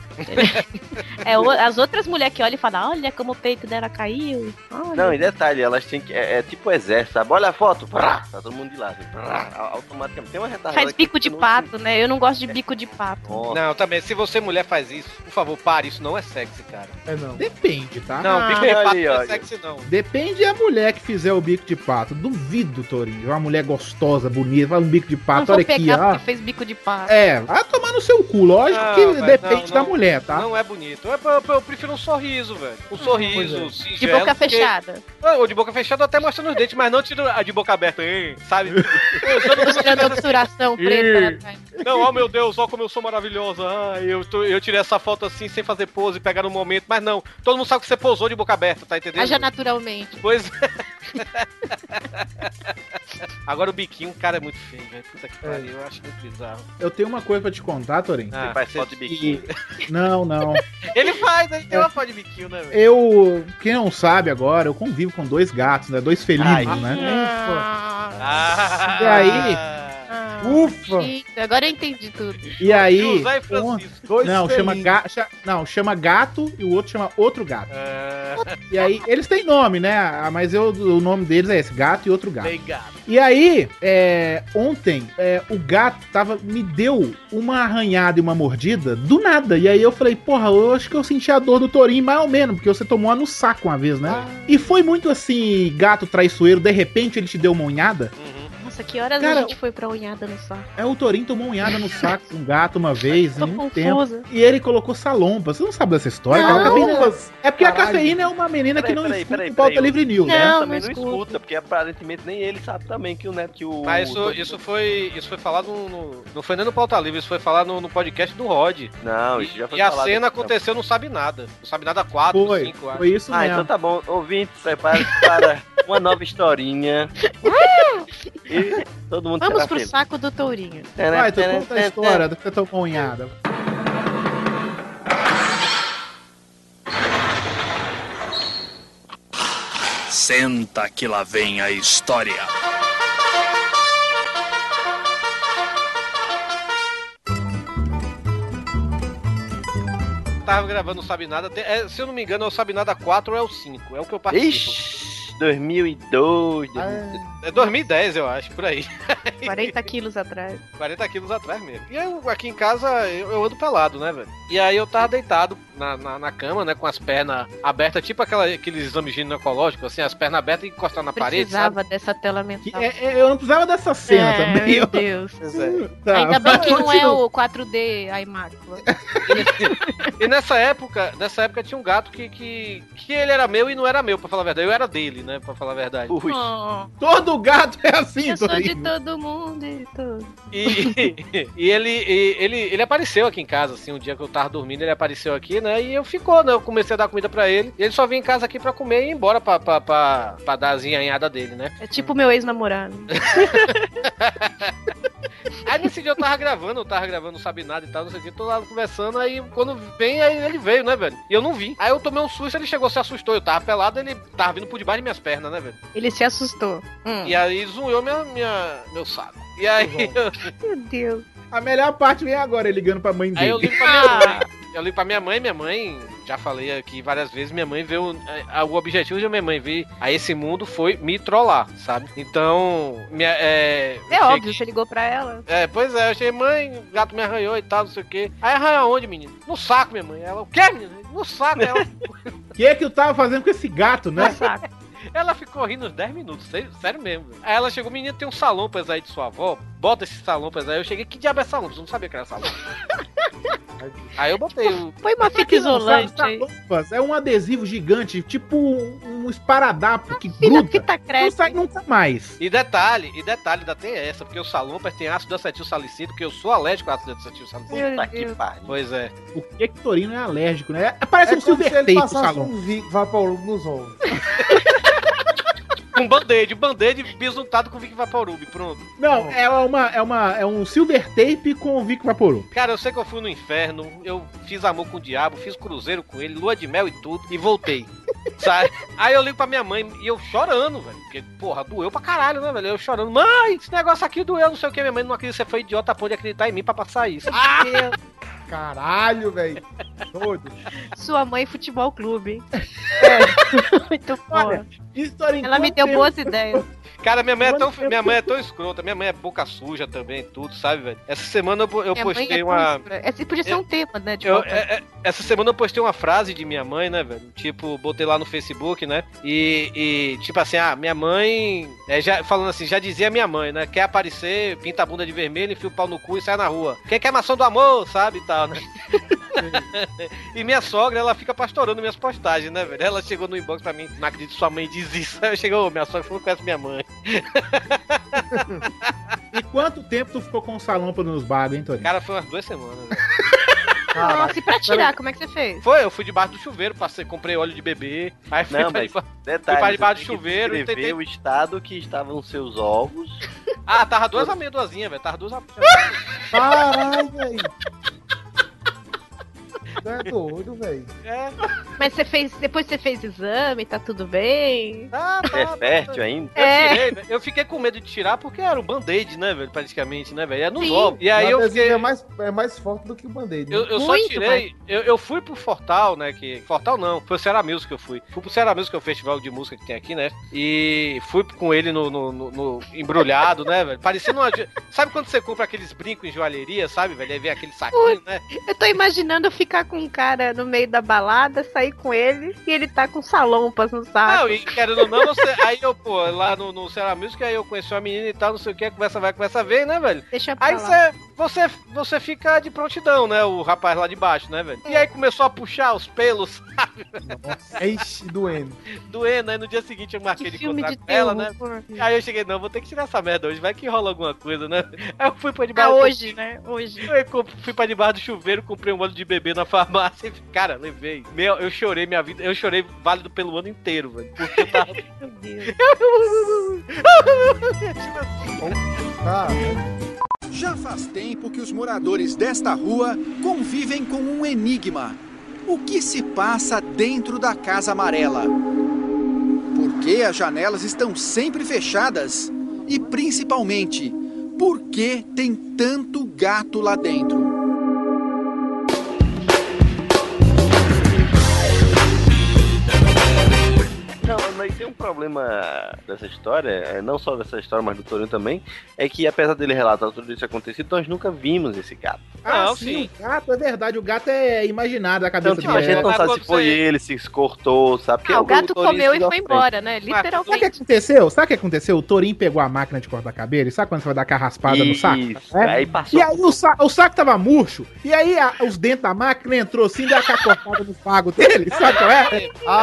Speaker 9: é, o- as outras mulheres que olham e falam, olha como o peito dela caiu. olha."
Speaker 15: *laughs* Não, e detalhe, elas têm que. É, é tipo exército, sabe? Olha a foto, brá, tá todo mundo de lado. brá, a- automaticamente. Tem uma retardada.
Speaker 9: Faz
Speaker 15: que- assim.
Speaker 9: bico de pato, né? Eu não gosto de bico de pato.
Speaker 2: Não, também, se você mulher faz isso, por favor, pare, isso não é sexy, cara.
Speaker 14: É não.
Speaker 1: Depende, tá?
Speaker 2: Não, bico de pato não é sexy, não.
Speaker 1: Depende da mulher que fizer o bico de pato. Duvido, Torinho. Uma mulher gostosa, bonita, vai um bico de
Speaker 9: Não
Speaker 1: pato,
Speaker 9: vou
Speaker 1: olha
Speaker 9: pegar
Speaker 1: aqui,
Speaker 9: porque
Speaker 1: ó.
Speaker 9: fez bico de pato.
Speaker 1: É, vai tomar no seu cu. Lógico
Speaker 2: Não,
Speaker 1: que
Speaker 2: velho,
Speaker 1: depende
Speaker 2: não,
Speaker 1: da
Speaker 2: não.
Speaker 1: mulher, tá?
Speaker 2: Não é bonito. Eu, eu- eu prefiro um sorriso, velho. Um
Speaker 9: Uhum.
Speaker 2: sorriso,
Speaker 1: pois é.
Speaker 2: singelo,
Speaker 9: De boca
Speaker 2: porque-
Speaker 9: fechada.
Speaker 2: Ah, Ou de boca fechada até mostrando os dentes, mas não tira a de boca aberta, hein, *laughs* sabe?
Speaker 9: Mostrando a obturação preta. né?
Speaker 2: Não, ó meu Deus, ó como eu sou maravilhosa. Ah, eu, tô- eu tirei essa foto assim, sem fazer pose, pegar no momento, mas não. Todo mundo sabe que você posou de boca aberta, tá entendendo?
Speaker 9: Haja naturalmente.
Speaker 2: Pois é. *laughs* Agora o biquinho, cara, é muito feio, velho. Puta que pariu, eu acho muito bizarro.
Speaker 1: Eu tenho uma coisa pra te contar, Torinho.
Speaker 2: Ah, faz foto de biquinho.
Speaker 1: Não, não.
Speaker 2: Ele faz, ele tem uma foto de biquinho, né, velho?
Speaker 1: Eu, quem não sabe agora, eu convivo com dois gatos, né? Dois felinos, né?
Speaker 2: Ah,
Speaker 1: E aí, ufa!
Speaker 9: Isso, agora eu entendi tudo.
Speaker 1: E aí,
Speaker 2: José e Francisco. Dois
Speaker 1: não,
Speaker 2: felinos.
Speaker 1: chama ga, cha- não, chama gato e o outro chama outro gato.
Speaker 2: Ah.
Speaker 1: E aí, eles têm nome, né? Ah, Mas eu, o nome deles é esse, gato e outro gato.
Speaker 2: Obrigado.
Speaker 1: E aí, é, ontem, é, o gato tava, me deu uma arranhada e uma mordida do nada. E aí eu falei, porra, eu acho que eu senti a dor do Torinho mais ou menos, porque você tomou no saco uma vez,
Speaker 15: Ah.
Speaker 1: né? E foi muito assim, gato traiçoeiro, de repente ele te deu uma unhada.
Speaker 15: Hum.
Speaker 9: Nossa, que horas
Speaker 1: Cara,
Speaker 9: a gente foi pra unhada no saco?
Speaker 1: É, o Torinho tomou unhada no saco com um gato uma vez, em
Speaker 9: Tô
Speaker 1: um
Speaker 9: confusa.
Speaker 1: tempo. E ele colocou salompas. Você não sabe dessa história? cara? A cafeína- É porque a cafeína é uma menina que não escuta o Pauta Livre News,
Speaker 15: né?
Speaker 1: né?
Speaker 15: também não escuta, porque aparentemente nem ele sabe também que o neto que o.
Speaker 2: Mas isso, isso, foi, isso foi falado no, no- Não foi nem no Pauta Livre, isso foi falado no, no podcast do Rod.
Speaker 15: Não, isso já foi
Speaker 2: E a
Speaker 15: falado.
Speaker 2: cena aconteceu no Sabe Nada. No Sabe Nada 4, 5, acho.
Speaker 15: Ah, então tá bom. Ouvinte, prepare-se
Speaker 2: *laughs*
Speaker 15: para uma nova historinha. e todo mundo
Speaker 9: Vamos
Speaker 15: será
Speaker 9: pro
Speaker 15: feliz.
Speaker 9: saco do tourinho.
Speaker 2: É, né?
Speaker 1: Vai, tu conta
Speaker 15: Né,
Speaker 1: a história do que eu tomou unhada.
Speaker 22: Senta que lá vem a história.
Speaker 2: Tava gravando o Sabe Nada. Tem- é, se eu não me engano, é o Sabe Nada 4 ou é o 5. É o que eu participo.
Speaker 15: Ixi, 2002, 2003.
Speaker 2: É 2010, eu acho, por aí. *laughs*
Speaker 9: 40 quilos atrás.
Speaker 2: 40 quilos atrás mesmo. E eu, aqui em casa eu, eu ando pelado, né, velho? E aí eu tava deitado na, na, na cama, né, com as pernas abertas, tipo aquela, aqueles exames ginecológicos, assim, as pernas abertas e encostar na parede, sabe?
Speaker 9: Precisava dessa tela mental.
Speaker 1: é, eu não precisava dessa cena
Speaker 9: É,
Speaker 1: também. *laughs* Tá.
Speaker 9: meu Deus.
Speaker 2: Pois é.
Speaker 1: Ah,
Speaker 9: Ainda bem que não é o 4D a imácula.
Speaker 2: E nessa época, nessa época tinha um gato que, que, que ele era meu e não era meu, pra falar a verdade. Eu era dele, né, pra falar a verdade.
Speaker 9: Oh,
Speaker 1: Todo gato *laughs* é assim,
Speaker 9: eu sou de
Speaker 1: Torinho.
Speaker 9: todo mundo e tudo.
Speaker 2: E, *laughs* e ele, e- ele, ele apareceu aqui em casa, assim, um dia que eu tava dormindo, ele apareceu aqui, né? E eu ficou, né? Eu comecei a dar comida pra ele. E ele só vinha em casa aqui pra comer e ir embora pra, pra, pra, pra dar as enhanhadas dele, né?
Speaker 9: É tipo meu ex-namorado.
Speaker 2: Aí nesse dia eu tava gravando, eu tava gravando, não sabe nada e tal, não sei o que, tô lá conversando, aí quando vem, aí ele veio, né, velho? E eu não vi. Aí eu tomei um susto, ele chegou, se assustou, eu tava pelado, ele tava vindo por debaixo de minhas pernas, né, velho?
Speaker 9: Ele se assustou. Hum.
Speaker 2: E aí zunhou minha, minha, meu saco. E aí.
Speaker 9: Meu Deus.
Speaker 1: A melhor parte vem agora, ele ligando pra mãe
Speaker 2: *laughs*
Speaker 1: dele.
Speaker 2: Aí eu ligo pra
Speaker 1: Ah.
Speaker 2: minha mãe. Eu ligo pra minha mãe, minha mãe, já falei aqui várias vezes, minha mãe veio. a- O objetivo de minha mãe vir a esse mundo foi me trollar, sabe? Então. Minha, é
Speaker 9: É
Speaker 2: eu cheguei-
Speaker 9: óbvio, você ligou pra ela.
Speaker 2: É, pois é, eu achei, mãe, o gato me arranhou e tal, não sei o quê. Aí arranhou onde, menino? No saco, minha mãe. Ela, o quê, menino? No saco, ela.
Speaker 9: Ah.
Speaker 1: O que é que eu tava fazendo com esse gato, né?
Speaker 2: Ela ficou rindo uns 10 minutos, sé- sério mesmo. velho. Aí ela chegou, menina, tem um salompas aí de sua avó, bota esse salompas aí. Eu cheguei, que diabo é salompas? Eu não sabia que era salompas. aí eu botei o...
Speaker 9: Põe uma fita isolante aí.
Speaker 1: Pampas, É um adesivo gigante, tipo um, um esparadapo que gruda. não sai nunca mais.
Speaker 2: E detalhe, e detalhe, ainda tem essa, porque o salompas tem ácido acetil salicílico, que eu sou alérgico a ácido acetil salicílico.
Speaker 1: Meu Deus.
Speaker 2: pariu. Pois é.
Speaker 1: O que que Torino é alérgico, né? Parece um
Speaker 14: É como se
Speaker 1: Silver
Speaker 14: ele
Speaker 1: Tape,
Speaker 14: passasse
Speaker 1: Salom.
Speaker 14: um vi- Vaporub nos olhos.
Speaker 2: Um band-aid, um band-aid bisuntado com Vic Vaporub, pronto.
Speaker 1: Não, é uma, é uma, é um Silver Tape com o Vic Vaporub.
Speaker 2: Cara, eu sei que eu fui no inferno, eu fiz amor com o diabo, fiz cruzeiro com ele, lua de mel e tudo, e
Speaker 14: *laughs*
Speaker 2: voltei. Sabe? Aí eu ligo pra minha mãe e eu chorando, velho. Porque, porra, doeu pra caralho, né, velho? Eu chorando. Mãe, esse negócio aqui doeu, não sei o que. Minha mãe não acredita, você foi idiota, pode acreditar em mim pra passar isso. Ah!
Speaker 14: Caralho, velho. Doido.
Speaker 9: Sua mãe futebol
Speaker 14: *laughs*
Speaker 9: clube. É, *laughs* Muito
Speaker 1: foda.
Speaker 9: Ela me deu boas ideias.
Speaker 2: Cara, minha mãe, é tão, minha mãe é tão escrota, minha mãe é boca suja também, tudo, sabe, velho? Essa semana eu, eu
Speaker 9: Minha mãe
Speaker 2: postei
Speaker 9: é
Speaker 2: uma.
Speaker 9: cultura. Esse podia ser um tema, né? De
Speaker 2: Eu-
Speaker 9: volta.
Speaker 2: é- é- essa semana eu postei uma frase de minha mãe, né, velho? Tipo, botei lá no Facebook, né? E, e, tipo assim, ah, minha mãe. é, já, falando assim, já dizia minha mãe, né? Quer aparecer, pinta a bunda de vermelho, enfia o pau no cu e sai na rua. Quem é quer maçã do amor, sabe? E tal, né? *laughs* e minha sogra, ela fica pastorando minhas postagens, né, velho? Ela chegou no inbox pra mim, não acredito, que sua mãe diz isso. Aí eu chegou, minha sogra falou que conhece minha mãe.
Speaker 1: E quanto tempo tu ficou com o Salompa nos bagos, hein, Torino?
Speaker 2: Cara, foi umas duas semanas, né? velho.
Speaker 9: Nossa, e pra tirar, como é que você fez?
Speaker 2: Foi, eu fui debaixo do chuveiro, passei, comprei óleo de bebê, aí fui
Speaker 15: Não,
Speaker 2: pra
Speaker 15: mas
Speaker 2: deba-
Speaker 15: detalhe,
Speaker 2: fui pra debaixo
Speaker 15: você tem
Speaker 2: do
Speaker 15: que
Speaker 2: chuveiro e
Speaker 15: descrever
Speaker 2: tentei...
Speaker 15: o estado que estavam seus ovos.
Speaker 2: *laughs* Ah, tava duas amendoazinhas, velho, tava duas amendoazinhas.
Speaker 14: *laughs* Tá
Speaker 15: Ah.
Speaker 14: Caralho, velho. Tu é doido, velho.
Speaker 2: É.
Speaker 9: *laughs* Mas você fez. Depois você fez exame, tá tudo bem?
Speaker 2: Ah,
Speaker 14: tá.
Speaker 15: É fértil ainda?
Speaker 2: Eu,
Speaker 9: É.
Speaker 2: tirei, velho. eu fiquei com medo de tirar porque era o band-aid, né, velho? Praticamente, né, velho? Era nos
Speaker 14: Sim.
Speaker 2: ovos. E aí
Speaker 14: O
Speaker 2: eu
Speaker 14: adesivo
Speaker 2: fiquei.
Speaker 14: É mais, é mais forte do que o band-aid. né?
Speaker 2: Eu, eu só tirei. Eu, eu fui pro Fortal, né? Que, Fortal não, foi o Ceará Music que eu fui. Fui pro Ceará Music, que é o festival de música que tem aqui, né? E fui com ele no, no- no- no embrulhado, né, velho? Parecendo uma. jo- Sabe quando você compra aqueles brincos em joalheria, sabe, velho? Aí vem aquele saquinho, né?
Speaker 9: *laughs* Eu tô imaginando eu ficar com um cara no meio da balada, sair com ele e ele tá com salompas no saco.
Speaker 2: Não, e querendo ou não, você.
Speaker 9: *laughs*
Speaker 2: Aí eu, pô, lá no, no Ceará Music, aí eu conheci uma menina e tal, não sei o que, conversa vai, conversa vem, né, velho?
Speaker 9: Deixa pra
Speaker 2: Aí
Speaker 9: lá.
Speaker 2: você, você, você fica de prontidão, né? O rapaz lá de baixo, né, velho? E aí começou a puxar os pelos, sabe?
Speaker 14: Ixi, doendo.
Speaker 2: Doendo, aí no dia seguinte eu marquei de
Speaker 9: filme
Speaker 2: encontrar
Speaker 9: de
Speaker 2: com ela, né?
Speaker 9: terror.
Speaker 2: Aí eu cheguei, não, vou ter que tirar essa merda hoje, vai que rola alguma coisa, né? Aí eu fui pra
Speaker 9: Ah,
Speaker 2: debaixo. do-
Speaker 9: hoje, né? Hoje.
Speaker 2: Eu comp- fui pra debaixo do chuveiro, comprei um óleo de bebê na farmácia e, cara, levei. Meu, eu chorei minha vida, eu chorei válido pelo ano inteiro, velho. Porque eu tava.
Speaker 9: Meu Deus.
Speaker 8: Já faz tempo que os moradores desta rua convivem com um enigma. O que se passa dentro da Casa Amarela? Por que as janelas estão sempre fechadas? E principalmente, por que tem tanto gato lá dentro?
Speaker 15: Não, eu Torino, aí tem um problema dessa história, é, não só dessa história, mas do Torino também, é que apesar dele relatar tudo isso acontecido, nós nunca vimos esse gato.
Speaker 1: Ah, sim, o gato, é verdade. O gato é imaginado da cabeça
Speaker 15: Então, tipo, a gente não sabe se foi ele, se cortou, sabe? Porque
Speaker 9: Ah, o gato
Speaker 15: Torino
Speaker 9: comeu e
Speaker 15: seguiu à
Speaker 9: foi
Speaker 15: frente.
Speaker 9: embora, né?
Speaker 1: Sabe o que
Speaker 9: Literalmente.
Speaker 1: aconteceu? Sabe o que aconteceu? O Torin pegou a máquina de cortar cabelo. e Sabe quando você vai dar aquela raspada no saco?
Speaker 15: Isso,
Speaker 1: É?
Speaker 15: aí passou.
Speaker 1: E aí o, sa- o saco tava murcho. E aí a- os dentes da máquina entrou assim, deu aquela cortada no fago dele. Sabe qual é? Ave
Speaker 2: Tu- a,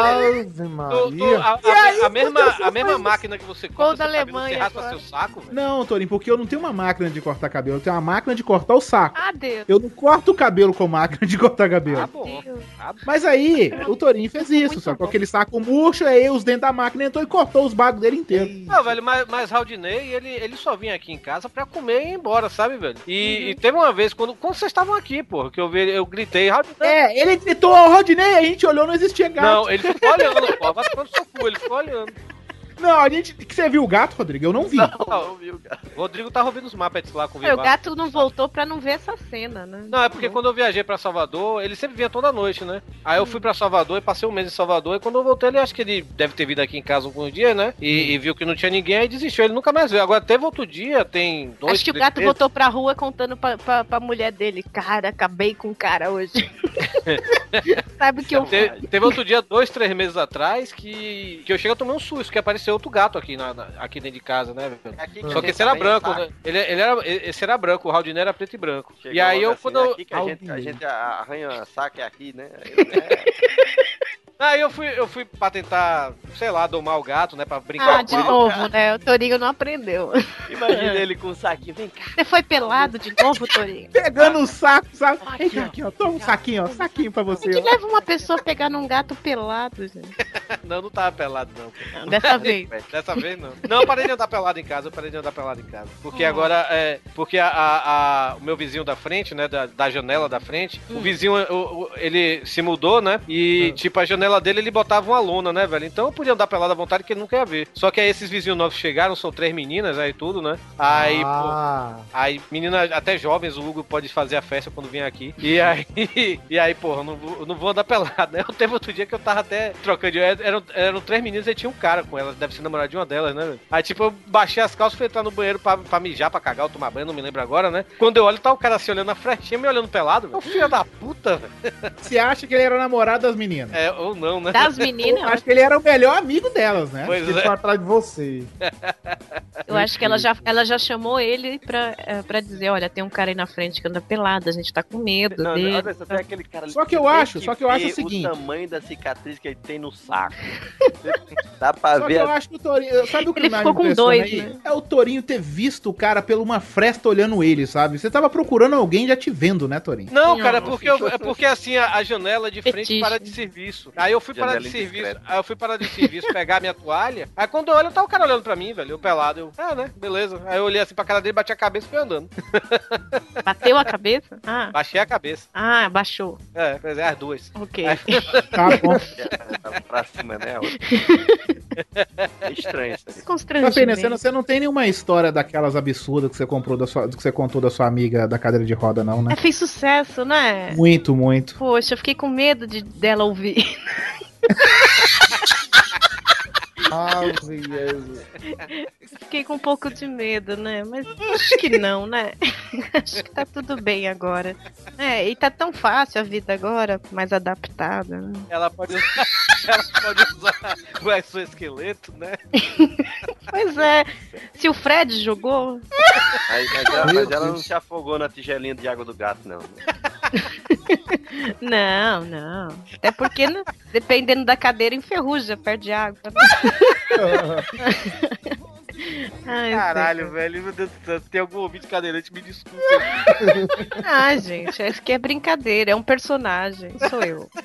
Speaker 2: a- a mesma, a mesma máquina que você
Speaker 9: da
Speaker 2: compra, seu cabelo, você
Speaker 9: Alemanha
Speaker 2: raspa
Speaker 9: agora.
Speaker 2: seu saco, velho.
Speaker 1: Não, Torin, porque eu não tenho uma máquina de cortar cabelo. Eu tenho uma máquina de cortar o saco.
Speaker 9: Ah, Deus.
Speaker 1: Eu não corto o cabelo com máquina de cortar cabelo.
Speaker 2: Tá bom. Tá bom.
Speaker 1: Mas aí, o Torinho fez isso, só com aquele saco um murcho, aí os dentes da máquina entrou e cortou os bagos dele inteiro.
Speaker 2: Não, velho, mas, mas Haldinei, ele, ele só vinha aqui em casa pra comer e ir embora, sabe, velho? E,
Speaker 1: Uhum.
Speaker 2: e teve uma vez, quando, quando vocês estavam aqui, porra, que eu, vi, eu gritei, Haldinei,
Speaker 1: É, ele gritou ao Rodney, a gente olhou, não existia gato.
Speaker 2: Não,
Speaker 1: *laughs*
Speaker 2: ele ficou olhando, pô. Vai tomar no seu cu, ele ficou olhando.
Speaker 1: Não, a gente. que Você viu o gato, Rodrigo? Eu não vi.
Speaker 2: O Rodrigo tá roubando os mapas lá com o
Speaker 9: É, O
Speaker 2: Vivaco.
Speaker 9: gato não voltou pra não ver essa cena, né?
Speaker 2: Não, é porque quando eu viajei pra Salvador, ele sempre vinha toda noite, né? Aí eu fui pra Salvador e passei um mês em Salvador. E quando eu voltei, ele acho que ele deve ter vindo aqui em casa algum dia, né?
Speaker 1: Hum.
Speaker 2: E, e viu que não tinha ninguém, aí desistiu. Ele nunca mais veio. Agora teve outro dia, tem dois.
Speaker 9: Acho que o
Speaker 2: três
Speaker 9: gato
Speaker 2: meses.
Speaker 9: voltou pra rua contando pra, pra, pra mulher dele. Cara, acabei com o cara hoje. Sabe que eu.
Speaker 2: Te- teve outro dia, dois, três meses atrás, que, que eu cheguei a tomar um susto, que apareceu outro gato aqui, na, na- aqui dentro de casa, né, velho?
Speaker 15: É que
Speaker 2: Só
Speaker 15: a
Speaker 2: que
Speaker 15: gente
Speaker 2: esse era
Speaker 15: também
Speaker 2: branco,
Speaker 15: sabe.
Speaker 2: né? Ele, ele era, esse era branco, o Raldinei era preto e branco.
Speaker 15: Chegou
Speaker 2: e aí
Speaker 15: logo
Speaker 2: eu,
Speaker 15: assim,
Speaker 2: quando eu...
Speaker 15: aqui que a gente, a gente a- arranha saco é aqui, né? assim.
Speaker 2: Aí eu fui, eu fui pra tentar, sei lá, domar o gato, né? Pra brincar
Speaker 9: ah,
Speaker 2: com
Speaker 9: de
Speaker 2: ele.
Speaker 9: novo, né? O Torinho não aprendeu.
Speaker 15: *laughs* Imagina ele com o saquinho, vem cá.
Speaker 9: Você foi pelado de novo, Torinho?
Speaker 1: Pegando o saco, sabe? Vem cá, aqui, ó. Toma um saquinho, ó. Saquinho pra você.
Speaker 9: Que
Speaker 1: ó.
Speaker 9: leva uma pessoa a pegar num gato pelado, gente.
Speaker 2: Não, não tava pelado, não.
Speaker 9: dessa vez.
Speaker 2: dessa vez não. Não, eu parei de andar pelado em casa, eu parei de andar pelado em casa. Porque
Speaker 7: Uhum.
Speaker 9: Ah.
Speaker 2: agora, é, porque a, a- a- o meu vizinho da frente, né, da, da janela da frente, o vizinho, o- o- ele se mudou, né, e tipo, a janela dele, ele botava uma lona, né, velho? Então eu podia andar pelado à vontade, que ele nunca ia ver. Só que aí esses vizinhos novos chegaram, são três meninas, aí tudo, né? Aí, pô,
Speaker 14: ah,
Speaker 2: Aí, meninas até jovens, o Hugo pode fazer a festa quando vem aqui. E aí, *laughs* e aí porra, eu não vou, eu não vou andar pelado, né? *laughs* Eu teve outro dia que eu tava até trocando de. Eram, eram três meninas e tinha um cara com elas, deve ser namorado de uma delas, né? velho? Aí, tipo, eu baixei as calças, fui entrar no banheiro pra, pra mijar, pra cagar ou tomar banho, não me lembro agora, né? Quando eu olho, tá o cara se olhando na frestinha, me olhando pelado. velho. Ô, É um filho da puta, velho.
Speaker 1: Você acha que ele era o namorado das meninas?
Speaker 2: É, ou não, né?
Speaker 1: Eu acho que ele era o melhor amigo delas, né?
Speaker 2: Pois
Speaker 1: Ele
Speaker 2: é.
Speaker 1: foi atrás de você.
Speaker 9: Eu acho que ela já, ela já chamou ele pra, eh, pra dizer: olha, tem um cara aí na frente que anda pelado, a gente tá com medo
Speaker 15: Não,
Speaker 9: dele.
Speaker 15: não, olha só, tem aquele cara ali
Speaker 1: É. Só que eu
Speaker 15: tem
Speaker 1: acho, só que eu acho o
Speaker 15: ver
Speaker 1: seguinte.
Speaker 15: O tamanho da cicatriz que ele tem no
Speaker 1: *laughs*
Speaker 15: saco. Dá pra
Speaker 1: Só que
Speaker 15: ver.
Speaker 1: eu acho que o Torinho. Sabe o que
Speaker 9: Ele
Speaker 1: mais
Speaker 9: ficou
Speaker 1: me
Speaker 9: com
Speaker 1: impressiona
Speaker 9: dois,
Speaker 1: aí?
Speaker 9: né?
Speaker 1: É o Torinho ter visto o cara pela uma fresta olhando ele, sabe? Você tava procurando alguém já te vendo, né, Torinho?
Speaker 2: Não, cara, é porque, eu- é porque assim, a, a janela de frente para de serviço. Aí eu fui parar de
Speaker 15: Janela indiscreta.
Speaker 2: serviço, aí eu fui parar de serviço pegar minha toalha. Aí quando eu olho, tá o cara olhando pra mim, velho, eu pelado. Eu, ah, né, beleza. Aí eu olhei assim pra cara dele, bati a cabeça e fui andando. *laughs*
Speaker 9: Bateu a cabeça? Ah,
Speaker 2: Baixei a cabeça.
Speaker 9: ah baixou.
Speaker 2: É, pois é, as duas.
Speaker 9: Ok. *laughs*
Speaker 2: Aí-
Speaker 1: Tá bom.
Speaker 15: É, pra cima,
Speaker 2: *laughs*
Speaker 15: né? É estranho isso aí.
Speaker 1: Mas, Pena, você não, você não tem nenhuma história daquelas absurdas que você comprou da sua, que você contou da sua amiga da cadeira de roda, não, né?
Speaker 9: É, fez sucesso, né?
Speaker 1: Muito, muito.
Speaker 9: Poxa, eu fiquei com medo de dela ouvir. *laughs*
Speaker 14: ave Jesus.
Speaker 9: Fiquei com um pouco de medo, né? Mas acho que não, né? *laughs* acho que tá tudo bem agora. É, e tá tão fácil a vida agora, mais adaptada. Né?
Speaker 2: Ela pode usar, *laughs* ela pode usar o exoesqueleto,
Speaker 1: *laughs*
Speaker 2: né?
Speaker 9: *laughs* Pois é, se o Fred jogou.
Speaker 15: Aí, mas ela,
Speaker 9: Meu
Speaker 15: mas ela não
Speaker 9: Deus.
Speaker 15: se afogou na tigelinha de água do gato, não. né?
Speaker 9: Não, não. Até porque, né, dependendo da cadeira, enferruja, perde água. *laughs* Ai,
Speaker 2: *laughs* Caralho, velho, meu Deus do céu, se tem algum ouvinte cadeirante, me desculpa.
Speaker 9: Ah, gente, isso que é brincadeira, é um personagem, sou eu. *laughs*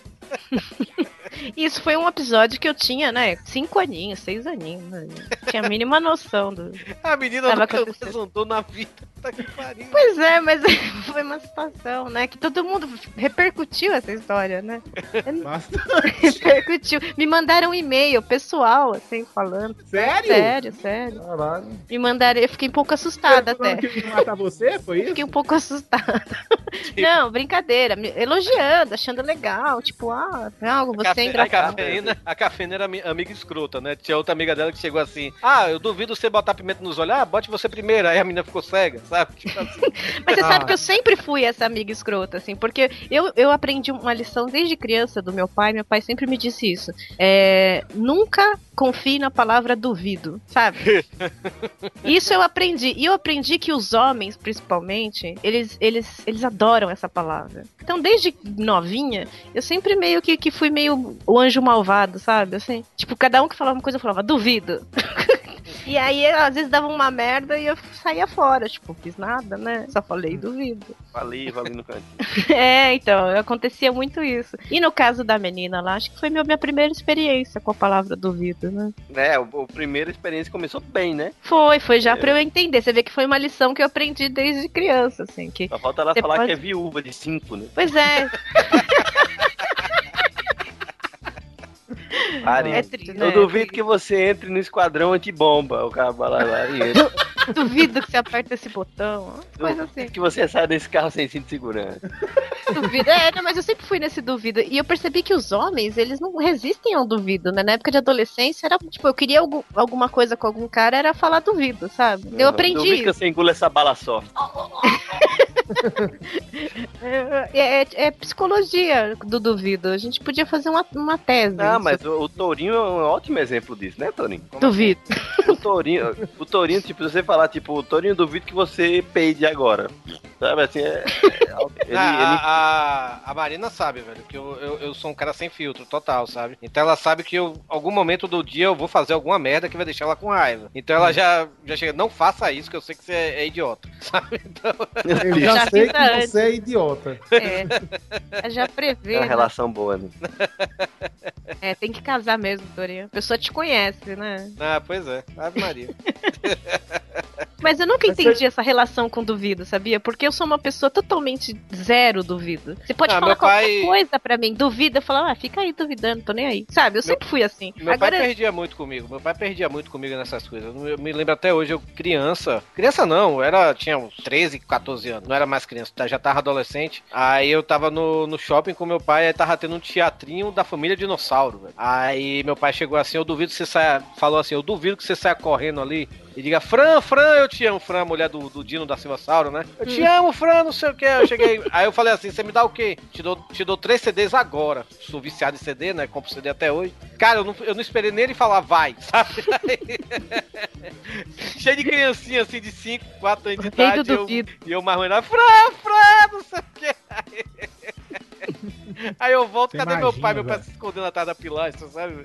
Speaker 9: Isso foi um episódio que eu tinha, né? Cinco aninhos, seis aninhos. Né? Tinha a mínima noção do.
Speaker 2: *laughs* A menina
Speaker 9: Tava
Speaker 2: nunca
Speaker 9: acontecendo.
Speaker 2: mais andou na vida. Puta que pariu.
Speaker 9: Pois é, mas *laughs* foi uma situação, né? Que todo mundo repercutiu essa história,
Speaker 1: *laughs*
Speaker 9: né? *laughs* repercutiu. Me mandaram um e-mail pessoal, assim, falando.
Speaker 1: Sério?
Speaker 9: Sério, sério.
Speaker 14: Caralho.
Speaker 9: Me mandaram, eu fiquei um pouco assustada até.
Speaker 1: Falando que ia matar você? Foi isso? Tipo.
Speaker 9: Fiquei um pouco assustada. Não, brincadeira. me Elogiando, achando legal. Tipo, ah, algo, você é
Speaker 2: Cafe- a,
Speaker 9: engraçado.
Speaker 2: cafeína, a cafeína era ami- amiga escrota, né? Tinha outra amiga dela que chegou assim: Ah, eu duvido você botar pimenta nos olhos. Ah, bote você primeiro. Aí a menina ficou cega, sabe? *laughs* Tipo assim.
Speaker 9: Mas você
Speaker 2: Ah.
Speaker 9: sabe que eu sempre fui essa amiga escrota, assim, porque eu, eu aprendi uma lição desde criança do meu pai, meu pai sempre me disse isso. É, nunca confie na palavra duvido, sabe? Isso eu aprendi. E eu aprendi que os homens, principalmente, eles, eles, eles adoram essa palavra. Então, desde novinha, eu sempre meio que, que fui meio o anjo malvado, sabe? Assim, tipo, cada um que falava uma coisa, eu falava, duvido. *laughs* E aí, eu, às vezes dava uma merda e eu saía fora, tipo, fiz nada, né? Só falei duvido. *laughs*
Speaker 15: Falei, falei no canto.
Speaker 1: *laughs*
Speaker 9: É, então, acontecia muito isso. E no caso da menina lá, acho que foi meu- minha primeira experiência com a palavra duvido, né?
Speaker 15: É, o, o primeira experiência começou bem, né?
Speaker 9: Foi, foi já
Speaker 15: É.
Speaker 9: pra eu entender. Você vê que foi uma lição que eu aprendi desde criança, assim, que...
Speaker 15: Só falta ela
Speaker 9: Você
Speaker 15: falar
Speaker 9: pode-
Speaker 15: que é viúva de cinco, né?
Speaker 9: Pois é.
Speaker 15: *laughs* Então Pare.
Speaker 9: É triste,
Speaker 15: Eu
Speaker 9: né?
Speaker 15: duvido que você entre no esquadrão antibomba. O cara vai lá, lá e entra.
Speaker 9: *laughs* duvido que você aperte esse botão. umas Coisas assim.
Speaker 15: que você sai desse carro sem cinto de segurança.
Speaker 9: Duvido. É, não, mas eu sempre fui nesse duvido. E eu percebi que os homens, eles não resistem ao duvido, né? Na época de adolescência, era tipo, eu queria algu- alguma coisa com algum cara, era falar duvido, sabe? Eu aprendi
Speaker 15: Duvido que
Speaker 9: isso.
Speaker 15: você engula essa bala só.
Speaker 9: É, é- é psicologia do duvido. A gente podia fazer uma, uma tese.
Speaker 15: Ah, mas o, o Tourinho é um ótimo exemplo disso, né, Tourinho?
Speaker 2: *laughs*
Speaker 9: Duvido.
Speaker 15: O Tourinho, o Tourinho, tipo, se você falar, tipo, o Tourinho, duvido que você peide agora. Sabe, assim, é... é- ele- ele-
Speaker 2: Ah, a, a- a Marina sabe, velho, que eu, eu, eu sou um cara sem filtro, total, sabe? Então ela sabe que eu, algum momento do dia eu vou fazer alguma merda que vai deixar ela com raiva. Então
Speaker 15: Hum.
Speaker 2: ela já, já chega, não faça isso, que eu sei que você é, é idiota, *laughs* sabe? Então. *laughs*
Speaker 14: Eu já sei que você é idiota.
Speaker 9: É, já prevê.
Speaker 15: É uma
Speaker 9: né?
Speaker 15: relação boa, né?
Speaker 9: É, tem que casar mesmo, Dorinha. A pessoa te conhece, né?
Speaker 2: Ah, pois é. Ave Maria.
Speaker 9: Mas eu nunca
Speaker 2: Mas
Speaker 9: entendi
Speaker 2: você-
Speaker 9: essa relação com duvido, sabia? Porque eu sou uma pessoa totalmente zero duvido. Você pode
Speaker 2: Ah,
Speaker 9: falar
Speaker 2: meu
Speaker 9: qualquer
Speaker 2: pai-
Speaker 9: coisa pra mim, duvida, eu falo, ah, fica aí duvidando, tô nem aí. Sabe? Eu sempre fui assim.
Speaker 2: Meu
Speaker 9: Agora.
Speaker 2: pai perdia muito comigo. Meu pai perdia muito comigo nessas coisas. Eu me lembro até hoje, eu criança. Criança não, eu era, tinha uns 13, 14 anos. Não era mais criança, tá? já tava adolescente. Aí eu tava no, no shopping com meu pai, aí tava tendo um teatrinho da família dinossauro, velho. Aí meu pai chegou assim, eu duvido que você saia. Falou assim, eu duvido que você saia correndo ali. E diga, Fran, Fran, eu te amo, Fran, mulher do, do Dino da Silva Sauro, né? Eu te amo, Fran, não sei o que. Eu cheguei. Aí eu falei assim: você me dá o quê? Te dou, te dou três CDs agora. Sou viciado em CD, né? Compro CD até hoje. Cara, eu não, eu não esperei nem ele falar vai, *laughs* sabe? Aí- Cheio de criancinha assim de 5, 4 anos de
Speaker 9: do
Speaker 2: idade. eu-
Speaker 9: duvido.
Speaker 2: E eu marrando, Fran, Fran, não sei o que. Aí eu volto,
Speaker 1: Você
Speaker 2: cadê meu
Speaker 1: imagina,
Speaker 2: pai? Meu pai
Speaker 1: velho.
Speaker 2: se escondendo atrás da pilastra, sabe?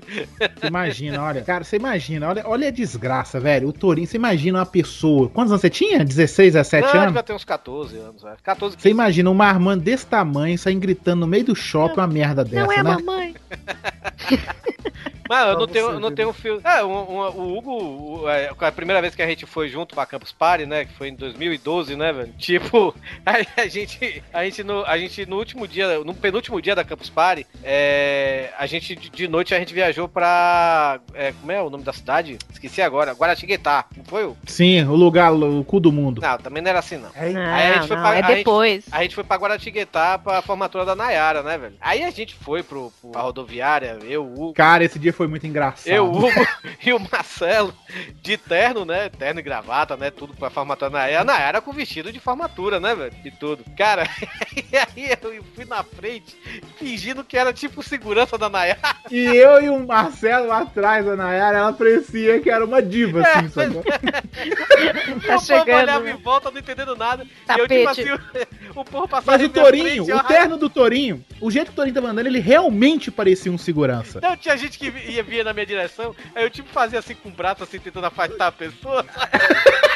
Speaker 1: Você imagina, olha. Cara, você imagina, olha, olha a desgraça, velho. O Tourinho, você imagina uma pessoa. Quantos anos você tinha? 16, 17
Speaker 2: não,
Speaker 1: anos?
Speaker 2: devia ter uns 14 anos, né? 14,
Speaker 1: Você imagina uma armã desse tamanho saindo gritando no meio do shopping uma merda dessa,
Speaker 9: Não é a
Speaker 1: né?
Speaker 9: mamãe.
Speaker 2: *laughs* Mano, eu não
Speaker 1: Pra
Speaker 2: tenho,
Speaker 1: você
Speaker 2: eu não
Speaker 1: ver,
Speaker 2: tenho filme. É, um- um- o Hugo, o- é, a primeira vez que a gente foi junto pra Campus Party, né? Que foi em 2012, né, velho? *laughs* Tipo, aí a gente, a gente, no, a gente no último dia, no penúltimo dia da Campus Party, é, a gente, de- de noite, a gente viajou pra. é, como é o nome da cidade? Esqueci agora. Guaratinguetá, não foi? Hugo?
Speaker 1: Sim, o lugar, o cu do mundo.
Speaker 2: Não, também não era assim, não.
Speaker 9: Não,
Speaker 2: Aí a gente foi
Speaker 9: não,
Speaker 2: pra-
Speaker 9: é
Speaker 2: a gente-
Speaker 9: depois.
Speaker 2: A gente foi pra Guaratinguetá pra formatura da Nayara, né, velho? Aí a gente foi pro, pro, pra rodoviária, eu, o Hugo.
Speaker 1: Cara, esse dia foi muito engraçado.
Speaker 2: Eu, o Hugo *laughs* e o Marcelo, de terno, né? Terno e gravata, né? Tudo pra formatura na era. Na era com vestido de formatura, né, velho? E tudo. Cara, *laughs* e aí eu fui na frente, fingindo que era tipo segurança da Nayara.
Speaker 1: *laughs*
Speaker 2: *laughs*
Speaker 1: E eu e o Marcelo lá atrás, a Nayara, ela parecia que era uma diva,
Speaker 2: *laughs*
Speaker 1: assim, sacou?
Speaker 2: e o povo
Speaker 1: chegando,
Speaker 2: olhava
Speaker 1: né?
Speaker 2: em volta, não entendendo nada. E eu,
Speaker 1: Tapete.
Speaker 2: tipo assim, o povo passava
Speaker 1: Mas o
Speaker 2: na minha
Speaker 1: Torinho,
Speaker 2: frente, eu
Speaker 1: o terno do Torinho, o jeito que o Torinho tava andando, ele realmente parecia um segurança.
Speaker 2: Não, tinha gente que ia vinha na minha direção, aí eu tipo fazia assim com o braço, assim, tentando afastar a pessoa.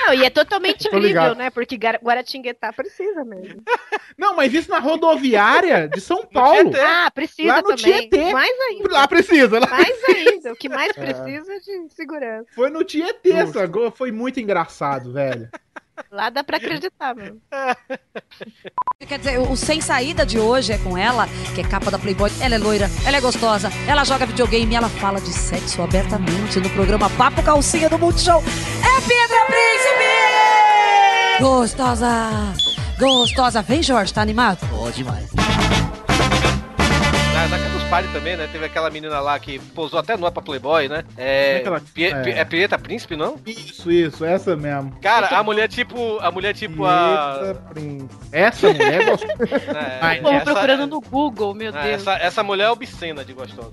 Speaker 9: Não, e é totalmente
Speaker 1: Tô
Speaker 9: horrível,
Speaker 1: ligado.
Speaker 9: né? Porque Gar- Guaratinguetá precisa mesmo.
Speaker 1: Não, mas isso na rodoviária de São Paulo.
Speaker 9: Ah, precisa
Speaker 1: Lá no
Speaker 9: também.
Speaker 1: Tietê.
Speaker 9: Mais ainda.
Speaker 1: Lá precisa, lá
Speaker 9: Mais ainda. O que mais
Speaker 1: É.
Speaker 9: precisa é de segurança.
Speaker 1: Foi no Tietê, sacou? Foi muito engraçado, velho.
Speaker 9: Lá dá pra acreditar,
Speaker 1: *laughs*
Speaker 9: mano.
Speaker 6: Quer dizer, o Sem Saída de hoje é com ela, que é capa da Playboy. Ela é loira, ela é gostosa, ela joga videogame, ela fala de sexo abertamente no programa Papo Calcinha do Multishow. É Pedra Príncipe! Gostosa! Gostosa! Vem, Jorge, tá animado? Pode demais.
Speaker 2: Na, na Campus Party também, né? Teve aquela menina lá que posou até nua pra Playboy, né? É.
Speaker 1: Como é que ela-
Speaker 2: Pie-
Speaker 1: é.
Speaker 2: Pi- é Pieta Príncipe, não?
Speaker 1: Isso, isso, essa mesmo.
Speaker 2: Cara, a mulher tipo. A mulher tipo a.
Speaker 1: Essa mulher gostou.
Speaker 2: É,
Speaker 1: Ai,
Speaker 9: Pô,
Speaker 2: essa-
Speaker 9: procurando no Google, meu
Speaker 2: Ah,
Speaker 9: Deus.
Speaker 2: Essa, essa mulher é obscena de
Speaker 1: *laughs*
Speaker 2: gostosa.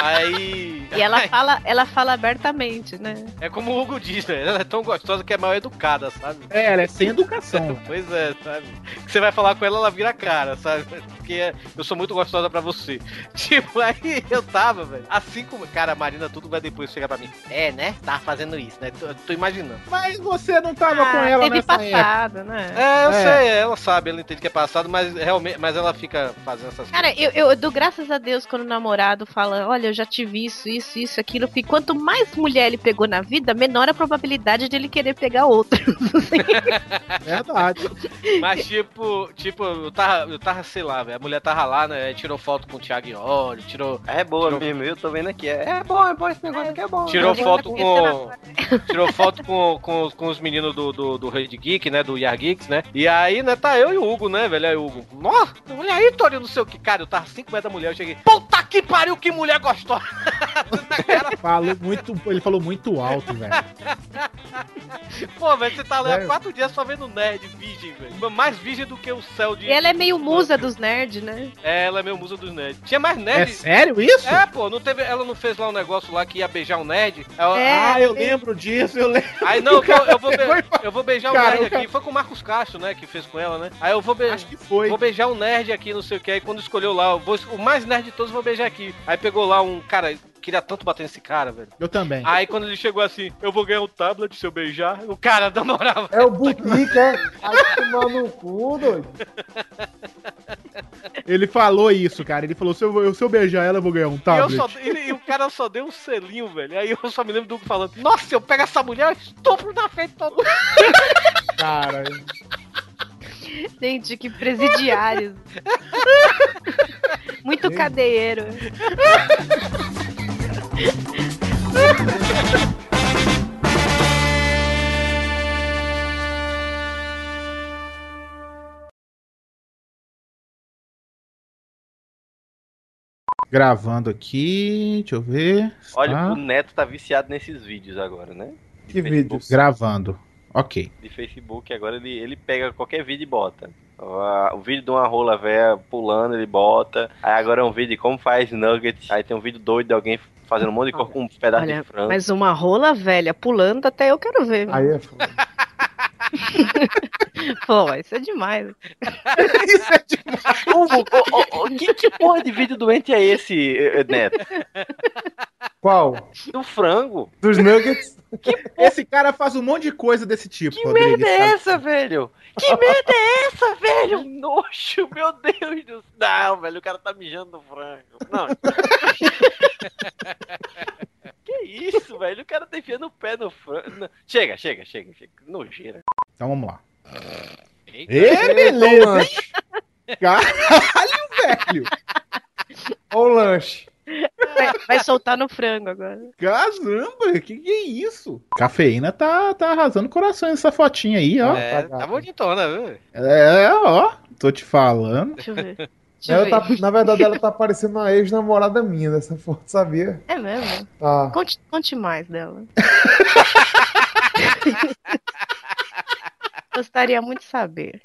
Speaker 2: Aí.
Speaker 9: E ela fala, ela fala abertamente, né?
Speaker 2: É como o Hugo diz, né? Ela é tão gostosa que é mal educada, sabe?
Speaker 1: É, ela é sem educação.
Speaker 2: *laughs* Pois é, sabe? Que Você vai falar com ela, ela vira a cara, sabe? Porque é- eu sou muito gostosa pra você. *laughs* Tipo, aí eu tava, velho. Assim como. Cara, a Marina tudo vai depois chegar pra mim. É, né? Tava fazendo isso, né? Tô, tô imaginando.
Speaker 1: Mas você não tava com
Speaker 9: Ah,
Speaker 1: ela
Speaker 9: teve
Speaker 1: nessa
Speaker 9: passado,
Speaker 1: época.
Speaker 9: né?
Speaker 2: É, eu
Speaker 1: É.
Speaker 2: sei, ela sabe, ela entende que é passado, mas realmente. Mas ela fica fazendo essas
Speaker 9: Cara, eu, eu, eu dou graças a Deus quando o namorado fala, olha, eu já tive isso, isso, isso, aquilo, porque quanto mais mulher ele pegou na vida, menor a probabilidade de ele querer pegar outra.
Speaker 1: Verdade.
Speaker 2: Mas tipo, tipo, eu tava, eu tava, sei lá, velho. A mulher tava lá, né? Tirou foto com o Thiago Iori, tirou. É boa mesmo, eu tô vendo aqui.
Speaker 15: É bom, é bom esse negócio aqui, é bom.
Speaker 2: Tirou
Speaker 15: Né?
Speaker 2: foto com. Tirou foto com, com, com os meninos do, do, do Rede Geek, né? Do Yar Geeks, né? E aí, né, tá eu e o Hugo, né, velho? Aí o Hugo. Nossa, olha aí, Torinho, não sei o que, cara. Eu tava 5 metros da mulher, eu cheguei. Puta que pariu, que mulher gostosa! *laughs*
Speaker 1: Falou muito, ele falou muito alto, velho.
Speaker 2: Pô, velho, você tá lá há
Speaker 1: É.
Speaker 2: 4 dias só vendo nerd virgem, velho. Mais virgem do que o céu de.
Speaker 9: E ela é meio musa dos nerds, né?
Speaker 2: É, ela é meio musa dos nerds. Tinha mais nerd.
Speaker 1: É sério isso?
Speaker 2: É, pô, não teve, ela não fez lá um negócio lá que ia beijar um nerd? Ela-
Speaker 15: É,
Speaker 1: ah, eu lembro disso, eu lembro.
Speaker 2: Aí não, eu vou, eu vou, be-
Speaker 1: Foi-
Speaker 2: eu vou beijar o
Speaker 1: Cara,
Speaker 2: nerd
Speaker 1: o cara-
Speaker 2: aqui. Foi com o Marcos Castro, né? Que fez com ela, né? Aí eu vou beijar. Acho
Speaker 1: que foi.
Speaker 2: Vou beijar o nerd aqui, não sei o que. Aí quando escolheu lá, eu vou- o mais nerd de todos, eu vou beijar aqui. Aí pegou lá um cara, queria tanto bater nesse cara, velho.
Speaker 1: *laughs* Eu também.
Speaker 2: Aí quando ele chegou assim, eu vou ganhar um tablet se eu beijar. O cara, *laughs* na moral.
Speaker 14: É o Butnick, é? Vai
Speaker 9: né?
Speaker 14: tomar no cu, doido.
Speaker 1: Ele falou isso, cara. Ele falou: se eu, se eu beijar ela, eu vou ganhar um
Speaker 2: E, eu
Speaker 1: tablet.
Speaker 2: só, e, e o cara só deu um selinho, velho. Aí eu só me lembro do Hugo falando: Nossa, eu pego essa mulher, eu estupro na frente de todo mundo.
Speaker 1: Cara,
Speaker 9: Gente, que presidiários.
Speaker 1: *laughs*
Speaker 9: Muito
Speaker 1: *laughs*
Speaker 9: cadeieiro.
Speaker 1: gravando aqui, deixa eu ver.
Speaker 15: Olha,
Speaker 1: Tá.
Speaker 15: o Neto tá viciado nesses vídeos agora, né? De
Speaker 1: Que
Speaker 15: Facebook.
Speaker 1: vídeo? Gravando. Ok.
Speaker 15: De Facebook, agora ele, ele pega qualquer vídeo e bota. Ah, O vídeo de uma rola velha pulando, ele bota. Aí agora é um vídeo de como faz nuggets. Aí tem um vídeo doido de alguém fazendo um monte de coisa com um pedaço
Speaker 1: Tá
Speaker 9: Olha,
Speaker 15: de frango.
Speaker 9: mas uma rola velha pulando até eu quero ver.
Speaker 14: Aí é
Speaker 9: *laughs* Pô, isso é
Speaker 15: *laughs*
Speaker 9: demais.
Speaker 15: é Hugo, ô, ô, ô, que, que porra de vídeo doente é esse, eh, eh, Neto?
Speaker 14: Qual?
Speaker 15: Do frango.
Speaker 14: Dos nuggets?
Speaker 1: *laughs* Esse cara faz um monte de coisa desse tipo.
Speaker 15: Que merda é essa, velho? Que merda
Speaker 1: *laughs*
Speaker 15: é essa, velho? Nojo, meu Deus do céu. Não, velho, o cara tá mijando no frango. *laughs* Não. que isso, velho? O cara tá enfiando o pé no frango. Não. Chega, chega, chega, chega. Nojeira.
Speaker 1: Então vamos lá.
Speaker 15: Eita.
Speaker 1: Ê, beleza! hein?
Speaker 14: Caralho,
Speaker 1: velho!
Speaker 14: Olha o lanche.
Speaker 9: Vai, vai soltar no frango agora.
Speaker 1: Caramba, que que é isso? Cafeína tá, tá arrasando o coração essa fotinha aí, ó.
Speaker 2: É, tá bonitona, viu?
Speaker 1: É, ó. Tô te falando.
Speaker 9: Deixa eu ver.
Speaker 14: Ela tá- na verdade, ela tá parecendo uma ex-namorada minha dessa foto, sabia?
Speaker 9: É mesmo?
Speaker 14: Tá.
Speaker 9: Conte, conte mais
Speaker 1: *laughs*
Speaker 9: dela. Gostaria muito de saber.